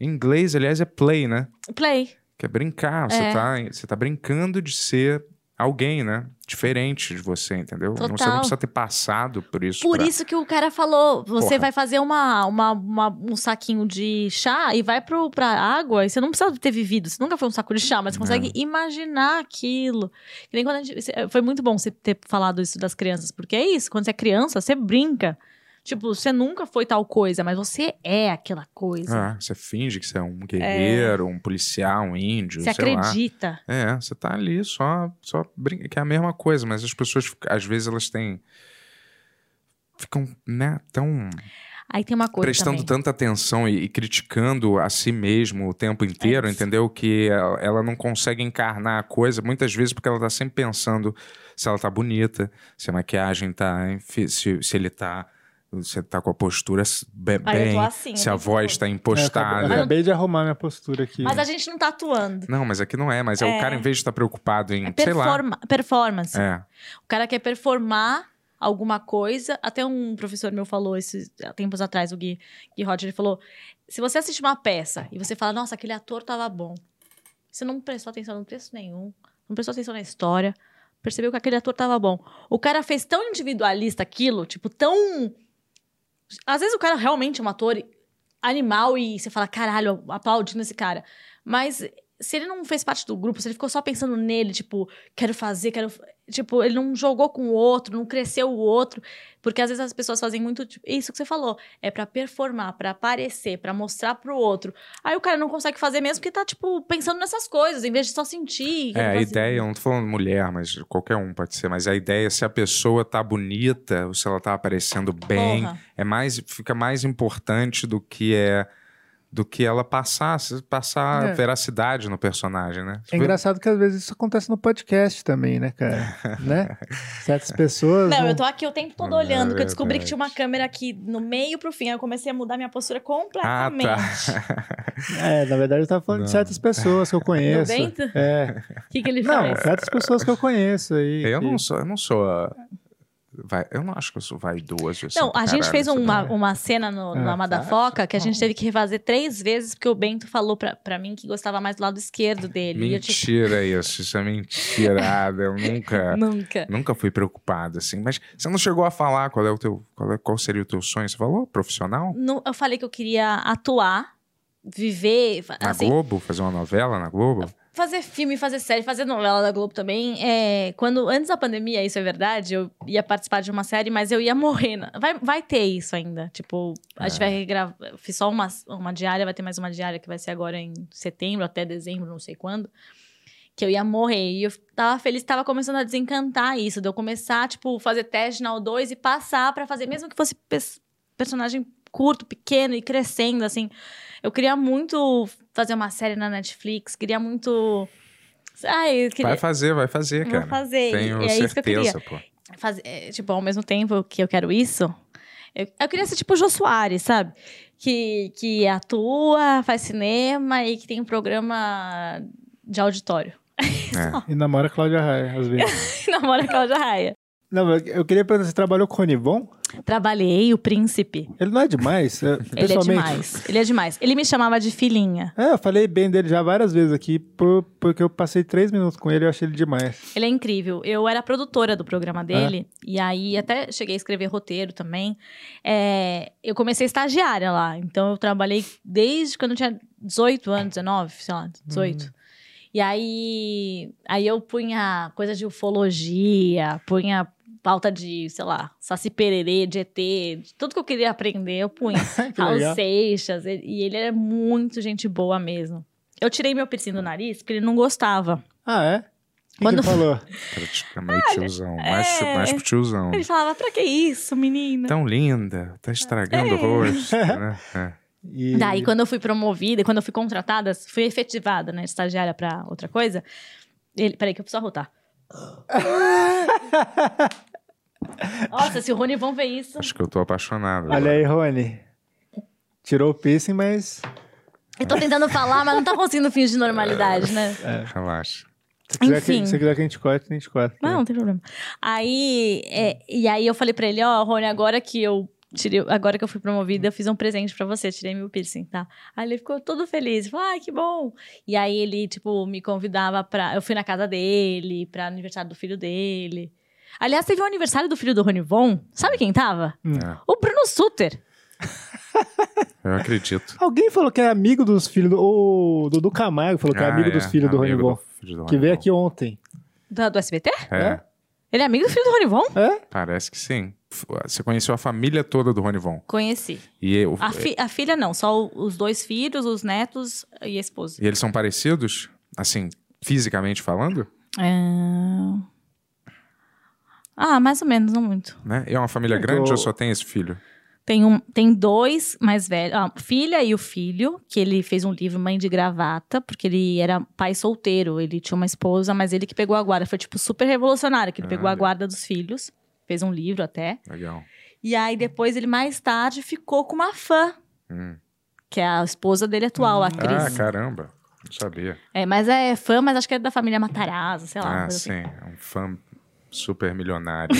A: Em inglês, aliás, é play, né?
D: Play.
A: Que é brincar. Você,
D: É.
A: tá, você tá brincando de ser alguém, né? Diferente de você, entendeu? Não, você não
D: Total.
A: precisa ter passado por isso.
D: Por
A: pra-
D: isso que o cara falou: você
A: Porra.
D: vai fazer uma, uma- uma- um saquinho de chá e vai pro, pra água. E você não precisa ter vivido. Você nunca foi um saco de chá, mas você consegue
A: É.
D: imaginar aquilo. Que nem quando a gente, isso é- foi muito bom você ter falado isso das crianças, porque é isso. Quando você é criança, você brinca. Tipo, você nunca foi tal coisa, mas você é aquela coisa.
A: Ah, você finge que você é um guerreiro, um policial, um índio,
D: você
A: sei lá.
D: acredita.
A: É, você tá ali só, só brinca, que é a mesma coisa, mas as pessoas, fica- às vezes, elas têm. Ficam, né, tão.
D: Aí tem uma coisa.
A: prestando
D: também.
A: tanta atenção e, e criticando a si mesmo o tempo inteiro,
D: É isso.
A: entendeu? Que ela, ela não consegue encarnar a coisa, muitas vezes porque ela tá sempre pensando se ela tá bonita, se a maquiagem tá, enfi- se, se ele tá, se ele tá com a postura s- be-
D: Aí eu
A: bem,
D: tô assim,
A: se
D: eu
A: a
D: tô
A: voz tá
E: Eu
A: impostada.
E: acabei de arrumar minha postura aqui.
D: Mas a gente não tá atuando.
A: Não, mas aqui não é, mas é, o
D: É.
A: cara em vez de estar preocupado em,
D: É
A: Hum, sei lá,
D: performa- performance.
A: é,
D: O cara quer performar alguma coisa. Até um professor meu falou isso há tempos atrás, o Gui, Gui Roger, ele falou: se você assiste uma peça e você fala, nossa, aquele ator tava bom, você não prestou atenção no texto nenhum, não prestou atenção na história, percebeu que aquele ator tava bom. O cara fez tão individualista aquilo, tipo, tão. Às vezes o cara realmente é um ator animal e você fala, caralho, aplaudindo esse cara. Mas se ele não fez parte do grupo, se ele ficou só pensando nele, tipo, quero fazer, quero Tipo, ele não jogou com o outro, não cresceu o outro. Porque às vezes as pessoas fazem muito. tipo, isso que você falou. É pra performar, pra aparecer, pra mostrar pro outro. Aí o cara não consegue fazer mesmo porque tá, tipo, pensando nessas coisas, em vez de só sentir.
A: É, a
D: fazer-
A: ideia, eu não tô falando mulher, mas qualquer um pode ser, mas a ideia é se a pessoa tá bonita, ou se ela tá aparecendo bem,
D: Porra.
A: é mais fica mais importante do que é do que ela passar, se- passar
E: É.
A: veracidade no personagem, né?
E: É engraçado que às vezes isso acontece no podcast também, né, cara? né? Certas pessoas.
D: Não,
E: não-
C: Uhum.
D: eu tô aqui o tempo todo
A: É
D: olhando, porque eu descobri que
A: verdade.
D: tinha uma câmera aqui no meio pro fim. Aí eu comecei a mudar minha postura
A: Ah,
D: completamente.
A: tá.
E: É, na verdade eu tava falando de
A: Não.
E: certas pessoas que eu
D: No
E: conheço.
D: vento? Tá O
E: É.
D: que, que ele
E: Não,
D: faz?
E: certas pessoas que eu conheço aí.
A: eu
E: que-
A: não sou, eu não sou vai, eu não acho que eu sou vaidoso assim.
D: Não,
A: pra
D: a gente
A: caralho,
D: fez um
A: sabe?
D: uma, uma cena no, no
E: Ah,
D: Amada
E: tá.
D: Foca que a gente teve que refazer três vezes, porque o Bento falou pra, pra mim que gostava mais do lado esquerdo dele. E eu tipo,
A: Mentira isso, isso é mentirada, eu nunca
D: nunca.
A: Nunca fui preocupado, assim. Mas você não chegou a falar qual, é o teu, qual, é- qual seria o teu sonho? Você falou profissional?
D: Nu- eu falei que eu queria atuar, viver, fa-
A: Na
D: assim,
A: Globo? Fazer uma novela na Globo?
D: fazer filme, fazer série, fazer novela da Globo também. É, quando antes da pandemia, isso é verdade, eu ia participar de uma série, mas eu ia morrer. na- Vai, vai ter isso ainda. Tipo, a gente vai gravar. Fiz só uma, uma diária, vai ter mais uma diária que vai ser agora em setembro até dezembro, não sei quando. Que eu ia morrer. E eu tava feliz, tava começando a desencantar isso. De eu começar, tipo, fazer teste na O2 e passar pra fazer, mesmo que fosse pes- personagem curto, pequeno e crescendo, assim. Eu queria muito fazer uma série na Netflix, queria muito. Ai, eu queria
A: Vai fazer, vai fazer,
D: Vou
A: cara.
D: fazer,
A: Tenho
D: e é
A: certeza,
D: isso que eu queria.
A: pô.
D: fazer. é, Tipo, ao mesmo tempo que eu quero isso, eu, eu queria ser tipo o Jô Soares, sabe? Que, que atua, faz cinema e que tem um programa de auditório.
A: É.
E: E namora a Cláudia Raia, às vezes.
D: Namora Cláudia Raia.
E: não, mas eu queria perguntar, você trabalhou com o Ronivon?
D: Trabalhei o príncipe.
E: Ele não é demais? é,
D: Ele é
E: pessoalmente.
D: demais. Ele é demais. Ele me chamava de filhinha.
E: É, eu falei bem dele já várias vezes aqui, por- porque eu passei três minutos com ele e eu achei ele demais.
D: Ele é incrível. Eu era produtora do programa dele, e aí até cheguei a escrever roteiro também. É, eu comecei estagiária lá, então eu trabalhei desde quando eu tinha 18 anos, 19, sei lá, 18.
E: Hum.
D: E aí, aí eu punha coisa de ufologia, punha pauta de, sei lá, Saci Pererê, de ET, de tudo que eu queria aprender, eu punha.
E: que
D: Raul
E: legal.
D: Seixas, ele- e ele era muito gente boa mesmo. Eu tirei meu piercing do nariz porque ele não gostava.
E: Ah, é? O que
D: Quando-
E: que ele falou?
A: Cara, tipo, é meio tiozão. Mais,
D: é.
A: mais pro tiozão.
D: Ele falava, pra que isso, menina?
A: Tão linda, tá estragando o rosto, né? É.
E: E-
D: Daí, quando eu fui promovida, e quando eu fui contratada, fui efetivada, né, estagiária pra outra coisa. Ele, peraí, que eu preciso arrotar. Nossa, se o Rony vão ver isso.
A: Acho que eu tô apaixonado.
E: Olha aí, Rony. Tirou o piercing, mas.
D: Eu tô tentando falar, mas não tá conseguindo fingir normalidade, né?
A: Relaxa.
E: Se quiser,
D: Enfim.
E: que, se quiser que a gente corte, a gente corta.
C: É.
D: Não, não tem problema. Aí, é, e aí eu falei pra ele, ó, Rony, agora que eu tirei, agora que eu fui promovida, eu fiz um presente pra você, tirei meu piercing, tá? Aí ele ficou todo feliz, falou, ai, que bom. E aí ele, tipo, me convidava pra, eu fui na casa dele, pra aniversário do filho dele. Aliás, teve um aniversário do filho do Rony Von, sabe quem tava?
A: É,
D: O Bruno Suter.
A: eu acredito.
E: Alguém falou que é amigo dos filhos do. O Dudu Camargo falou que é
A: Ah,
E: amigo dos filhos do Rony
A: amigo
E: Von,
A: filho do
E: Que
A: Rony
E: veio
A: Von.
E: aqui ontem.
D: Da- do SBT?
A: É,
D: Ele é amigo do filho do Rony Von?
E: É?
A: parece que sim. F- ah, Você conheceu a família toda do Rony Von.
D: Conheci.
A: E, eu,
D: A, fi- a filha não, só o- os dois filhos, os netos e a esposa.
A: e eles são parecidos? Assim, fisicamente falando?
D: É... Ah, mais ou menos, não muito.
A: né? E é uma família
E: Eu
A: grande
E: tô-
A: ou só tem esse filho?
D: Tem, um, tem dois mais velhos, a filha e o filho, que ele fez um livro Mãe de Gravata, porque ele era pai solteiro, ele tinha uma esposa, mas ele que pegou a guarda. Foi, tipo, super revolucionário, que ele pegou a
A: Olha.
D: guarda dos filhos, fez um livro até.
A: Legal.
D: E aí, depois, ele mais tarde ficou com uma fã,
A: Hum.
D: que é a esposa dele atual, a Cris.
A: Ah, caramba. Não sabia.
D: É, mas é fã, mas acho que é da família Matarazzo, sei lá. uma
A: ah,
D: coisa
A: sim.
D: assim.
A: É um fã super milionário.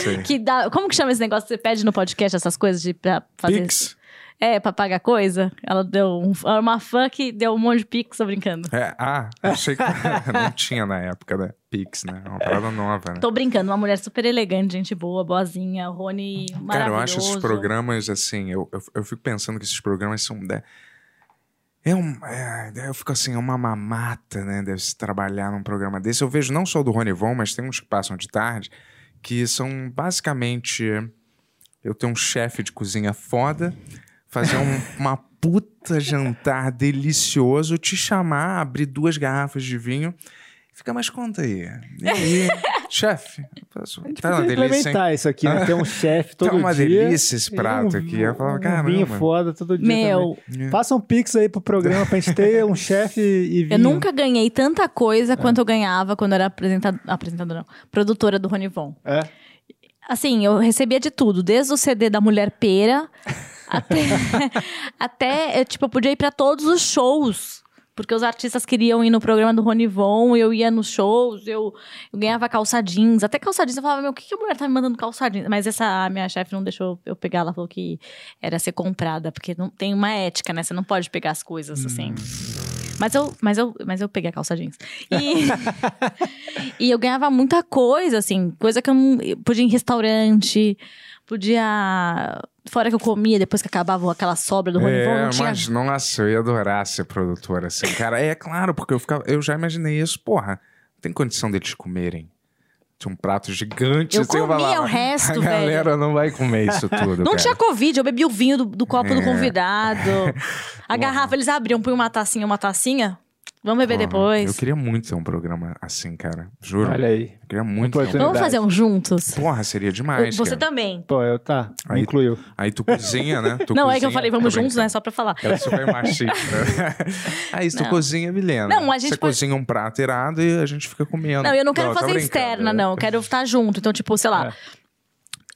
A: sim.
D: Que dá, como que chama esse negócio que você pede no podcast, essas coisas de pra fazer...
A: Pix?
D: É, pra pagar coisa. Ela deu um, era uma fã que deu um monte de pix, tô brincando.
A: É, ah, achei que não tinha na época, né? Pix, né? É uma parada nova, né?
D: Tô brincando, uma mulher super elegante, gente boa, boazinha, o Rony maravilhoso.
A: Cara, eu acho esses programas, assim, eu, eu, eu fico pensando que esses programas são. da- É um, é, daí eu fico assim, é uma mamata, né? Deve se trabalhar num programa desse. Eu vejo não só o do Ronivon, mas tem uns que passam de tarde, que são basicamente. Eu tenho um chefe de cozinha foda, fazer um- uma puta jantar delicioso, te chamar, abrir duas garrafas de vinho. Fica mais conta aí. E aí, chefe? eu faço- Tá
E: Podia
A: uma delícia, hein?
E: Tipo, implementar isso aqui, né? Ter um chefe todo
A: Tá uma
E: dia.
A: delícia esse prato
E: e um-
A: aqui. Eu falo,
E: um vinho
A: caramba.
E: foda todo dia também.
D: Meu,
E: Faça um pix aí pro programa pra gente ter um chefe e vinho.
D: eu nunca ganhei tanta coisa quanto eu ganhava quando eu era apresentadora, apresentadora não, produtora do Ronivon.
E: É?
D: Assim, eu recebia de tudo, desde o CD da Mulher Pera até, até eu, tipo, eu podia ir pra todos os shows. Porque os artistas queriam ir no programa do Ronivon, eu ia nos shows, eu, eu ganhava calça jeans, até calça jeans. Eu falava, meu, o que, que a mulher tá me mandando calça jeans? Mas essa minha chefe não deixou eu pegar, ela falou que era ser comprada, porque não tem uma ética, né? Você não pode pegar as coisas assim.
A: Hum.
D: Mas eu, mas eu, mas eu peguei a calça jeans. E. E eu ganhava muita coisa, assim, coisa que eu não. eu podia ir em restaurante, podia. Fora que eu comia depois que acabava aquela sobra do Ronivon,
A: É,
D: não tinha.
A: mas nossa, eu ia adorar ser produtora assim, cara. É claro, porque eu ficava, eu já imaginei isso, porra. Não tem condição deles comerem. Tinha um prato gigante.
D: Eu
A: assim,
D: comia
A: falava,
D: o resto,
A: A
D: velho."
A: galera não vai comer isso tudo,
D: Não
A: cara.
D: tinha Covid, eu bebi o vinho do, do copo do
A: É.
D: convidado. A garrafa, eles abriam, põe uma tacinha, uma tacinha. Vamos beber
A: Porra, Eu
D: depois.
A: queria muito ter um programa assim, cara. Juro.
E: Olha aí.
A: Eu queria muito ter um...
E: Oportunidade.
D: Vamos fazer um juntos?
A: Porra, seria demais,
D: Você
A: cara.
D: também.
E: Pô, eu tá.
A: Aí-
E: Me incluiu.
A: Aí tu cozinha, né? Tu
D: não,
A: cozinha,
D: é que eu falei, vamos
A: Tô
D: juntos, né?
A: brincando.
D: Só pra falar.
A: Ela é super machista. Aí se tu
D: Não.
A: cozinha, Milena.
D: Não, a gente
A: Você
D: pode-
A: cozinha um prato irado e a gente fica comendo.
D: Não, eu não quero
A: tô
D: fazer
A: brincando,
D: externa,
A: né?
D: não. Eu quero estar junto. Então, tipo, sei lá.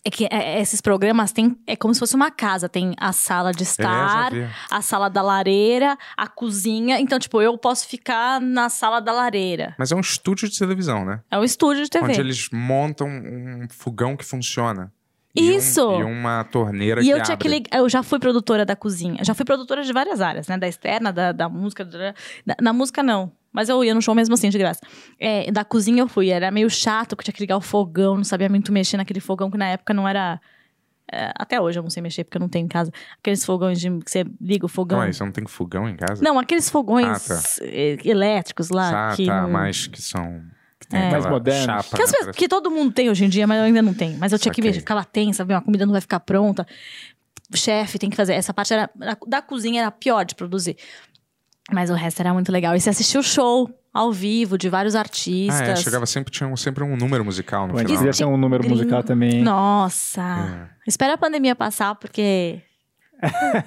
D: É que é, esses programas tem. É como se fosse uma casa. Tem a sala
A: É,
D: de estar,
A: sabia.
D: a sala da lareira, a cozinha. Então, tipo, eu posso ficar na sala da lareira.
A: Mas é um estúdio de televisão, né?
D: É um estúdio de TV.
A: Onde eles montam um fogão que funciona. um-
D: Isso!
A: e uma torneira
D: E
A: que
D: eu tinha que
A: abre.
D: ligar. Eu já fui produtora da cozinha. Já fui produtora de várias áreas, né? Da externa, da, da música. da- da- na música, não. Mas eu ia no show mesmo assim, de graça. É, da cozinha eu fui. Era meio chato que tinha que ligar o fogão, não sabia muito mexer naquele fogão que na época não era. é, até hoje eu não sei mexer porque eu não tenho em casa. Aqueles fogões de, que você liga o fogão.
A: Ué, você Então é não tem fogão em casa?
D: Não, aqueles fogões
A: Ah,
D: eh, elétricos lá.
A: Ah,
D: que
A: tá,
D: não-
A: mas que são... Que tem
E: Mais
A: aquela
E: modernos.
A: Chapa,
D: que, as
A: né?
D: pessoas- que todo mundo tem hoje em dia, mas eu ainda não tenho. Mas eu tinha que
A: Saquei.
D: mexer, ficava tensa, viu? a comida não vai ficar pronta. Chefe tem que fazer. Essa parte era, da- da cozinha era a pior de produzir. Mas o resto era muito legal. E você assistia o show ao vivo de vários artistas.
A: Ah, é, chegava sempre, tinha um- sempre um número musical no
E: Pô, a gente
A: final. É.
E: podia ter um número
D: Gringo.
E: musical também. hein?
D: Nossa! Espera a pandemia passar, porque.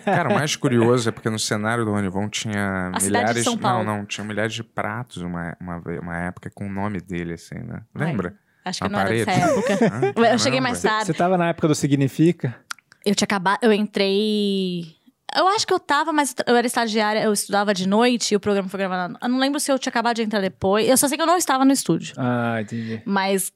A: Cara, o mais curioso é porque no cenário do Ronivon tinha
D: A cidade de
A: milhares.
D: São Paulo.
A: Não, não, tinha milhares de pratos uma, uma, ve- uma época com o nome dele, assim, né? Lembra? Ah,
D: Acho
A: Na
D: que não era
A: parede.
D: dessa época.
A: Hã?
D: Eu cheguei mais
A: Lembra?
D: tarde.
E: Você tava na época do Significa?
D: Eu tinha acabado. Eu entrei. Eu acho que eu tava, mas eu era estagiária, eu estudava de noite e o programa foi gravado. Eu não lembro se eu tinha acabado de entrar depois. Eu só sei que eu não estava no estúdio.
E: Ah, entendi.
D: Mas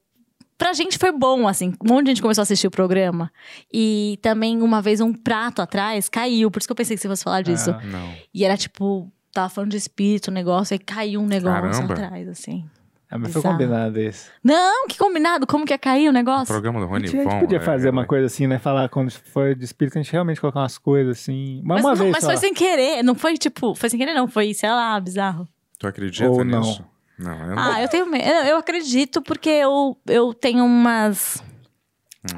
D: pra gente foi bom, assim. Um monte de gente começou a assistir o programa. E também, uma vez, um prato atrás caiu. Por isso que eu pensei que você fosse falar disso.
E: Ah,
A: Não.
D: E era tipo, tava falando de espírito, um negócio, aí caiu um negócio
A: Caramba.
D: atrás, assim.
E: Ah, mas foi
D: Bizarro.
E: combinado isso.
D: Não, que combinado, como que ia cair o
A: O
D: negócio?
A: programa do
E: A
A: Ronivon.
E: gente, a gente podia
A: né,
E: fazer uma
A: cara?
E: coisa assim, né? Falar quando foi de espírito, a gente realmente colocar umas coisas assim. Mas,
D: Mas,
E: uma
D: não,
E: vez
D: mas
E: só.
D: foi sem querer, não foi tipo, foi sem querer, não, foi, sei lá, bizarro.
A: Tu acredita
E: Ou não.
A: nisso? Não. eu não.
D: Ah, eu tenho medo. Eu acredito porque eu, eu tenho umas.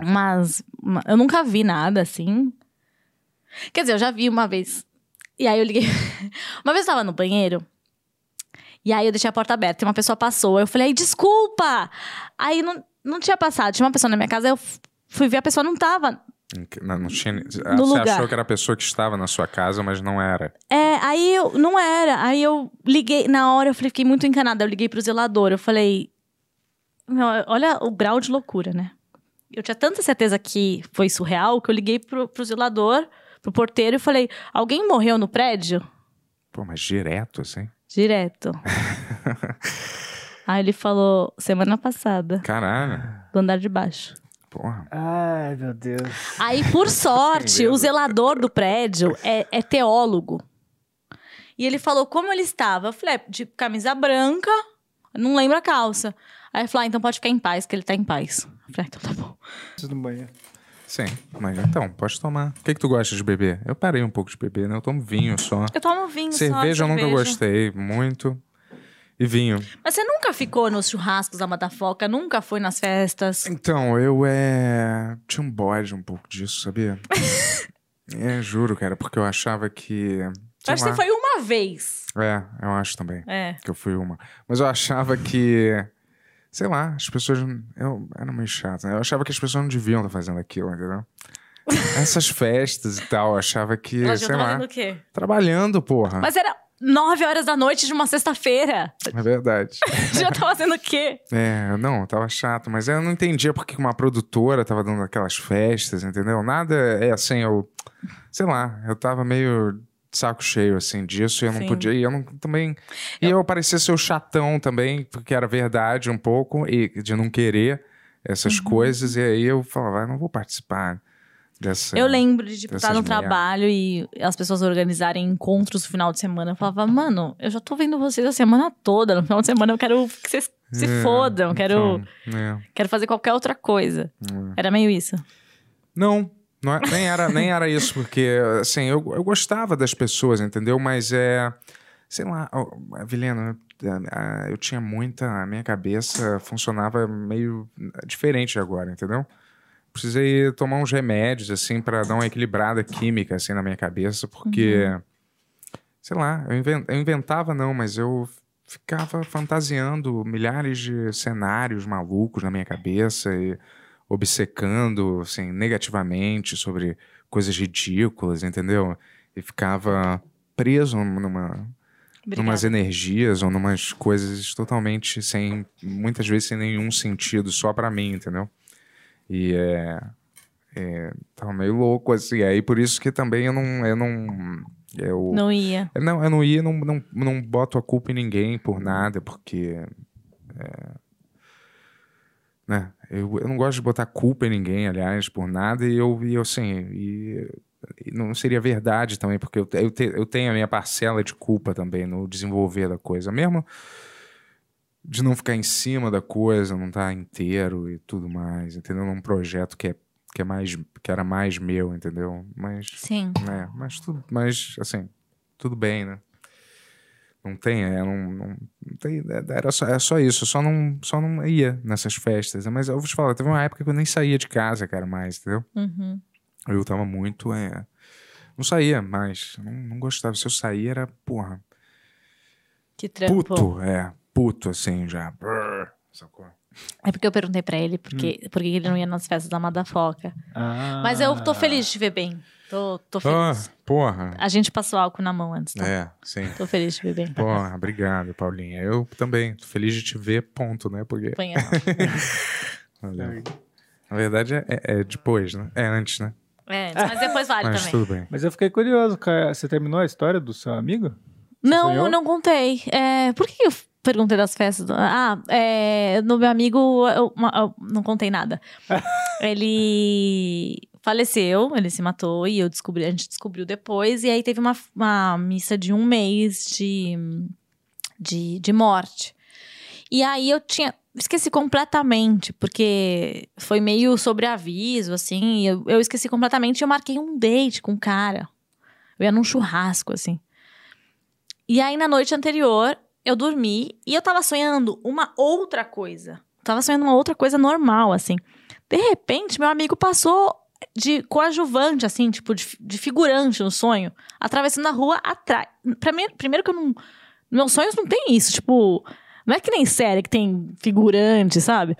D: Umas. uma- eu nunca vi nada assim. Quer dizer, eu já vi uma vez. E aí eu liguei. uma vez eu tava no banheiro. E aí eu deixei a porta aberta e uma pessoa passou. Eu falei, "Ai, desculpa! Aí não, não tinha passado. Tinha uma pessoa na minha casa. Eu f- fui ver, a pessoa não tava.
A: Não, não tinha. Você
D: lugar.
A: achou que era a pessoa que estava na sua casa, mas não era.
D: É, aí eu. Não era. Aí eu liguei. Na hora eu falei, fiquei muito encanada. Eu liguei pro zelador. Eu falei. "Meu, olha o grau de loucura, né? Eu tinha tanta certeza que foi surreal que eu liguei pro, pro zelador, pro porteiro, e falei: alguém morreu no prédio?
A: Pô, mas direto, assim.
D: Direto. aí ele falou: semana passada,
A: Caralho.
D: do andar de baixo.
A: Porra.
E: Ai, meu Deus.
D: Aí, por sorte, o zelador do prédio é, é teólogo. E ele falou como ele estava. Eu falei, é, de camisa branca, não lembro a calça. Aí ele falou, ah, então pode ficar em paz, que ele tá em paz. Eu falei, ah, então tá bom.
E: Preciso do banheiro.
A: Sim, mas então, pode tomar. O que, que tu gosta de beber? Eu parei um pouco de beber, né? Eu tomo vinho só.
D: Eu tomo vinho
A: cerveja
D: Hum, só.
A: eu nunca gostei muito. E vinho.
D: Mas você nunca ficou nos churrascos da Matafoca? Nunca foi nas festas?
A: Então, eu é. Tinha um bode um pouco disso, sabia? é, juro, cara, porque eu achava que. sei
D: Eu acho que
A: lá.
D: você foi uma vez.
A: É, eu acho também.
D: É.
A: que eu fui uma. Mas eu achava que, sei lá, as pessoas. Eu era meio chato, né? Eu achava que as pessoas não deviam estar fazendo aquilo, entendeu? Essas festas e tal, eu achava que,
D: Elas
A: sei
D: já
A: lá,
D: fazendo o quê?
A: trabalhando, porra.
D: Mas era nove horas da noite de uma sexta-feira.
A: É verdade.
D: já tava fazendo o quê?
A: É, não, eu tava chato, mas eu não entendia porque uma produtora tava dando aquelas festas, entendeu? Nada é assim, eu. Sei lá, eu tava meio de saco cheio assim disso e eu não
D: Sim.
A: podia, e eu não também. E eu parecia ser o chatão também, porque era verdade um pouco, e de não querer essas
D: Uhum.
A: coisas, e aí eu falava, "Ah, não vou participar dessa.
D: Eu lembro de tipo,
A: Dessas
D: estar no
A: mulher.
D: trabalho e as pessoas organizarem encontros no final de semana. Eu falava, mano, eu já tô vendo vocês a semana toda. No final de semana eu quero que vocês se
A: É,
D: fodam. Quero,
A: Então, é.
D: quero fazer qualquer outra coisa. Era meio isso.
A: Não, não é- nem, era, nem era isso, porque, assim, eu, eu gostava das pessoas, entendeu? Mas é. Sei lá, ó, a Vilena, a- a- eu tinha muita. A minha cabeça funcionava meio eh, diferente agora, entendeu? Precisei tomar uns remédios, assim, pra dar uma equilibrada química, assim, na minha cabeça, porque. Sei lá, eu, inven- eu inventava não, mas eu ficava fantasiando milhares de cenários malucos na minha cabeça e obcecando assim, negativamente sobre coisas ridículas, entendeu? E ficava preso numa, numas energias ou numas coisas totalmente sem, muitas vezes sem nenhum sentido, só pra mim, entendeu? E é, é, tava meio louco assim, aí por isso que também eu não, eu não, eu
D: Não ia.
A: eu É, Não, eu não ia, não, não, não boto a culpa em ninguém por nada, porque. é, né? Eu, eu não gosto de botar culpa em ninguém, aliás, por nada, e eu, e eu assim. E, e não seria verdade também, porque eu, te- eu, te- eu tenho a minha parcela de culpa também no desenvolver da coisa, mesmo de não ficar em cima da coisa, não estar inteiro e tudo mais, entendeu? Num projeto que, é, que, é mais, que era mais meu, entendeu? Mas
D: Sim.
A: né? Mas tudo, mas assim, tudo bem, né? Não tem, é, não, não, não tem, é, era só, é só isso, eu só não, só não ia nessas festas. Mas eu vou te falar, teve uma época que eu nem saía de casa, cara, mais, entendeu?
D: Uhum.
A: Eu tava muito, é, não saía mais, não, não gostava. Se eu saía era, porra,
D: Que trampo.
A: puto, é, puto assim já. Brrr, sacou?
D: É porque eu perguntei pra ele porque,
A: Hum.
D: por que ele não ia nas festas da Madafoca.
E: Ah.
D: Mas eu tô feliz de ver bem. Tô, tô
A: Ah,
D: feliz.
A: porra.
D: A gente passou álcool na mão antes, tá?
A: É, sim.
D: Tô feliz de ver bem.
A: Porra, obrigado, Paulinha. Eu também, tô feliz de te ver, ponto, né? Porque
D: Apanhar.
A: Valeu. Na verdade, é, é depois, né? É antes, né?
D: É, mas depois vale
A: Mas
D: também.
A: tudo bem.
E: Mas eu fiquei curioso, cara. Você terminou a história do seu amigo?
D: Não,
E: sonhou?
D: eu não contei. É, por que que eu perguntei das festas? do- Ah, é, no meu amigo, eu, uma- eu não contei nada. ele faleceu, ele se matou e eu descobri, a gente descobriu depois. E aí teve uma, uma missa de um mês de, de, de morte. E aí eu tinha. Esqueci completamente, porque foi meio sobreaviso, assim. e Eu, eu esqueci completamente e eu marquei um date com um cara. Eu ia num churrasco, assim. E aí, na noite anterior, eu dormi e eu tava sonhando uma outra coisa. Eu tava sonhando uma outra coisa normal, assim. De repente, meu amigo passou de coadjuvante, assim, tipo, de, fi- de figurante no sonho, atravessando a rua atrás. Pra mim, primeiro que eu não. Meus sonhos não tem isso, tipo. Não é que nem série que tem figurante, sabe?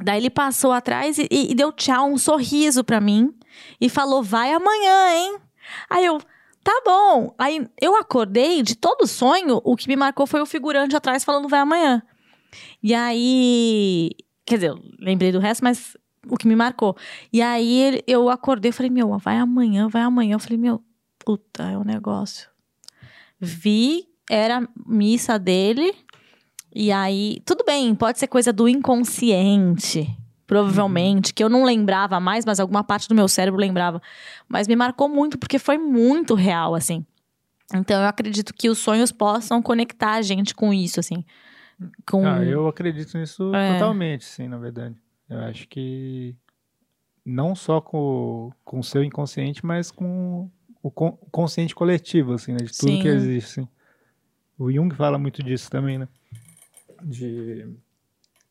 D: Daí ele passou atrás e, e- e deu tchau, um sorriso pra mim e falou: vai amanhã, hein? Aí eu, Tá bom. Aí eu acordei de todo o sonho, o que me marcou foi o figurante atrás falando vai amanhã. E aí. Quer dizer, eu lembrei do resto, mas o que me marcou. E aí ele- eu acordei e falei, meu, vai amanhã, vai amanhã. Eu falei, meu, puta, é um negócio. Vi, era missa dele. E aí, tudo bem, pode ser coisa do inconsciente, provavelmente, que eu não lembrava mais, mas alguma parte do meu cérebro lembrava. Mas me marcou muito, porque foi muito real, assim. Então eu acredito que os sonhos possam conectar a gente com isso, assim. Com...
E: Ah, eu Ah, acredito nisso
D: É.
E: totalmente, sim, na verdade. Eu acho que não só com, com o seu inconsciente, mas com o con- consciente coletivo, assim, né? De tudo
D: Sim.
E: que existe. assim. O Jung fala muito disso também, né? De...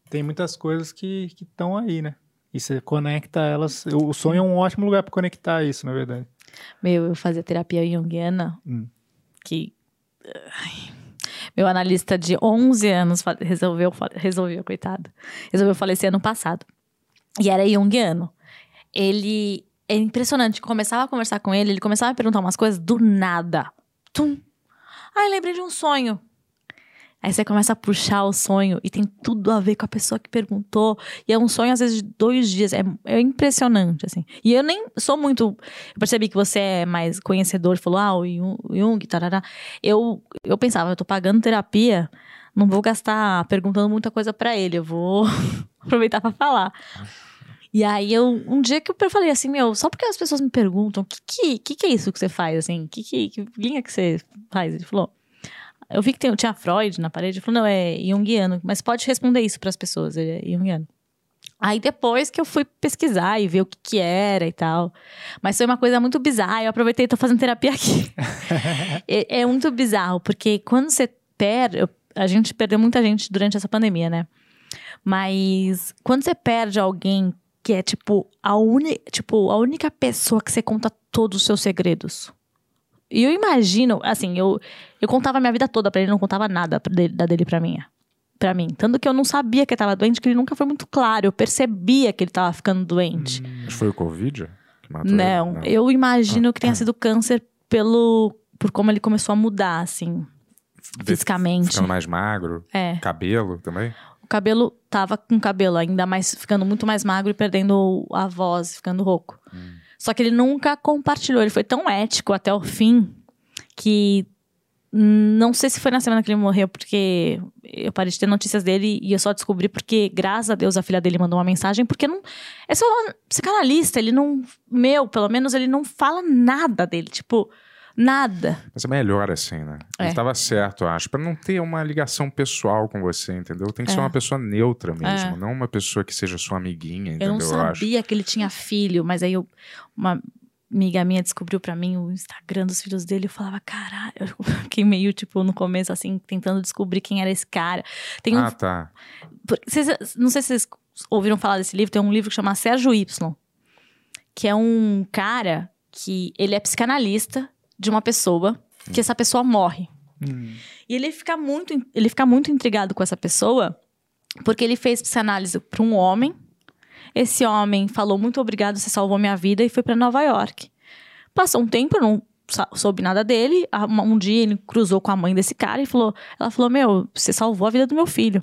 E: Tem muitas coisas que estão aí, né? E você conecta elas. O o sonho é um ótimo lugar para conectar isso, na verdade.
D: Meu, eu fazia terapia junguiana,
E: Hum.
D: que... ai, meu analista de 11 anos fa- resolveu, fa- resolveu, coitado, resolveu falecer ano passado. E era junguiano. Ele... É impressionante, começava a conversar com ele, ele começava a perguntar umas coisas do nada. Tum! Ai, lembrei de um sonho. Aí você começa a puxar o sonho e tem tudo a ver com a pessoa que perguntou. E é um sonho, às vezes, de dois dias. É, é impressionante, assim. E eu nem sou muito. Eu percebi que você é mais conhecedor, falou, ah, o Jung- o Jung, tarará. Eu, eu pensava, eu tô pagando terapia, não vou gastar perguntando muita coisa pra ele, eu vou aproveitar pra falar. E aí, eu, um dia que eu falei assim, meu, só porque as pessoas me perguntam, que que, que, que é isso que você faz, assim? Que, que, que linha que você faz? Ele falou, eu vi que tem, tinha Freud na parede, ele falou, não, é Jungiano, mas pode responder isso pras pessoas, ele é Jungiano. Aí depois que eu fui pesquisar e ver o que, que era e tal. Mas foi uma coisa muito bizarra. Eu aproveitei e tô fazendo terapia aqui. é, é muito bizarro, porque quando você perde. eu- A gente perdeu muita gente durante essa pandemia, né? Mas quando você perde alguém que é tipo a, uni, tipo, a única pessoa que você conta todos os seus segredos. E eu imagino, assim, eu, eu contava a minha vida toda pra ele, não contava nada pra dele- da dele pra mim. Pra mim. Tanto que eu não sabia que ele tava doente, que ele nunca foi muito claro. Eu percebia que ele tava ficando doente.
A: Mas foi o Covid que matou ele?
D: Não, Ah, tá. eu imagino que tenha sido câncer pelo por como ele começou a mudar, assim,
A: Vê-
D: fisicamente.
A: Ficando mais magro,
D: É,
A: cabelo também.
D: o cabelo tava com cabelo ainda mais ficando muito mais magro e perdendo a voz, ficando rouco. Só que ele nunca compartilhou, ele foi tão ético até o fim que hum, não sei se foi na semana que ele morreu, porque eu parei de ter notícias dele e eu só descobri porque, graças a Deus, a filha dele mandou uma mensagem, porque não. É só um psicanalista, ele não. Meu, pelo menos, ele não fala nada dele. Tipo, nada.
A: Mas é melhor assim, né?
D: É.
A: Ele tava certo, eu acho. Pra não ter uma ligação pessoal com você, entendeu? Tem que ser
D: É.
A: uma pessoa neutra mesmo.
D: É.
A: Não uma pessoa que seja sua amiguinha, entendeu?
D: eu não
A: acho.
D: sabia que ele tinha filho, mas aí eu- uma amiga minha descobriu pra mim o Instagram dos filhos dele. Eu falava, caralho. Eu fiquei meio, tipo, no começo, assim, tentando descobrir quem era esse cara. Tem um
A: Ah, tá.
D: Por- vocês- não sei se vocês ouviram falar desse livro, tem um livro que chama Sérgio Y, que é um cara que ele é psicanalista de uma pessoa,
A: Hum.
D: que essa pessoa morre.
E: Hum.
D: E ele fica muito, in- ele fica muito intrigado com essa pessoa, porque ele fez psicanálise para um homem. Esse homem falou muito obrigado, você salvou minha vida e foi para Nova York. Passou um tempo, eu não sa- soube nada dele. Ah, uma- Um dia ele cruzou com a mãe desse cara e falou, ela falou: "Meu, você salvou a vida do meu filho".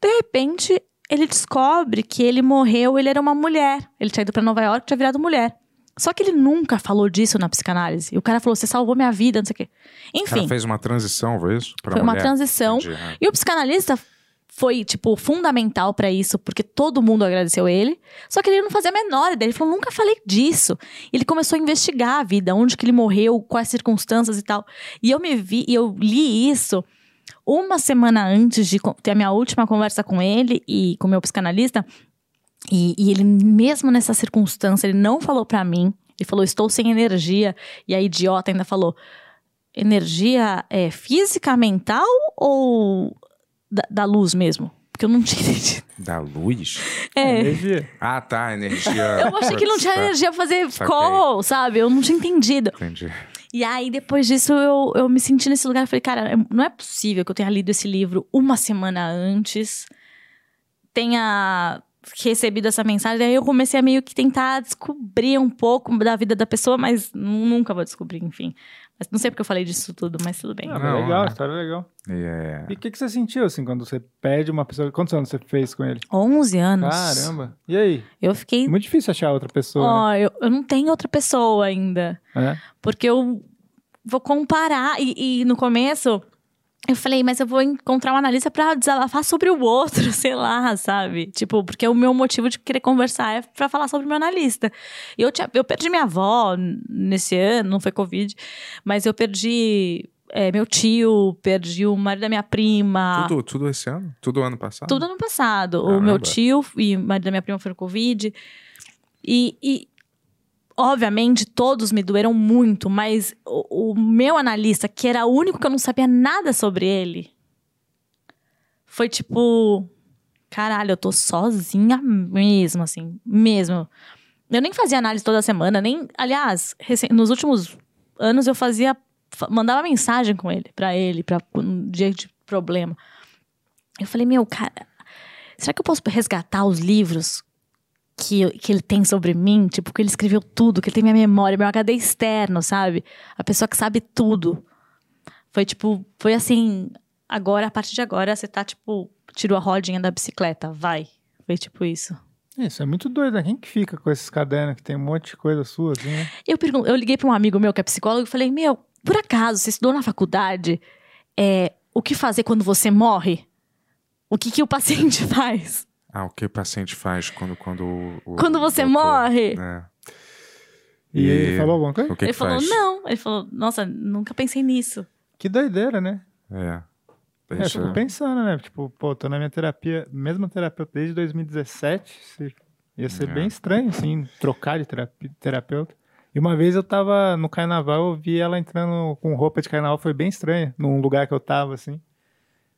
D: De repente, ele descobre que ele morreu, ele era uma mulher. Ele tinha ido pra Nova York, tinha virado mulher. Só que ele nunca falou disso na psicanálise. E o cara falou: "Você salvou minha vida", não sei o quê.
A: O cara
D: Enfim,
A: fez uma transição, foi isso? Pra
D: foi uma
A: mulher.
D: transição
A: Entendi, né?
D: e o psicanalista foi, tipo, fundamental pra isso, porque todo mundo agradeceu ele. Só que ele não fazia a menor ideia. Ele falou, nunca falei disso. Ele começou a investigar a vida, onde que ele morreu, quais circunstâncias e tal. E eu me vi, e eu li isso uma semana antes de co- ter a minha última conversa com ele e com o meu psicanalista. E, e ele, mesmo nessa circunstância, ele não falou pra mim. Ele falou, estou sem energia. E a idiota ainda falou, energia é física, mental ou da, da luz mesmo? Porque eu não tinha entendido.
A: Da luz?
D: É.
E: Energia.
A: Ah, tá, energia.
D: Eu achei que não tinha
A: Tá,
D: energia pra fazer
A: Saquei.
D: call, sabe? Eu não tinha entendido.
A: Entendi.
D: E aí, depois disso, eu, eu me senti nesse lugar. Eu falei, cara, não é possível que eu tenha lido esse livro uma semana antes, tenha recebido essa mensagem. Aí eu comecei a meio que tentar descobrir um pouco da vida da pessoa, mas nu- nunca vou descobrir, enfim. Mas não sei porque eu falei disso tudo, mas tudo bem.
E: Ah,
A: Não,
E: mas legal,
A: né?
E: história legal.
A: É.
E: E o que, que você sentiu, assim, quando você pede uma pessoa... Quantos anos você fez com ele?
D: 11 anos.
E: Caramba. E aí?
D: Eu fiquei
C: É
E: Muito difícil achar outra
C: né?
E: pessoa,
D: Ó, eu, eu não tenho outra pessoa ainda.
E: né? É.
D: Porque eu vou comparar. E, e no começo, eu falei, mas eu vou encontrar um analista pra desabafar sobre o outro, sei lá, sabe? Tipo, porque o meu motivo de querer conversar é pra falar sobre o meu analista. E eu, tinha- eu perdi minha avó n- nesse ano, não foi Covid, mas eu perdi. é, meu tio, perdi o marido da minha prima.
A: Tudo, tudo esse ano? Tudo ano passado?
D: Tudo ano passado. O
A: Caramba.
D: meu tio e o marido da minha prima foram Covid. E, e, obviamente, todos me doeram muito, mas o, o meu analista, que era o único que eu não sabia nada sobre ele, foi tipo: caralho, eu tô sozinha mesmo, assim, mesmo. Eu nem fazia análise toda semana, nem. Aliás, recém- nos últimos anos eu fazia. fa- Mandava mensagem com ele, pra ele, pra um dia de problema. Eu falei, meu, cara, será que eu posso resgatar os livros que, eu- que ele tem sobre mim? Tipo, que ele escreveu tudo, que ele tem minha memória, meu HD externo, sabe? A pessoa que sabe tudo. Foi tipo, foi assim, agora, a partir de agora, você tá, tipo, tirou a rodinha da bicicleta, vai. Foi tipo isso.
C: Isso é muito doido, né? Quem que fica com esses cadernos que tem um monte de coisa sua, assim, né?
D: Eu, pergun- eu liguei para um amigo meu que é psicólogo e falei: Meu, por acaso você estudou na faculdade é, o que fazer quando você morre? O que, que o paciente faz?
A: Ah, o que o paciente faz quando... Quando, o- o
D: Quando você
A: doutor-
D: morre?
A: É.
C: E,
A: E-
C: ele falou alguma coisa?
A: O que
D: ele
A: que
D: falou:
A: faz?
D: Não. Ele falou: Nossa, nunca pensei nisso.
C: Que doideira, né?
A: É.
C: É, eu
A: Deixa...
C: fico pensando, né? Tipo, pô, tô na minha terapia, mesma terapeuta desde 2017. se- Ia ser
A: É.
C: bem estranho, assim, trocar de terapi- terapeuta. E uma vez eu tava no carnaval, eu vi ela entrando com roupa de carnaval, foi bem estranho, num lugar que eu tava, assim.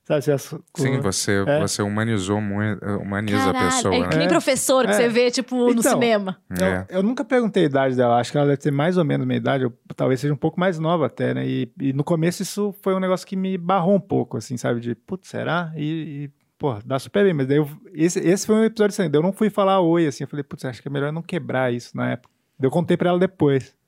C: Sabe, você assu-
A: Sim, você,
C: É.
A: você humanizou muito, humaniza a pessoa,
D: é que nem
C: É.
D: professor que
C: É.
D: você vê, tipo, no
C: Então.
D: cinema.
A: né?
C: Eu,
A: É.
C: eu nunca perguntei a idade dela, acho que ela deve ter mais ou menos minha idade, ou talvez seja um pouco mais nova até, né? E, e no começo isso foi um negócio que me barrou um pouco, assim, sabe? De, putz, será? E, e pô, dá super bem, mas daí eu, esse, esse foi um episódio assim, daí eu não fui falar oi, assim, eu falei, putz, acho que é melhor não quebrar isso na época. Daí eu contei pra ela depois.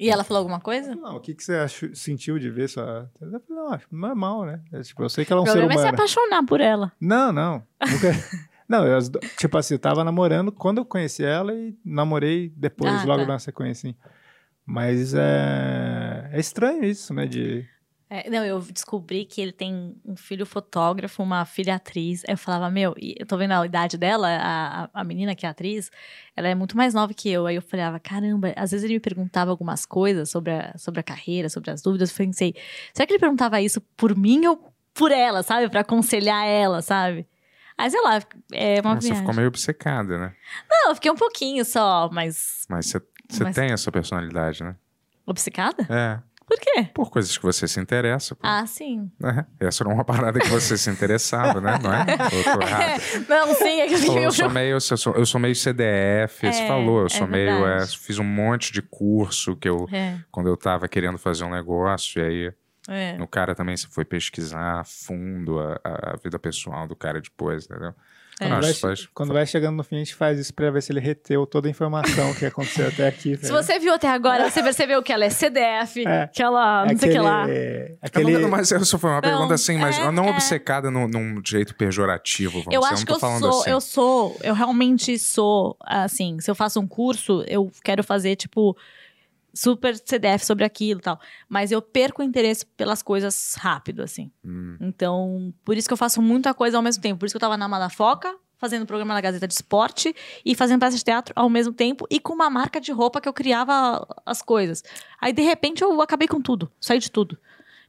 D: E ela falou alguma coisa?
C: Não, o que, que você achou- sentiu de ver sua... Eu falei, não, acho normal, né? É, tipo, eu sei que ela é
D: o
C: um ser
D: problema é
C: humano.
D: se apaixonar por ela.
C: Não, não. Nunca- não, eu, as do- tipo assim, eu tava namorando quando eu conheci ela e namorei depois,
D: Ah,
C: logo
D: tá.
C: na sequência, assim. Mas é... é estranho isso, né? De...
D: É, não, eu descobri que ele tem um filho fotógrafo, uma filha atriz. Aí Eu falava, meu, e eu tô vendo a idade dela, a, a- a menina que é atriz, ela é muito mais nova que eu. Aí eu falava, caramba, às vezes ele me perguntava algumas coisas sobre a, sobre a carreira, sobre as dúvidas. Eu pensei, será que ele perguntava isso por mim ou por ela, sabe? Pra aconselhar ela, sabe? Aí sei lá, é uma
A: Você
D: viagem.
A: ficou meio obcecada, né?
D: Não, eu fiquei um pouquinho só, mas
A: Mas você você
D: Mas-
A: tem essa personalidade, né?
D: obcecada?
A: É.
D: Por quê?
A: Por coisas que você se interessa. Pô.
D: Ah, sim.
A: né? Essa era uma parada que você se interessava, né? Não é? Eu tô errado.
D: Não, sim, é que eu
A: Falou,
D: fiquei
A: eu, sou meio, eu, sou, eu sou meio CDF,
D: É,
A: você falou, eu
D: é
A: sou meio. é,
D: verdade.
A: fiz um monte de curso que eu.
D: É,
A: Quando eu tava querendo fazer um negócio, e aí
D: é.
A: no cara também você foi pesquisar a fundo a, a- a vida pessoal do cara depois, entendeu?
D: É.
A: Eu não
C: Quando,
A: acho
C: vai,
A: que faz-
C: che- quando vai chegando no fim, a gente faz isso pra ver se ele reteu toda a informação que aconteceu até aqui.
D: Se
C: né?
D: você viu até agora, você percebeu que ela é CDF,
C: É.
D: que ela não sei o que lá.
C: Aquele-
A: Aquele...
C: Aquele...
A: tá mas eu só foi uma pergunta assim, mas
D: é,
A: não
D: é.
A: obcecada num, num jeito pejorativo, vamos
D: Eu
A: dizer.
D: acho que
A: não
D: eu
A: tô falando
D: sou,
A: assim.
D: eu sou, eu realmente sou, assim, se eu faço um curso, eu quero fazer, tipo, super CDF sobre aquilo e tal. Mas eu perco o interesse pelas coisas rápido, assim.
A: Hum.
D: Então, por isso que eu faço muita coisa ao mesmo tempo. Por isso que eu tava na Malafoca, fazendo programa da Gazeta de Esporte e fazendo peça de teatro ao mesmo tempo e com uma marca de roupa que eu criava as coisas. Aí, de repente, eu acabei com tudo, saí de tudo.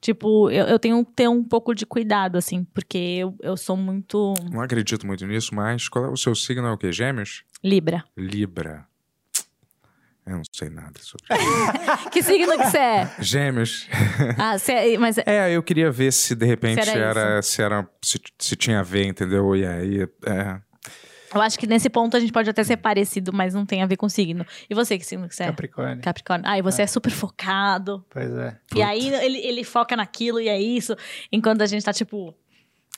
D: Tipo, eu, eu tenho que ter um pouco de cuidado, assim, porque eu, eu sou muito
A: Não acredito muito nisso, mas qual é o seu signo? É o quê? Gêmeos?
D: Libra.
A: Libra. Eu não sei nada sobre isso.
D: Que signo que você é?
A: Gêmeos.
D: Ah, você é- mas
A: É, eu queria ver se de repente
D: Se era
A: era, se, era se, se tinha a ver, entendeu? E aí. É,
D: eu acho que nesse ponto a gente pode até ser parecido, mas não tem a ver com signo. E você, que signo que você é?
C: Capricórnio.
D: Capricórnio. Ah, e você é super focado.
C: Pois é.
D: E aí ele, ele foca naquilo e é isso. Enquanto a gente tá tipo,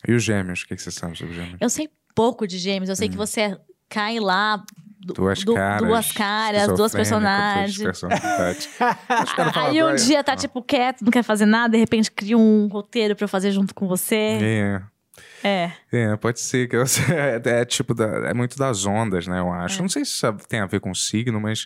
A: E os gêmeos? O que, que você sabe sobre gêmeos?
D: eu sei pouco de gêmeos, eu sei que você é- cai lá. du-
A: Hum. Duas
D: du-
A: caras.
D: Duas caras, duas personagens.
A: Duas personalidades.
D: Aí um dia tá tipo quieto, não quer fazer nada, de repente cria um roteiro pra eu fazer junto com você.
A: É,
D: É.
A: é, pode ser que eu é, tipo da- é muito das ondas, né? Eu
D: É.
A: acho. Não sei se isso tem a ver com o signo, mas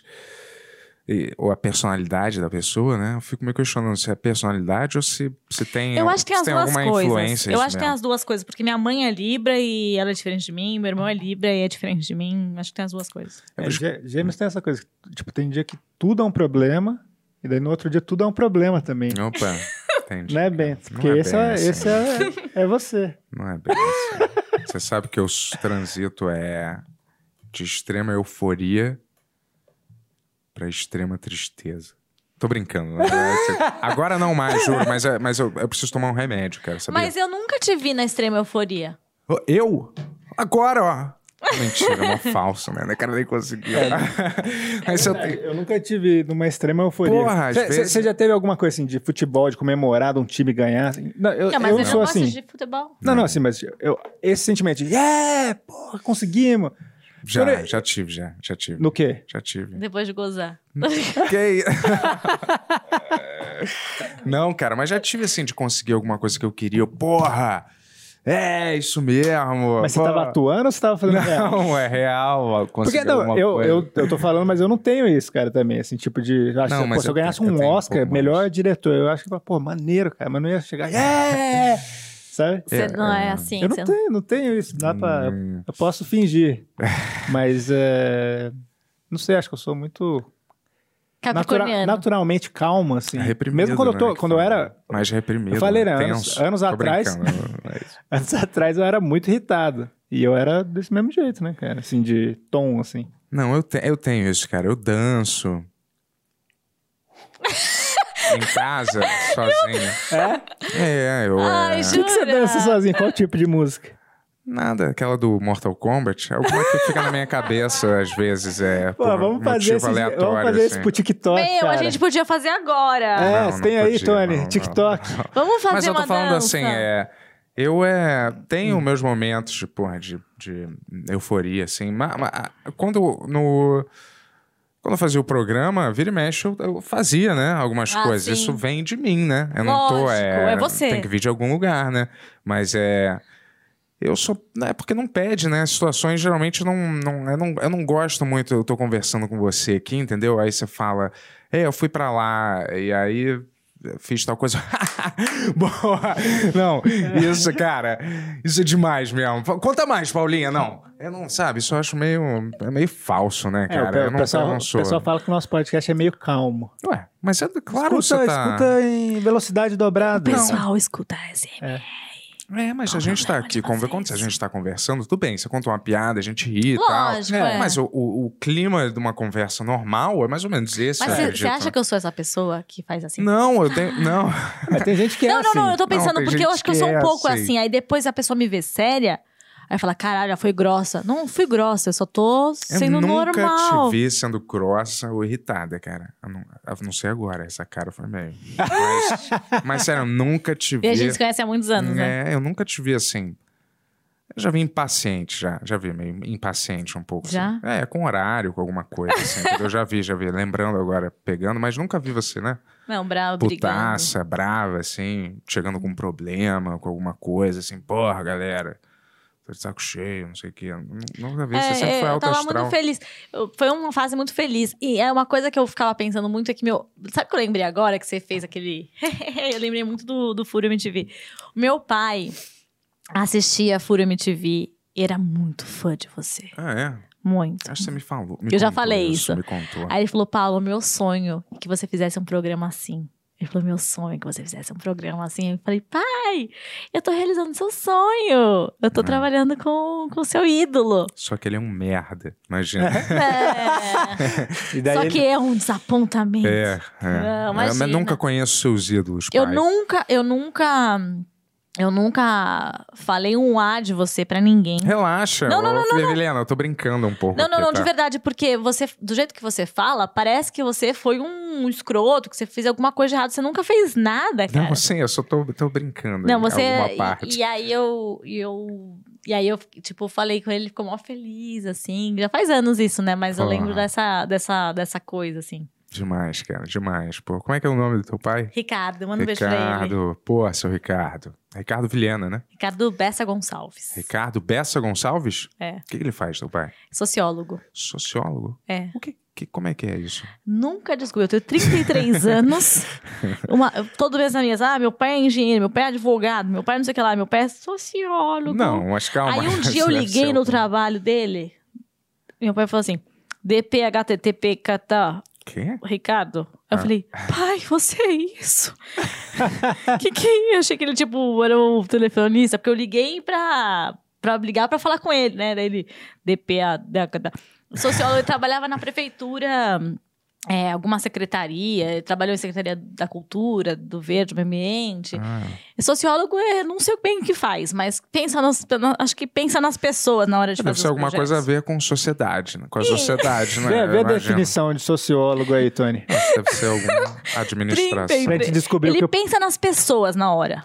A: e- ou a personalidade da pessoa, né? Eu fico me questionando se é personalidade ou se, se tem,
D: Eu acho que tem
A: se tem
D: as duas
A: alguma
D: coisas.
A: influência.
D: Eu
A: isso
D: acho que tem
A: mesmo.
D: as duas coisas, porque minha mãe é Libra e ela é diferente de mim, meu irmão é Libra e é diferente de mim. Acho que tem as duas coisas.
C: É, gê- gêmeos tem essa coisa, que, tipo, tem dia que tudo é um problema, e daí no outro dia tudo é um problema também.
A: Opa, entendi.
C: Né, Bento?
A: Não
C: Porque
A: é
C: esse,
A: bem
C: é,
A: assim.
C: esse é, é você.
A: Não é bem assim. Você sabe que o s- transito é de extrema euforia Pra extrema tristeza. Tô brincando. né? Agora não mais, juro, mas, é- mas eu, eu preciso tomar um remédio, cara, sabia?
D: Mas eu nunca te vi na extrema euforia.
A: Eu? Agora, ó. Mentira, é uma falsa, né? O cara nem conseguiu. Aí se eu tenho-
C: Eu nunca tive numa extrema euforia.
A: Porra, às
C: Você
A: vezes-
C: já teve alguma coisa assim de futebol, de comemorar, de um time ganhar? assim? Não, eu,
D: Não, mas
C: eu
D: ele
C: sou
D: não
C: assim.
D: gosta um de futebol.
C: Não, não, assim, mas eu, esse sentimento de, yeah, porra, conseguimos.
A: Já, já tive, já. Já tive.
C: No quê?
A: Já tive.
D: Depois de gozar.
A: Que... Não, cara, mas já tive assim de conseguir alguma coisa que eu queria. Eu, Porra! É, isso mesmo.
C: Mas você tava
A: porra.
C: atuando ou você tava fazendo real?
A: Não, é real.
C: Porque,
A: Conseguir
C: não,
A: alguma
C: eu,
A: coisa.
C: eu, eu tô falando, mas eu não tenho isso, cara, também. Assim, tipo de. eu Acho
A: Não,
C: que,
A: mas
C: pô, se
A: eu
C: eu ganhasse
A: tenho- eu
C: um
A: tenho um
C: Oscar,
A: pouco mais. É.
C: melhor diretor, eu acho que, pô, maneiro, cara, mas não ia chegar. Yeah! Sabe?
D: Você não é assim.
C: Eu
D: você
C: não
D: não-
C: tenho, não tenho isso. Dá pra,
A: Hum.
C: eu posso fingir. Mas é, não sei, acho que eu sou muito
D: Tá
C: natura-
D: é Capricorniano.
C: naturalmente calmo, assim.
A: É reprimido,
C: Mesmo quando eu, tô,
A: né, que
C: quando eu
A: fala.
C: era.
A: Mais reprimido.
C: Eu falei, né,
A: tenso.
C: anos- anos
A: Tô
C: atrás-
A: brincando, é mas-
C: Anos atrás eu era muito irritado. E eu era desse mesmo jeito, né, cara? Assim, de tom, assim.
A: Não, eu, te- eu tenho isso, cara. Eu danço. em casa, sozinho. É? É, eu.
D: Ai,
A: é,
C: O que, que você
D: Jura?
C: dança sozinho? Qual tipo de música?
A: Nada, aquela do Mortal Kombat. Alguma que fica na minha cabeça, às vezes, é.
C: Pô,
A: por
C: vamos fazer,
A: motivo
C: esse,
A: aleatório.
C: vamos fazer
A: assim.
C: isso pro TikTok,
D: Meu,
C: cara.
D: a gente podia fazer agora.
C: É,
A: Não,
C: você
A: não
C: tem aí,
A: podia,
C: Tony,
A: não, não.
C: TikTok.
D: Vamos fazer
A: Mas eu tô
D: uma
A: falando
D: dança.
A: assim, é. Eu é, tenho meus momentos de, porra, de, de euforia, assim. Mas, quando no. Quando eu fazia o programa, vira e mexe, eu, eu fazia, né? Algumas
D: Ah,
A: coisas.
D: sim.
A: Isso vem de mim, né? Eu não tô.
D: Lógico,
A: É,
D: é você.
A: Tem que vir de algum lugar, né? Mas é. Eu sou. É porque não pede, né? Situações geralmente não, não, eu não. Eu não gosto muito. Eu tô conversando com você aqui, entendeu? Aí você fala. É, eu fui pra lá. E aí. eh, Fiz tal coisa. Boa! Não, isso, cara. Isso é demais mesmo. Fa- Conta mais, Paulinha, não. Eu não, sabe? Isso eu acho meio. É meio falso, né,
C: É, o
A: cara?
C: pe-
A: eu
C: o,
A: não,
C: pessoal,
A: eu não
C: o
A: sou.
C: pessoal fala que o nosso podcast é meio calmo.
A: Ué, mas é claro
C: escuta,
A: você tá.
C: escuta em velocidade dobrada.
D: Pessoal, escuta a SM.
A: É, mas a
D: Qual o
A: gente tá
D: problema de
A: aqui, conver...
D: vocês?
A: quando a gente tá conversando, tudo bem, você conta uma piada, a gente ri e tal.
D: Lógico, é.
A: Mas o, o- o clima de uma conversa normal é mais ou menos esse.
D: Mas
A: eu
D: você- você
A: acredito.
D: acha que eu sou essa pessoa que faz assim?
A: Não, eu tenho. Não.
C: Mas tem gente que é
D: Não, não,
C: assim.
D: não, eu tô pensando,
A: tem
D: porque eu
A: gente
D: acho que eu
A: que
D: sou
A: é
D: um pouco
A: assim.
D: assim. Aí depois a pessoa me vê séria, aí fala, caralho, ela foi grossa. Não fui grossa, eu só tô
A: Eu
D: sendo
A: nunca te
D: normal.
A: vi sendo grossa ou irritada, cara. Eu não, eu não sei agora, essa cara foi meio. Mas, mas sério, eu nunca te vi.
D: E a gente se conhece há muitos anos, né?
A: É, eu nunca te vi assim. Eu já vi impaciente, já. Já vi meio impaciente um pouco.
D: Já?
A: assim. É, com horário, com alguma coisa, assim. entendeu? eu já vi, já vi. Lembrando agora, pegando, mas nunca vi você, né?
D: Não, bravo, brigando.
A: Putaça, brava, assim, chegando com um problema, com alguma coisa, assim, porra, galera. Tô de saco cheio, não sei o quê. Nu- Nunca vi,
D: É,
A: você sempre
D: é,
A: foi
D: eu
A: alto
D: tava
A: astral.
D: muito feliz. Eu- Foi uma fase muito feliz. E é uma coisa que eu ficava pensando muito é que meu. Sabe o que eu lembrei agora que você fez aquele. eu lembrei muito do, do Furo MTV. O meu pai assistia Furo MTV e era muito fã de você.
A: Ah, é?
D: Muito.
A: Acho que você me falou. me
D: Eu já
A: contou
D: falei isso.
A: Me contou.
D: Aí ele falou, Paulo, meu sonho é que você fizesse um programa assim. Ele falou, meu sonho é que você fizesse um programa assim. Eu falei, pai, eu tô realizando seu sonho. Eu
A: É.
D: tô trabalhando com o seu ídolo.
A: Só que ele é um merda, imagina.
D: É.
C: E daí
D: Só
C: ele-
D: que é um desapontamento.
A: É, é.
D: Não,
A: Eu-
D: imagina.
A: mas nunca conheço seus ídolos,
D: Eu
A: pai.
D: nunca, eu nunca, eu nunca falei um A de você pra ninguém.
A: Relaxa.
D: Não, não,
A: ô,
D: não,
A: Helena, eu tô brincando um pouco.
D: Não, não,
A: aqui,
D: não,
A: tá?
D: de verdade, porque você, do jeito que você fala, parece que você foi um escroto, que você fez alguma coisa errada. Você nunca fez nada, cara.
A: Não, sim, eu só tô, tô brincando.
D: Não,
A: em
D: você.
A: Alguma
D: e-
A: parte.
D: E, aí eu, e eu. E aí eu, tipo, falei com ele, ele ficou mó feliz, assim. Já faz anos isso, né? Mas eu
A: Porra.
D: lembro dessa, dessa, dessa coisa, assim.
A: Demais, cara, demais. Pô, como é que é o nome do teu pai?
D: Ricardo, manda um beijo pra ele.
A: Ricardo. Pô, seu Ricardo. Ricardo Vilhena, né?
D: Ricardo Bessa Gonçalves.
A: Ricardo Bessa Gonçalves?
D: É.
A: O que que ele faz, teu pai?
D: Sociólogo.
A: Sociólogo?
D: É.
A: O que, que- como é que é isso?
D: Nunca descobri. Eu tenho 33 anos. Uma, todo mês na minha, ah, meu pai é engenheiro, meu pai é advogado, meu pai não sei o que lá, meu pai é sociólogo.
A: Não, mas calma.
D: Aí um
A: isso
D: dia eu
A: deve
D: liguei
A: ser
D: no
A: algum-
D: trabalho dele. Meu pai falou assim: DPHTTP, catá,
A: Quê?
D: Ricardo.
A: Ah.
D: Eu falei, pai, você é isso? que que é? Eu achei que ele, tipo, era o telefonista, porque eu liguei pra, pra ligar pra falar com ele, né? Daí ele, DPA, da, da. O sociólogo ele trabalhava na prefeitura é, alguma secretaria, trabalhou em Secretaria da Cultura, do Verde, do Meio Ambiente.
A: Ah,
D: Sociólogo, é, não sei bem o que faz, mas pensa nas, na- acho que pensa nas pessoas É, na hora de
A: deve
D: fazer
A: ser
D: os
A: alguma
D: projetos.
A: coisa a ver com sociedade, né? Com a
D: Ih.
A: sociedade, né?
E: Vê, vê
A: Eu
E: a
A: imagino.
E: definição de sociólogo aí, Tony.
A: Nossa, Deve ser alguma administração.
E: Pra gente descobrir o
D: Ele
E: que eu...
D: pensa nas pessoas na hora.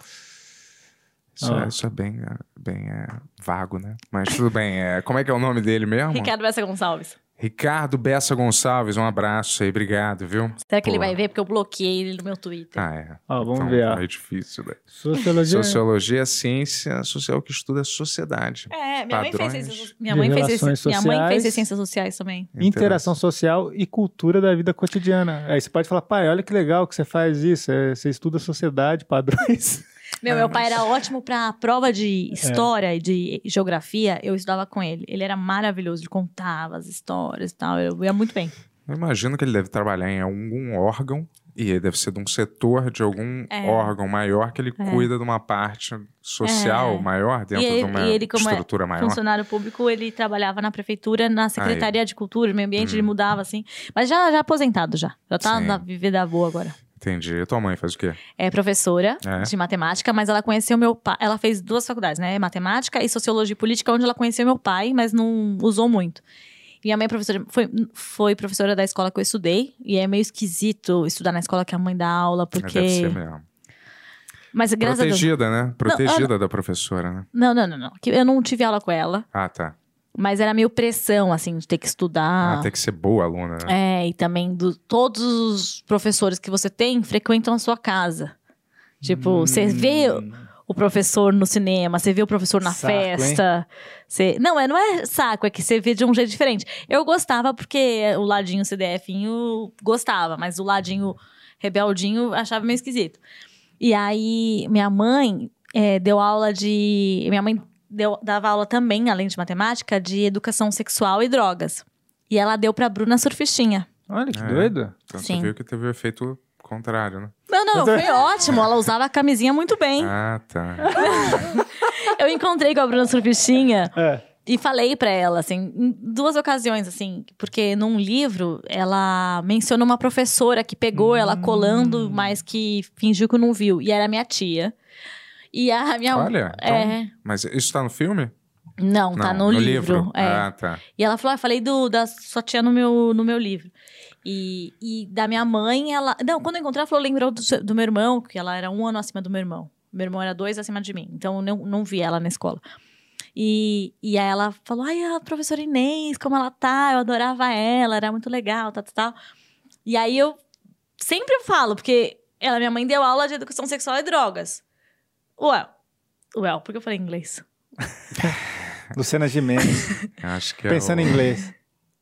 A: Isso,
E: Ah.
A: é, isso é bem, é, bem é, vago, né? Mas tudo bem. É, como é que é o nome dele mesmo?
D: Ricardo Bessa Gonçalves.
A: Ricardo Bessa Gonçalves, um abraço aí, obrigado, viu?
D: Será que ele
A: Pô.
D: vai ver? Porque eu bloqueei ele no meu Twitter.
A: Ah, é.
E: Ó, vamos
A: Então,
E: ver, ó.
A: É difícil, né?
E: Sociologia...
A: Sociologia é ciência social que estuda a sociedade.
D: É, minha mãe fez
A: Padrões
D: ciências, minha
E: de
D: mãe fez,
E: relações
D: ciências- minha mãe fez
E: sociais.
D: ciências sociais também.
E: Interação social e cultura da vida cotidiana. Aí você pode falar, pai, olha que legal que você faz isso. é, Você estuda a sociedade, padrões.
A: Ah,
D: Meu, meu pai era ótimo pra prova de
A: É.
D: história e de geografia. Eu estudava com ele. Ele era maravilhoso, ele contava as histórias e tal. Eu ia muito bem.
A: Eu imagino que ele deve trabalhar em algum órgão, e ele deve ser de um setor de algum
D: É.
A: órgão maior que ele cuida de uma parte social
D: É.
A: maior, dentro
D: E ele-
A: de uma
D: e ele como é
A: estrutura maior.
D: Funcionário público, ele trabalhava na prefeitura, na Secretaria de Cultura, e Meio Ambiente, ele mudava assim. Mas já, já aposentado já. Já tá
A: Hum. Sim.
D: na vida boa agora.
A: Entendi. E tua mãe faz o quê?
D: É professora
A: É.
D: de matemática, mas ela conheceu meu pai. Ela fez duas faculdades, né? Matemática e Sociologia e Política, onde ela conheceu meu pai, mas não usou muito. Minha mãe é professora, foi, foi professora da escola que eu estudei, e é meio esquisito estudar na escola que a mãe dá aula,
A: Deve
D: porque.
A: ser né? mesmo.
D: Mas graças a Deus.
A: Protegida, né? Protegida da professora, né?
D: Não, não, não, não. que Eu não tive aula com ela,
A: Ah, tá.
D: mas era meio pressão, assim, de ter que
A: Ah,
D: estudar.
A: tem que ser boa aluna, né?
D: É, e também do, todos os professores que você tem frequentam a sua casa. Tipo, você vê
A: Hum.
D: o professor no cinema, você vê o professor na
E: Saco, hein?
D: festa. Você... Não, é, não é saco, é que você vê de um jeito diferente. Eu gostava porque o ladinho CDFinho gostava, mas o ladinho rebeldinho achava meio esquisito. E aí, minha mãe eh, deu aula de. Minha mãe deu- dava aula também, além de matemática, de educação sexual e drogas. E ela deu pra Bruna Surfistinha.
E: Olha que
A: É.
E: doido.
A: Então você
D: Sim.
A: viu que teve o efeito contrário, né?
D: Não, não, foi ótimo. Ela usava a camisinha muito bem.
A: Ah, tá.
D: Eu encontrei com a Bruna Surfistinha
E: É.
D: e falei pra ela, assim, em duas ocasiões, assim, porque num livro ela menciona uma professora que pegou ela colando, mas que fingiu que não viu. E era minha tia. E a minha.
A: Olha, então-
D: É.
A: Mas isso tá no filme?
D: Não, tá no, livro. É.
A: Ah, tá.
D: E ela falou, ah, eu falei do, da sua tia no meu, no meu livro. E, e da minha mãe, ela... Não, quando eu encontrei, ela falou, lembrou do, seu- do meu irmão, que ela era um ano acima do meu irmão. Meu irmão era dois acima de mim, então eu não, não vi ela na escola. E, e aí ela falou, ai, a professora Inês, como ela tá? Eu adorava ela, era muito legal, tal, tal, tal. E aí eu sempre falo, porque ela, minha mãe deu aula de educação sexual e drogas. Ué, ué, por que eu falei inglês?
E: Luciana Gimenez,
A: Acho que é
E: pensando
A: o-
E: em inglês.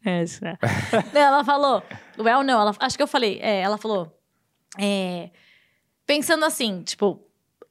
D: É, isso é. Não, ela falou. Well, não, ela, acho que eu falei. é, ela falou. é, pensando assim, tipo,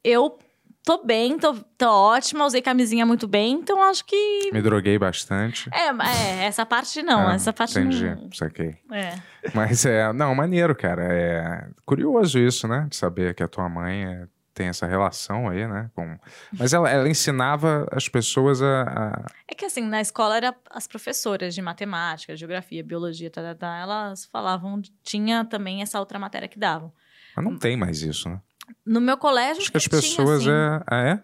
D: eu tô bem, tô, tô ótima, usei camisinha muito bem, então acho que.
A: Me droguei bastante.
D: É, é, essa parte não,
A: Ah,
D: essa parte
A: entendi,
D: não.
A: saquei.
D: É.
A: Mas é, não, maneiro, cara. É curioso isso, né? De saber que a tua mãe é, tem essa relação aí, né? Com... Mas ela, ela ensinava as pessoas a. a-
D: É que assim, na escola era as professoras de matemática, geografia, biologia, tá, tá, tá, elas falavam, tinha também essa outra matéria que davam.
A: Mas não tem mais isso, né?
D: No meu colégio,
A: Acho que as
D: tinha,
A: pessoas
D: assim.
A: é. Ah, é?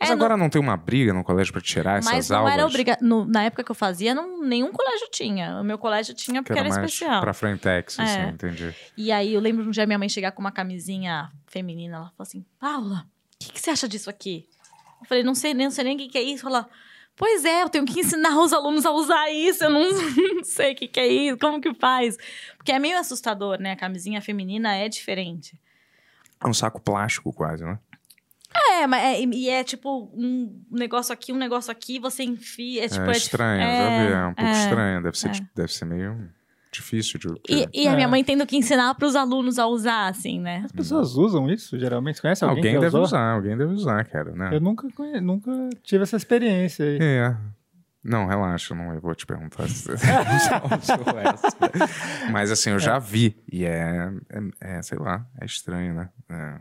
A: Mas
D: É,
A: agora não... tem uma briga no colégio pra tirar essas
D: Mas não
A: aulas.
D: era obriga... no- na época que eu fazia, não- nenhum colégio tinha. O meu colégio tinha
A: Que
D: porque
A: era
D: era,
A: mais
D: especial.
A: pra Frentex, assim,
D: É.
A: entendi.
D: E aí eu lembro um dia minha mãe chegar com uma camisinha feminina, ela falou assim: "Paula, o que, que você acha disso aqui?" Eu falei: "Não sei, nem não sei nem o que, que é isso". Ela: "Pois é, eu tenho que ensinar os alunos a usar isso. Eu não, não sei o que, que é isso, como que faz?" Porque é meio assustador, né? A camisinha feminina é diferente.
A: É um saco plástico, quase, né?
D: É, mas é- e é tipo um negócio aqui, um negócio aqui, você enfia, é tipo
A: é
D: é dif-
A: estranho,
D: é,
A: já vi. É um pouco
D: é,
A: estranho. Deve ser,
D: é.
A: di- deve ser meio difícil de.
D: E, e a
E: É.
D: minha mãe tendo que ensinar para os alunos a usar, assim, né?
E: As pessoas usam isso, geralmente? Você Conhece alguém,
A: Alguém
E: que
A: deve
E: usou?
A: usar, alguém deve usar, cara, né?
E: Eu nunca, conhe- nunca tive essa experiência aí.
A: É. Não, relaxa, não, eu vou te perguntar se você usou essa. Mas assim, eu já vi. E é, é, é, sei lá, é estranho, né? É.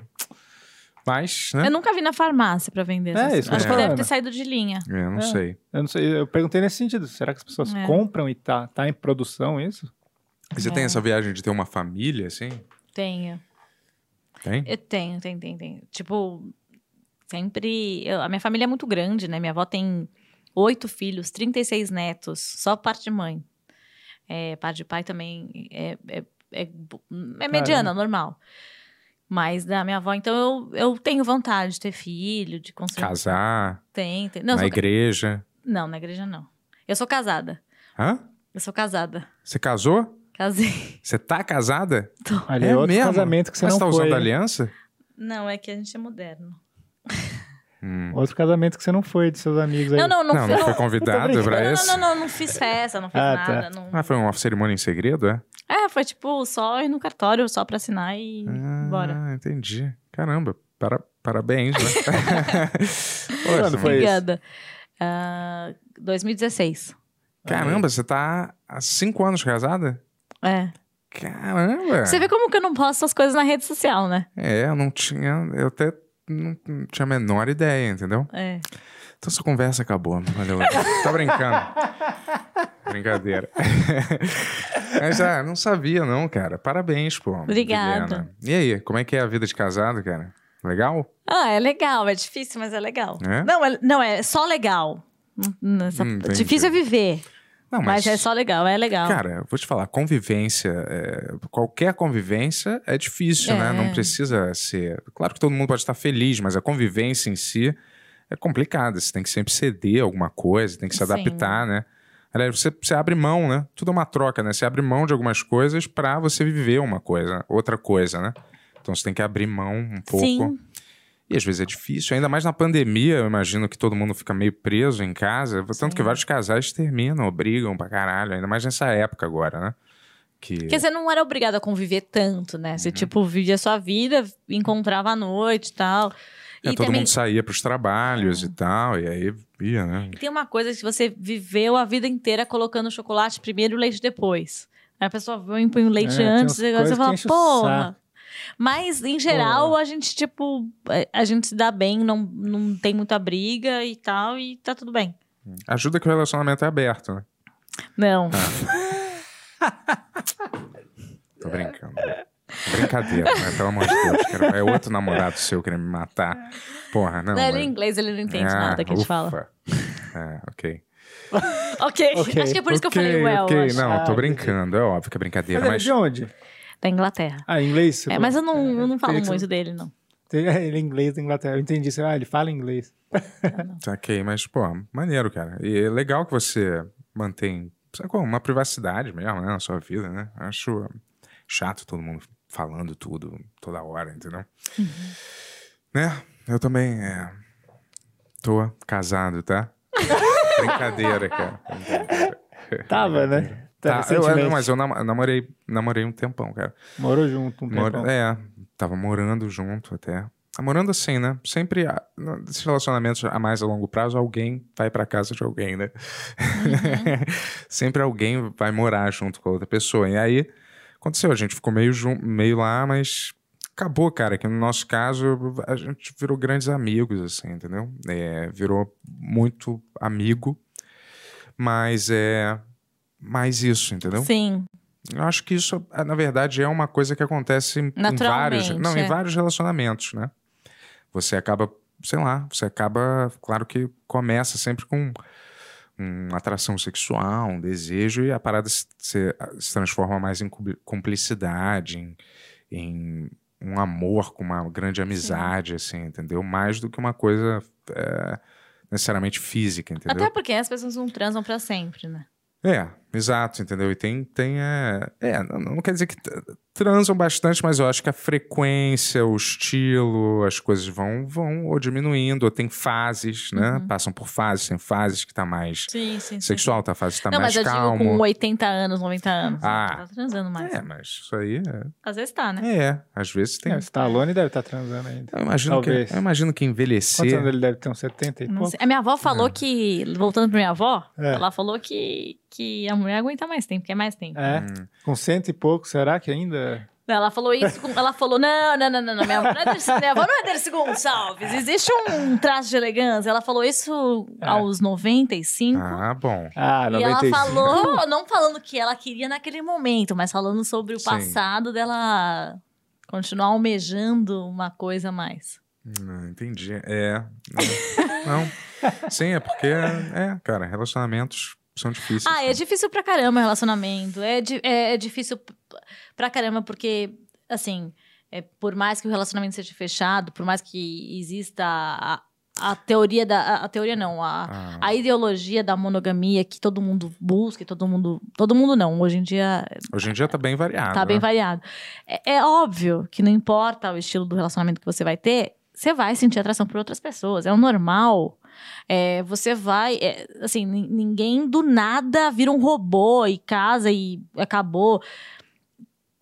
A: Mas, né?
D: Eu nunca vi na farmácia para vender.
E: É,
D: essas
E: isso que eu
D: coisas.
E: tô
D: Acho que deve
E: falando.
D: ter saído de linha.
A: Eu não,
E: É.
A: sei.
E: Eu não sei, eu perguntei nesse sentido. Será que as pessoas
D: É.
E: compram e tá, tá em produção isso?
A: Você tem essa viagem de ter uma família, assim?
D: Tenho.
A: Tem?
D: Eu tenho, tenho, tenho, tenho. Tipo, sempre. eu- a minha família é muito grande, né? Minha avó tem oito filhos, 36 netos, só parte de mãe. É, parte de pai também é, é, é, bo- é mediana, normal. Mas da minha avó, então eu, eu tenho vontade de ter filho, de construir.
A: Casar,
D: Tem, tem. Não, eu
A: na
D: sou ca-
A: igreja.
D: não, na igreja não. Eu sou casada.
A: Hã?
D: Eu sou casada.
A: Você casou?
D: Casei.
A: Você tá casada?
E: Ali é,
A: É
E: outro
A: mesmo?
E: casamento que você
A: Mas
E: não
A: tá
E: foi.
A: usando
E: hein?
A: aliança?
D: Não, é que a gente é moderno.
A: Hum.
E: Outro casamento que você não foi de seus amigos aí.
D: Não, não, não,
A: Não,
D: fui-
A: não foi
E: Tô
A: convidada
E: brincando.
A: pra
D: não,
A: esse?
D: não, não, não, não fiz festa, não fiz
E: Ah, tá.
D: nada. Não...
A: Ah, foi uma cerimônia em segredo, é?
D: É, foi tipo só ir no cartório, só pra assinar e bora.
A: Ah, entendi. Caramba, para- parabéns, né? Poxa,
E: Quando foi isso?
D: Obrigada. Ah, 2016.
A: Caramba, você tá há cinco anos casada?
D: É.
A: Caramba!
D: Você vê como que eu não posto as coisas na rede social, né?
A: É, eu não tinha. Eu até não não tinha a menor ideia, entendeu?
D: É.
A: Então essa conversa acabou. Valeu. Tô brincando. Brincadeira. Mas ah, não sabia, não, cara. Parabéns, pô.
D: Obrigada.
A: Guilherme. E aí, como é que é a vida de casado, cara? Legal?
D: Ah, é legal, é difícil, mas é legal.
A: É?
D: Não, é, não, é só legal. Nessa-
A: Hum, entendi.
D: difícil é viver,
A: Não,
D: mas... é só legal, é legal.
A: Cara, eu vou te falar, convivência, é, qualquer convivência é difícil, né?
D: É.
A: Não precisa ser. Claro que todo mundo pode estar feliz, mas a convivência em si é complicada. Você tem que sempre ceder alguma coisa, tem que se
D: Sim.
A: adaptar, né? Aliás, você, você abre mão, né? Tudo é uma troca, né? Você abre mão de algumas coisas pra você viver uma coisa, outra coisa, né? Então você tem que abrir mão um pouco.
D: Sim.
A: E às vezes é difícil, ainda mais na pandemia, eu imagino que todo mundo fica meio preso em casa, tanto que vários casais terminam, brigam pra caralho, ainda mais nessa época agora, né? Que
D: Porque você não era obrigado a conviver tanto, né?
E: Uhum.
D: Você, tipo, vivia a sua vida, encontrava à noite e tal.
A: é,
D: e
A: todo
D: também
A: mundo saía pros trabalhos e tal, e aí ia, né?
D: E tem uma coisa que você viveu a vida inteira colocando chocolate primeiro e o leite depois. Aí a pessoa vem e põe o leite
E: É, tem umas
D: antes e você
E: coisas que
D: fala,
E: enche o
D: porra.
E: saco.
D: Mas, em geral, a gente, tipo, é, a gente se dá bem, não, não tem muita briga e tal, e tá tudo bem.
A: Ajuda que o relacionamento é aberto, né?
D: Não.
E: Ah,
A: Tô brincando. Brincadeira, né? Pelo amor de Deus, cara. É outro namorado seu querendo me matar. Porra, não.
D: Não, ele é
A: mas-
D: inglês, ele não entende
A: Ah,
D: nada que a gente fala.
A: ufa. É, ok.
D: Ok,
E: Ok,
D: acho que é por isso que eu
A: Ok,
D: falei well,
A: ok.
D: acho.
A: Não, tô
E: Ah,
A: brincando, é óbvio que é brincadeira,
E: Mas ele é
A: mas...
E: de onde?
D: Da Inglaterra.
E: Ah, inglês? você
D: É,
E: falou?
D: mas eu não, eu não falo
E: teria que- um
D: muito dele, não.
E: Ele é inglês da Inglaterra. Eu entendi. Você, ah, ele fala inglês.
A: Ok, mas, pô, maneiro, cara. E é legal que você mantém, sabe qual, uma privacidade mesmo, né, na sua vida, né? Acho chato todo mundo falando tudo toda hora, entendeu?
D: Uhum.
A: Né? Eu também é, tô casado, tá? Brincadeira, cara. Brincadeira.
E: Tava, né?
A: Tá, eu- eu,
E: recentemente.
A: mas eu nam- namorei, namorei um tempão, cara.
E: Morou junto um
A: Mora-
E: tempão.
A: É, tava morando junto até. Ah, Morando assim, né? Sempre ah, no- esses relacionamentos a mais a longo prazo, alguém vai pra casa de alguém, né? Sempre alguém vai morar junto com a outra pessoa. E aí aconteceu, a gente ficou meio, jun- meio lá, mas acabou, cara. Que no nosso caso a gente virou grandes amigos, assim, entendeu? É, virou muito amigo, mas é mais isso, entendeu?
D: Sim.
A: Eu acho que isso, ah, na verdade, é uma coisa que acontece em- em vários,
D: Naturalmente,
A: não, em
D: é.
A: vários relacionamentos, né? Você acaba, sei lá, você acaba, claro que começa sempre com um, uma atração sexual, um desejo, e a parada se, se- ah, se transforma mais em cumplicidade, em, em um amor com uma grande amizade, assim, entendeu? Mais do que uma coisa é, necessariamente física, entendeu?
D: Até porque as pessoas não transam pra sempre, né?
A: É, exato, entendeu? E tem, tem é, é não, não quer dizer que t- transam bastante, mas eu acho que a frequência, o estilo, as coisas vão, vão ou diminuindo, ou tem fases, né? Passam por fases, tem fases que tá mais
D: Uhum. Sim, sim, sim.
A: sexual, tá fase que tá
D: não,
A: mais
D: mas eu
A: calmo.
D: digo com 80 anos, 90 anos.
A: Ah.
D: Ah. Tá transando mais.
A: É, mas isso aí é,
D: Às vezes tá, né?
A: é, às vezes tem.
E: É, o Stallone deve estar transando ainda.
A: Eu imagino, que,
E: Talvez.
A: eu imagino que
E: Quantos anos
A: envelhecer.
E: ele deve ter? Uns 70 e
D: Não
E: pouco?
D: sei. A minha avó falou
A: É.
D: que, voltando pra minha avó,
E: É.
D: ela falou
A: Hum.
D: que, que a mulher aguenta mais tempo, que é mais tempo.
E: É, com cento e pouco, será que ainda?
D: Não, ela falou isso, com- ela falou, não, não, não, não, não, minha avó não é Dercy, minha avó não é Dercy Gonçalves, existe um traço de elegância. Ela falou isso
A: É.
D: aos 95,
A: Ah, bom.
E: Ah,
D: e ela
E: 95.
D: falou, não falando que ela queria naquele momento, mas falando sobre o
A: Sim.
D: passado dela continuar almejando uma coisa a mais.
A: Ah, entendi. É. é. Não. Sim, é porque, é, cara, relacionamentos são difíceis.
D: Ah, é
A: né?
D: difícil pra caramba o relacionamento. É, di- é, é difícil p- pra caramba, porque, assim, é, por mais que o relacionamento seja fechado, por mais que exista a, a teoria da. A, a teoria não, a,
A: Ah,
D: a ideologia da monogamia que todo mundo busca, e todo mundo. Todo mundo não. Hoje em dia
A: Hoje em dia tá bem variado.
D: tá bem
A: né?
D: variado. É, é óbvio que não importa o estilo do relacionamento que você vai ter, você vai sentir atração por outras pessoas. É o normal. É, você vai. é, assim, nin- ninguém do nada vira um robô e casa e acabou.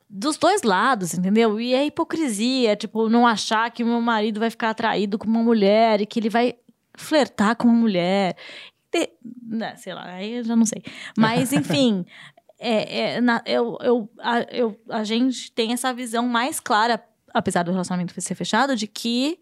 D: Dos dois lados, entendeu? E é hipocrisia, tipo, não achar que o meu marido vai ficar atraído com uma mulher e que ele vai flertar com uma mulher. Te- né, sei lá, aí eu já não sei. Mas, enfim, é, é, na- eu, eu, a, eu- a gente tem essa visão mais clara, apesar do relacionamento ser fechado, de que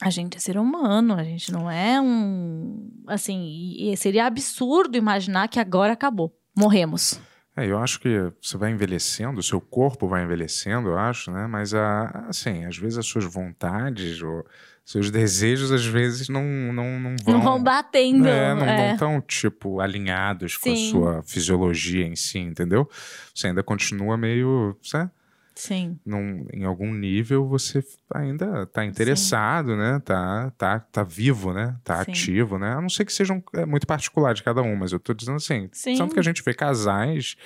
D: a gente é ser humano, a gente não é um. Assim, e- e seria absurdo imaginar que agora acabou. Morremos.
A: É, eu acho que você vai envelhecendo, o seu corpo vai envelhecendo, eu acho, né? Mas, a, assim, às vezes as suas vontades, ou seus desejos, às vezes não, não, não vão...
D: não vão batendo.
A: É, não
D: é.
A: vão tão, tipo, alinhados com a
D: Sim.
A: sua fisiologia em si, entendeu? Você ainda continua meio, sabe?
D: Sim.
A: Num, em algum nível você ainda tá interessado, né? Tá, tá, tá vivo, né? Tá
D: Sim.
A: ativo, né? A não ser que seja um- é muito particular de cada um, mas eu tô dizendo assim,
D: Sim.
A: tanto que a gente vê casais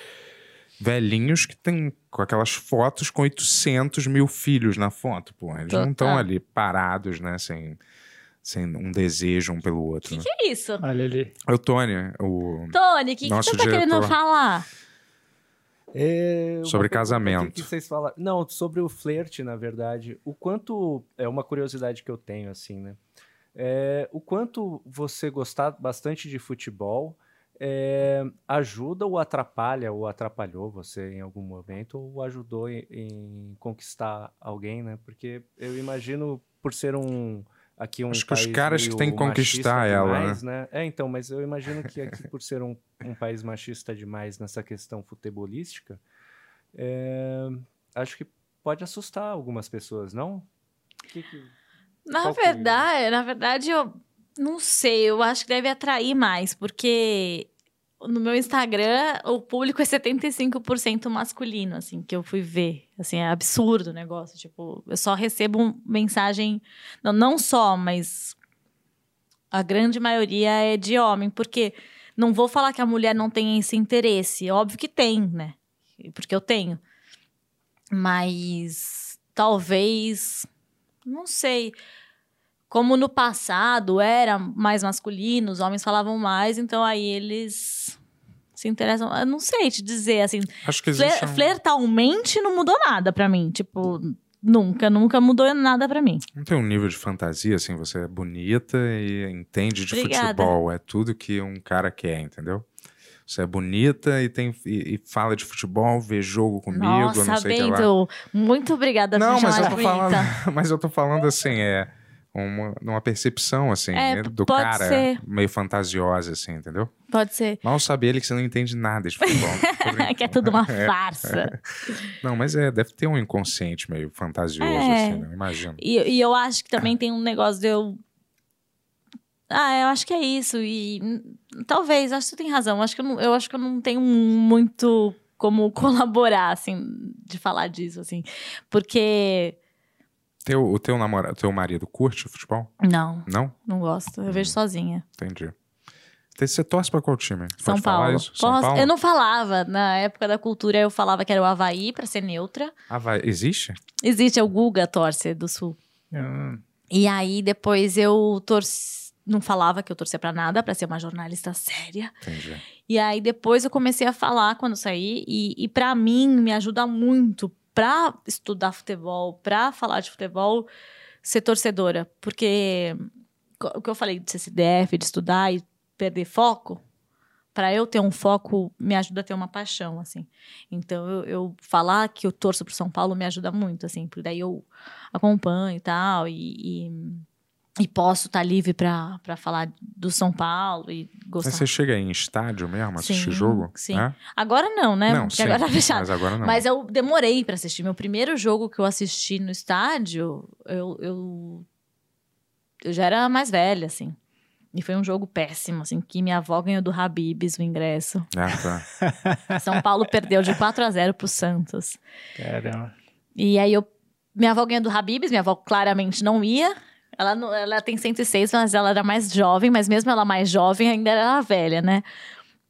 A: velhinhos que tem com aquelas fotos com 800 mil filhos na foto, pô. Eles não
D: Total.
A: estão ali parados, né? Sem, sem um desejo um pelo outro. né?
D: O que, que é isso?
E: Olha ali.
A: É o Tony, o...
D: Tony, o que, que
A: Nosso
D: você tá querendo
A: diretor.
D: falar?
F: É, uma
A: Sobre
F: pergunta
A: casamento.
F: aqui que vocês falaram. Não, sobre o flerte, na verdade. O quanto. É uma curiosidade que eu tenho, assim, né? É, o quanto você gostar bastante de futebol é, ajuda ou atrapalha, ou atrapalhou você em algum momento, ou ajudou em, em conquistar alguém, né? Porque eu imagino, por ser um. Aqui um
A: Acho que os
F: país
A: caras que
F: meio
A: têm que conquistar
F: machista
A: ela,
F: demais, né? É, então, mas eu imagino que aqui, por ser um um país machista demais nessa questão futebolística, é, acho que pode assustar algumas pessoas, não? Que que-
D: Na
F: Qual que- é?
D: verdade, na verdade, eu não sei, eu acho que deve atrair mais, porque no meu Instagram o público é 75% masculino, assim, que eu fui ver. Assim, é absurdo o negócio. Tipo, eu só recebo mensagem. Não, não só, mas a grande maioria é de homem, porque não vou falar que a mulher não tem esse interesse. Óbvio que tem, né? Porque eu tenho. Mas talvez. Não sei como no passado era mais masculino, os homens falavam mais, então aí eles se interessam. Eu não sei te dizer, assim,
A: Acho que
D: fler-
A: existe um...
D: flertalmente não mudou nada pra mim, tipo, nunca, nunca mudou nada pra mim.
A: Não tem um nível de fantasia, assim, você é bonita e entende de
D: Obrigada.
A: futebol. É tudo que um cara quer, entendeu? Você é bonita e, tem, e, e fala de futebol, vê jogo comigo, não sei
D: Nossa,
A: o que lá.
D: Bento, muito obrigada por
A: Não,
D: me
A: mas
D: chamar
A: eu,
D: de
A: tô
D: bonita.
A: falando, mas eu tô falando assim, é uma, uma percepção, assim,
D: É,
A: né,
D: p-
A: do
D: pode
A: cara
D: ser.
A: meio fantasiosa, assim, entendeu?
D: Pode ser.
A: Mal sabe ele que você não entende nada de futebol. Tô brincando.
D: que é tudo uma
A: É.
D: farsa.
A: Não, mas é, deve ter um inconsciente meio fantasioso,
D: É.
A: assim, né? Imagino.
D: E, e eu acho que também tem um negócio de eu. Ah, eu acho que é isso. E hum, talvez, acho que tu tem razão. Acho que eu, não- eu acho que eu não tenho muito como colaborar, assim, de falar disso, assim. Porque.
A: Teu, o teu namorado, teu marido curte futebol?
D: Não,
A: Não?
D: não gosto. Eu vejo sozinha.
A: Entendi. Então, Você torce pra qual time?
D: São
A: Pode falar
D: Paulo.
A: isso? São
D: Posso-
A: Paulo?
D: Eu não falava. Na época da cultura, eu falava que era o Havaí, pra ser neutra.
A: Ah, vai. Existe?
D: Existe é o Guga Torce do Sul.
E: Hum,
D: E aí depois eu torci. Não falava que eu torcia pra nada, pra ser uma jornalista séria.
A: Entendi.
D: E aí depois eu comecei a falar quando eu saí e, e para mim me ajuda muito pra estudar futebol, pra falar de futebol, ser torcedora, porque co- o que eu falei de ser CDF, de estudar e perder foco, para eu ter um foco, me ajuda a ter uma paixão, assim. Então, eu, eu falar que eu torço pro São Paulo me ajuda muito, assim, porque daí eu acompanho e tal, e, e, e posso estar livre para falar do São Paulo e
A: Mas
D: gostar.
A: você chega em estádio mesmo, assistir
D: Sim,
A: jogo?
D: sim.
A: né?
D: Agora não, né?
A: Não,
D: porque
A: sim,
D: agora tá fechado.
A: Mas agora não.
D: Mas eu demorei pra assistir. Meu primeiro jogo que eu assisti no estádio, eu, eu, eu já era mais velha, assim. E foi um jogo péssimo, assim, que minha avó ganhou do Habibs o ingresso.
A: Ah, tá.
D: São Paulo perdeu de 4 a 0 pro Santos.
C: Caramba.
D: E aí eu. Minha avó ganhou do Habibs, minha avó claramente não ia. Ela, não- ela tem 106, mas ela era mais jovem, mas mesmo ela mais jovem, ainda era velha, né?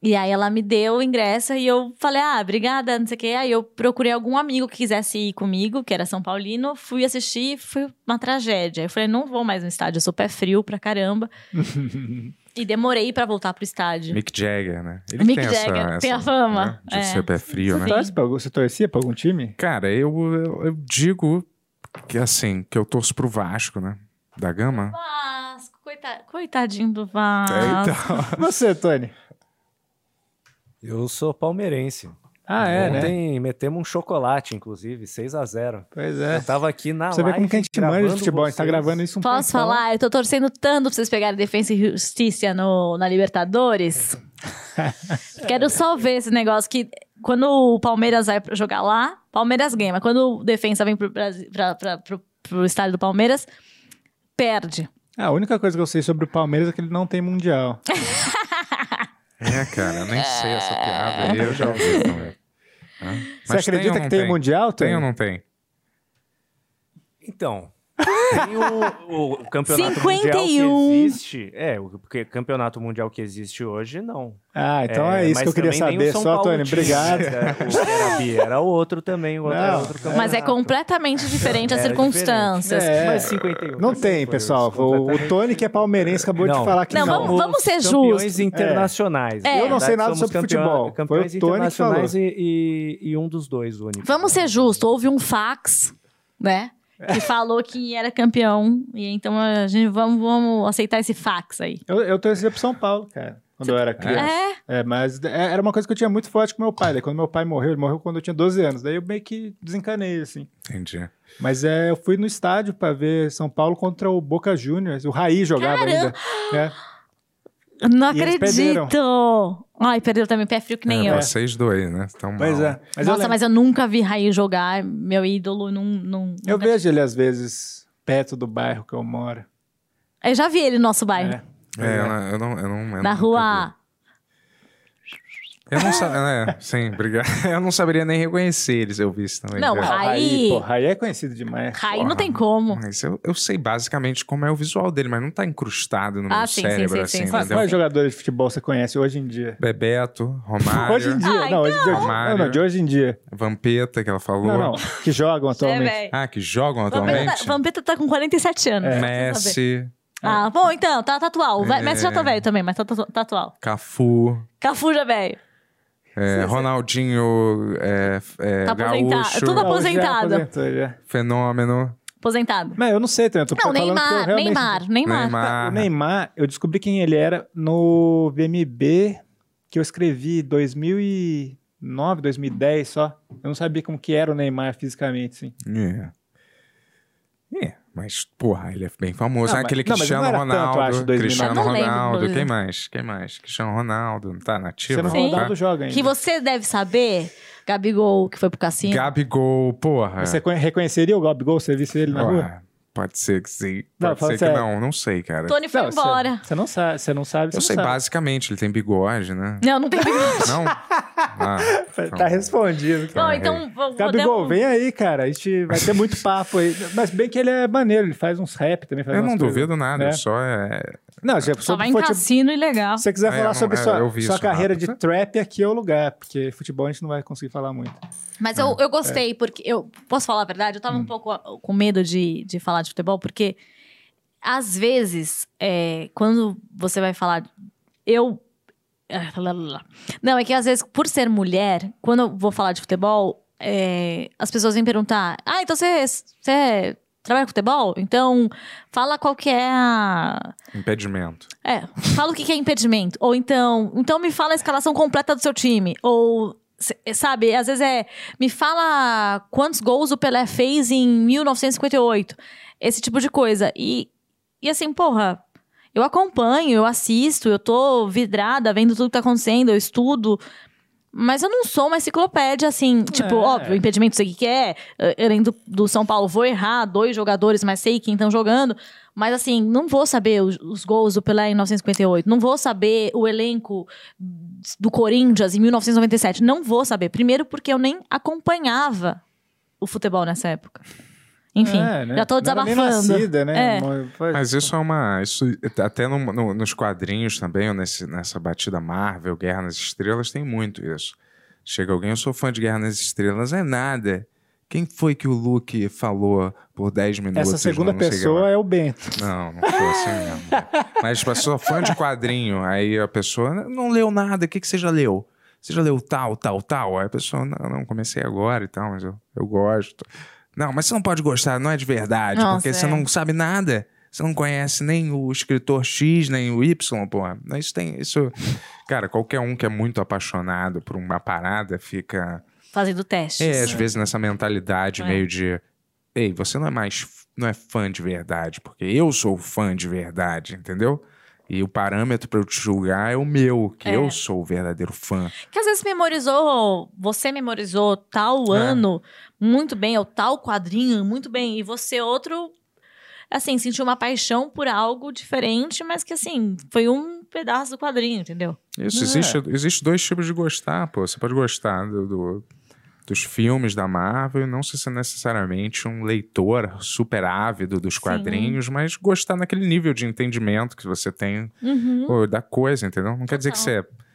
D: E aí ela me deu o ingresso e eu falei, ah, obrigada, não sei o quê. Aí eu procurei algum amigo que quisesse ir comigo, que era São Paulino, fui assistir, foi uma tragédia. Eu falei, não vou mais no estádio, eu sou pé frio pra caramba. e demorei pra voltar pro estádio.
A: Mick Jagger, né? Ele
D: Mick
A: tem essa-
D: Jagger, tem
A: essa,
D: a fama,
A: né, De
D: é.
A: ser pé frio, né?
D: Sim.
C: Torce pra algum- Você torcia pra algum time?
A: Cara, eu, eu, eu digo que assim, que eu torço pro Vasco, né? Da Gama.
D: Vasco, coita- coitadinho do Vasco.
C: E Você, Tony?
F: Eu sou palmeirense.
C: Ah, é, né?
F: Ontem metemos um chocolate, inclusive, 6 a 0
C: Pois é.
F: Eu tava aqui na
C: Você vê
F: live
C: como que a gente manja de
F: gravando
C: futebol. A gente tá
F: vocês.
C: gravando isso um
D: Posso
C: tempão.
D: falar? Eu tô torcendo tanto pra vocês pegarem defesa e justiça no, na Libertadores. Quero só ver esse negócio que quando o Palmeiras vai jogar lá, Palmeiras ganha. Mas quando o defensa vem pro, Brasil, pra, pra- pro- pro estádio do Palmeiras, perde.
C: Ah, a única coisa que eu sei sobre o Palmeiras é que ele não tem mundial.
A: É, cara, eu nem sei essa piada aí, eu já ouvi também. Hã?
C: Você
A: Mas ou
C: acredita
F: um,
C: que
A: não
C: tem, mundial,
A: Tem
C: Tony?
A: ou não tem?
F: Então, tem o, o campeonato mundial
D: 51.
F: que existe. É, o que- campeonato mundial que existe hoje, não.
C: Ah, então é,
F: É,
C: isso que
F: mas
C: eu queria
F: também nem
C: saber.
F: o São
C: Só,
F: Paulo
C: Tony,
F: tinha,
C: obrigado.
F: né? O Terabi era outro também, o outro
C: Não,
F: era outro campeonato.
D: Mas é completamente diferente as
F: Era
D: circunstâncias.
C: É.
F: Mas 51.
C: Não tem,
F: foi
C: pessoal.
F: isso,
C: O,
F: completamente.
C: o Tony, que é palmeirense, acabou de
F: Não.
C: falar que não.
D: Não, vamos- ser
F: campeões
D: justos.
F: internacionais.
D: É.
F: Na
D: Eu não
F: verdade,
C: sei nada
F: somos
C: sobre
F: campeão-
C: futebol.
F: Campeões
C: Foi o Tony que falou.
F: internacionais e, e- e um dos dois, o único.
D: Vamos ser justos, houve um fax, né? Que falou que era campeão. E então a gente vamos, vamos aceitar esse fax aí.
C: Eu, eu torcia pro São Paulo, cara, quando eu era criança.
D: É,
C: É, mas é- era uma coisa que eu tinha muito forte com meu pai. Daí quando meu pai morreu, ele morreu quando eu tinha 12 anos. Daí eu meio que desencanei, assim.
A: Entendi.
C: Mas é, eu fui no estádio pra ver São Paulo contra o Boca Juniors. O Raí jogava
D: Caramba!
C: ainda.
D: não
C: E eles perderam.
D: acredito. Ai, perdeu também, pé frio que nem
A: É,
D: eu.
A: vocês dois, né? Tão
C: É. Pois
A: mal.
C: é. Mas eu,
D: Nossa,
C: lembro-
D: mas eu nunca vi Raí jogar. Meu ídolo não. não
C: eu
D: nunca-
C: vejo ele às vezes perto do bairro que eu moro.
D: Eu já vi ele no nosso bairro.
C: É.
A: É, eu não- eu não. Eu não eu
D: na
A: nunca
D: rua.
A: vi. Eu não sabia. É, sim, obrigado. Eu não saberia nem reconhecer eles, eu vi isso também.
D: Não,
A: né?
C: Ah, o Raí,
D: Raí.
C: pô, Raí é conhecido demais.
D: Raí
A: Porra.
D: não tem como.
A: Mas eu, eu sei basicamente como é o visual dele, mas não tá incrustado no
D: Ah,
A: meu
D: sim, sim,
A: cérebro
D: sim, sim,
A: assim,
D: sim.
C: Quais
A: entendeu?
C: quais jogadores de futebol você conhece hoje em dia?
A: Bebeto, Romário,
C: Hoje em dia,
D: Ah,
C: não, hoje em dia.
A: Romário.
C: Não, não, de hoje em dia.
A: Vampeta, que ela falou.
C: Não, não, que jogam
D: É,
C: atualmente.
D: velho.
A: Ah, que jogam
D: Vampeta,
A: atualmente?
D: tá- Vampeta tá com 47 anos.
C: É.
D: precisa saber.
A: Messi,
D: Ah, bom, então, tá, tá atual. Vai- Messi já tá
A: É.
D: velho também, mas tá, tá- tá atual.
A: Cafu,
D: Cafu já velho.
A: é, Ronaldinho, é, f- é,
D: Tá aposentado.
A: Gaúcho,
D: Tudo
C: Não, hoje já
D: Aposentado.
C: aposentou, já.
A: Fenômeno,
D: Aposentado.
C: Mas eu não sei, Tony. eu tô
D: Não,
C: falando que eu
D: Neymar,
C: realmente-
D: Neymar, Neymar,
C: O
A: Neymar.
C: Neymar, eu descobri quem ele era no VMB que eu escrevi em 2009, 2010 só. Eu não sabia como que era o Neymar fisicamente, sim.
A: É. É, mas, porra, ele é bem famoso.
C: Não,
A: Ah, Aquele
C: mas- não, mas
A: Cristiano
C: não era tanto,
A: Ronaldo.
C: acho, 2009.
A: Cristiano
D: Eu não lembro, né?
A: Ronaldo.
D: inclusive.
A: Quem mais? Quem mais? Cristiano Ronaldo. Tá nativo?
C: Cristiano
A: Tá?
D: Sim.
C: Ronaldo joga ainda.
D: Que você deve saber, Gabigol, que foi pro cassino.
A: Gabigol, porra.
C: Você conhe- reconheceria o Gabigol se você visse ele na rua?
A: Porra, Pode ser que sim.
C: Não,
A: Pode
C: fala
A: ser que
C: sério.
A: não. Não sei, cara.
D: Tony foi
C: Não, você-
D: embora.
C: Você não sabe, você não sabe. Você
A: Eu sei
C: não
A: basicamente. Ele tem bigode, né?
D: Não, não tem bigode.
A: Não? Ah,
C: sabe. Tá respondido.
D: Bom, então. vou- vou dar
C: Gabigol,
D: um-
C: vem aí, cara. A gente vai ter muito papo aí. Mas bem que ele é maneiro, ele faz uns rap também. Faz
A: Eu
C: umas
A: não
C: coisas.
A: duvido nada.
C: É.
A: Só é...
C: Não, já,
D: Só
C: sobre
D: vai em
C: futebol,
D: cassino e legal.
C: Se você quiser
A: É,
C: falar
A: não,
C: sobre
A: é,
C: sua,
A: eu vi
C: sua
A: isso
C: carreira
A: rápido.
C: de trap, aqui é o lugar, porque futebol a gente não vai conseguir falar muito.
D: Mas eu, eu gostei, porque. Eu posso falar a verdade? Eu tava um pouco ah, com medo de, de falar de futebol, porque às vezes, é, quando você vai falar. Eu. ah, lá, lá, lá. Não, é que às vezes, por ser mulher, quando eu vou falar de futebol, é, as pessoas vêm perguntar: Ah, então você, você é trabalha com futebol? Então, fala qual que é a...
A: Impedimento.
D: É, fala o que que é impedimento. Ou então, então me fala a escalação completa do seu time. Ou, s- sabe, às vezes é, me fala quantos gols o Pelé fez em 1958. Esse tipo de coisa. E, e assim, porra, eu acompanho, eu assisto, eu tô vidrada vendo tudo que tá acontecendo, eu estudo. Mas eu não sou uma enciclopédia, assim, tipo, óbvio, impedimento sei o que que é. eh, Além do, do São Paulo, vou errar dois jogadores, mas sei quem estão jogando. Mas assim, não vou saber os, os gols do Pelé em 1958. Não vou saber o elenco do Corinthians em 1997. Não vou saber. Primeiro porque eu nem acompanhava o futebol nessa época. Enfim,
C: É, né?
D: já tô
C: Não era nem
D: desabafando.
C: nascida, né?
D: É.
C: Mo- faz-
A: Mas isso é uma. Isso, até no- no- nos quadrinhos também, ou nesse- nessa batida Marvel, Guerra nas Estrelas, tem muito isso. Chega alguém, eu sou fã de Guerra nas Estrelas, é nada. Quem foi que o Luke falou por 10 minutos?
C: Essa segunda
A: é né? não sei o que lá?
C: pessoa é o Bento.
A: Não, não sou assim mesmo. Mas, tipo, eu sou fã de quadrinho. Aí a pessoa "Não- não leu nada. O que, que você já leu? Você já leu tal, tal, tal? Aí a pessoa, não, não, comecei agora e tal, mas eu, eu gosto. Não, mas você não pode gostar, não é de verdade,
D: Nossa,
A: porque você
D: é.
A: não sabe nada. Você não conhece nem o escritor X, nem o Y, porra. Mas Isso tem. Isso. Cara, qualquer um que é muito apaixonado por uma parada fica.
D: Fazendo testes.
A: É, às vezes nessa mentalidade
D: É.
A: meio de. Ei, você não é mais. f- Não é fã de verdade, porque eu sou fã de verdade, entendeu? E o parâmetro pra eu te julgar é o meu, que
D: É.
A: eu sou o verdadeiro fã.
D: Que às vezes memorizou, você memorizou tal
A: É.
D: ano muito bem, ou tal quadrinho muito bem, e você outro, assim, sentiu uma paixão por algo diferente, mas que assim, foi um pedaço do quadrinho, entendeu?
A: Isso,
C: É.
A: existe, existe dois tipos de gostar, pô. Você pode gostar do- do- dos filmes da Marvel, e não ser necessariamente um leitor super ávido dos quadrinhos, mas gostar naquele nível de entendimento que você tem
D: Uhum.
A: Pô, da coisa, entendeu? Não quer dizer que você
D: Total.
A: é.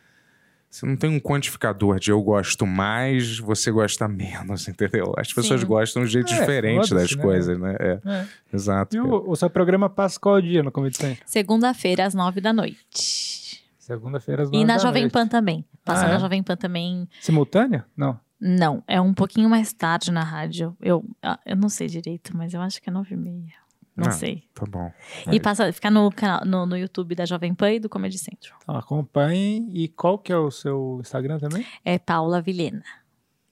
A: Você não tem um quantificador de eu gosto mais, você gosta menos, entendeu? As pessoas
D: Sim.
A: gostam de um jeito
C: É,
A: diferente
C: foda-se,
A: das
C: né?
A: coisas, né? É.
C: É.
A: Exato.
C: E
A: cara.
C: o, o seu programa passa qual dia no Comedy Central?
D: Segunda-feira, às nove da noite.
C: Segunda-feira às
D: E
C: nove
D: na
C: da
D: Jovem
C: noite.
D: Pan também. Passa
C: Ah,
D: na
C: é?
D: Jovem Pan também.
C: Simultânea? Não.
D: Não, é um pouquinho mais tarde na rádio. Eu, ah, eu não sei direito, mas eu acho que é nove e meia. Não
A: Ah,
D: sei.
A: Tá bom.
D: E passa, fica no, canal, no, no YouTube da Jovem Pan e do Comedy Central.
C: Então, acompanhem. E qual que é o seu Instagram também?
D: é Paula Vilhena.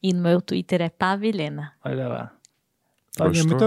D: E no meu Twitter é Pavilena.
C: Olha lá. Olha,
A: Gostou?
C: muito,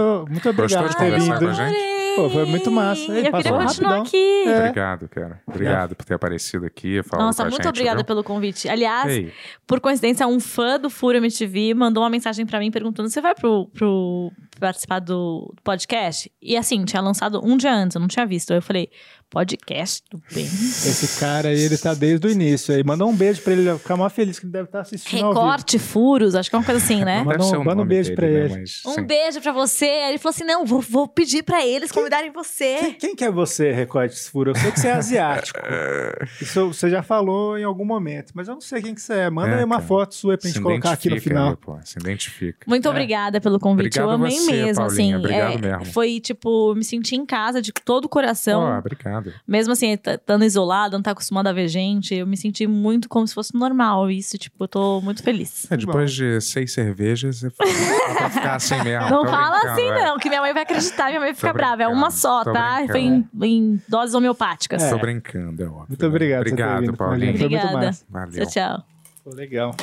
A: Gostou
C: muito obrigado
A: de
C: por ter
A: conversar com a
C: vindo.
A: gente?
C: Pô, foi muito massa. Ele
D: Eu queria
C: passou
D: continuar
C: rapidão.
D: aqui.
C: É.
A: Obrigado, cara. Obrigado por ter aparecido aqui. Falado
D: Nossa,
A: com a
D: muito
A: gente,
D: obrigada
A: viu?
D: pelo convite. Aliás,
A: Ei,
D: por coincidência, um fã do Furo MTV mandou uma mensagem pra mim perguntando: você vai pro, pro participar do podcast? E assim, tinha lançado um dia antes, eu não tinha visto. Aí Eu falei: podcast do bem.
C: Esse cara aí, ele tá desde o início aí. Manda um beijo pra ele, ele vai ficar mais feliz que ele deve estar assistindo ao vivo.
D: Recorte, furos, acho que é uma coisa assim, né?
A: não deve
C: Manda um-
A: ser o
C: manda um
A: nome
C: beijo
A: dele,
C: pra
A: né,
C: ele.
A: mas,
D: Um
A: sim.
D: beijo pra você. Aí ele falou assim: não, vou, vou pedir pra eles convidarem
C: Quem,
D: você.
C: quem que é você, Recortes Furo? Eu sei que você é asiático. Isso você já falou em algum momento, mas eu não sei quem que você é. Manda
A: É,
C: aí uma
A: cara.
C: foto sua pra
A: Se
C: gente colocar aqui no
A: identifica,
C: final.
A: né, pô? Se identifica.
D: Muito obrigada pelo convite. Um eu
A: É. Obrigado a
D: amei
A: você,
D: mesmo,
A: Paulinha.
D: assim.
A: Obrigado
D: é,
A: mesmo.
D: Foi tipo, me senti em casa de todo o coração.
A: Ó, obrigado.
D: Mesmo assim, t- estando isolada, não tá acostumada a ver gente, eu me senti muito como se fosse normal. Isso, tipo, eu tô muito feliz.
A: É, depois de seis cervejas, você fala, "Dá pra ficar assim mesmo.
D: Não
A: Tô
D: fala
A: brincando,
D: assim,
A: é.
D: não, que minha mãe vai acreditar, minha mãe fica brava. É
A: brincando,
D: uma só,
A: tô
D: tá?
A: brincando.
D: Foi em, em doses homeopáticas.
A: Tô brincando, é óbvio.
C: Muito obrigado. por ter
A: Obrigado,
C: vindo,
A: Paulinho.
C: Foi muito
D: Obrigada.
C: massa.
A: Valeu.
D: Tchau, tchau.
C: Pô, legal.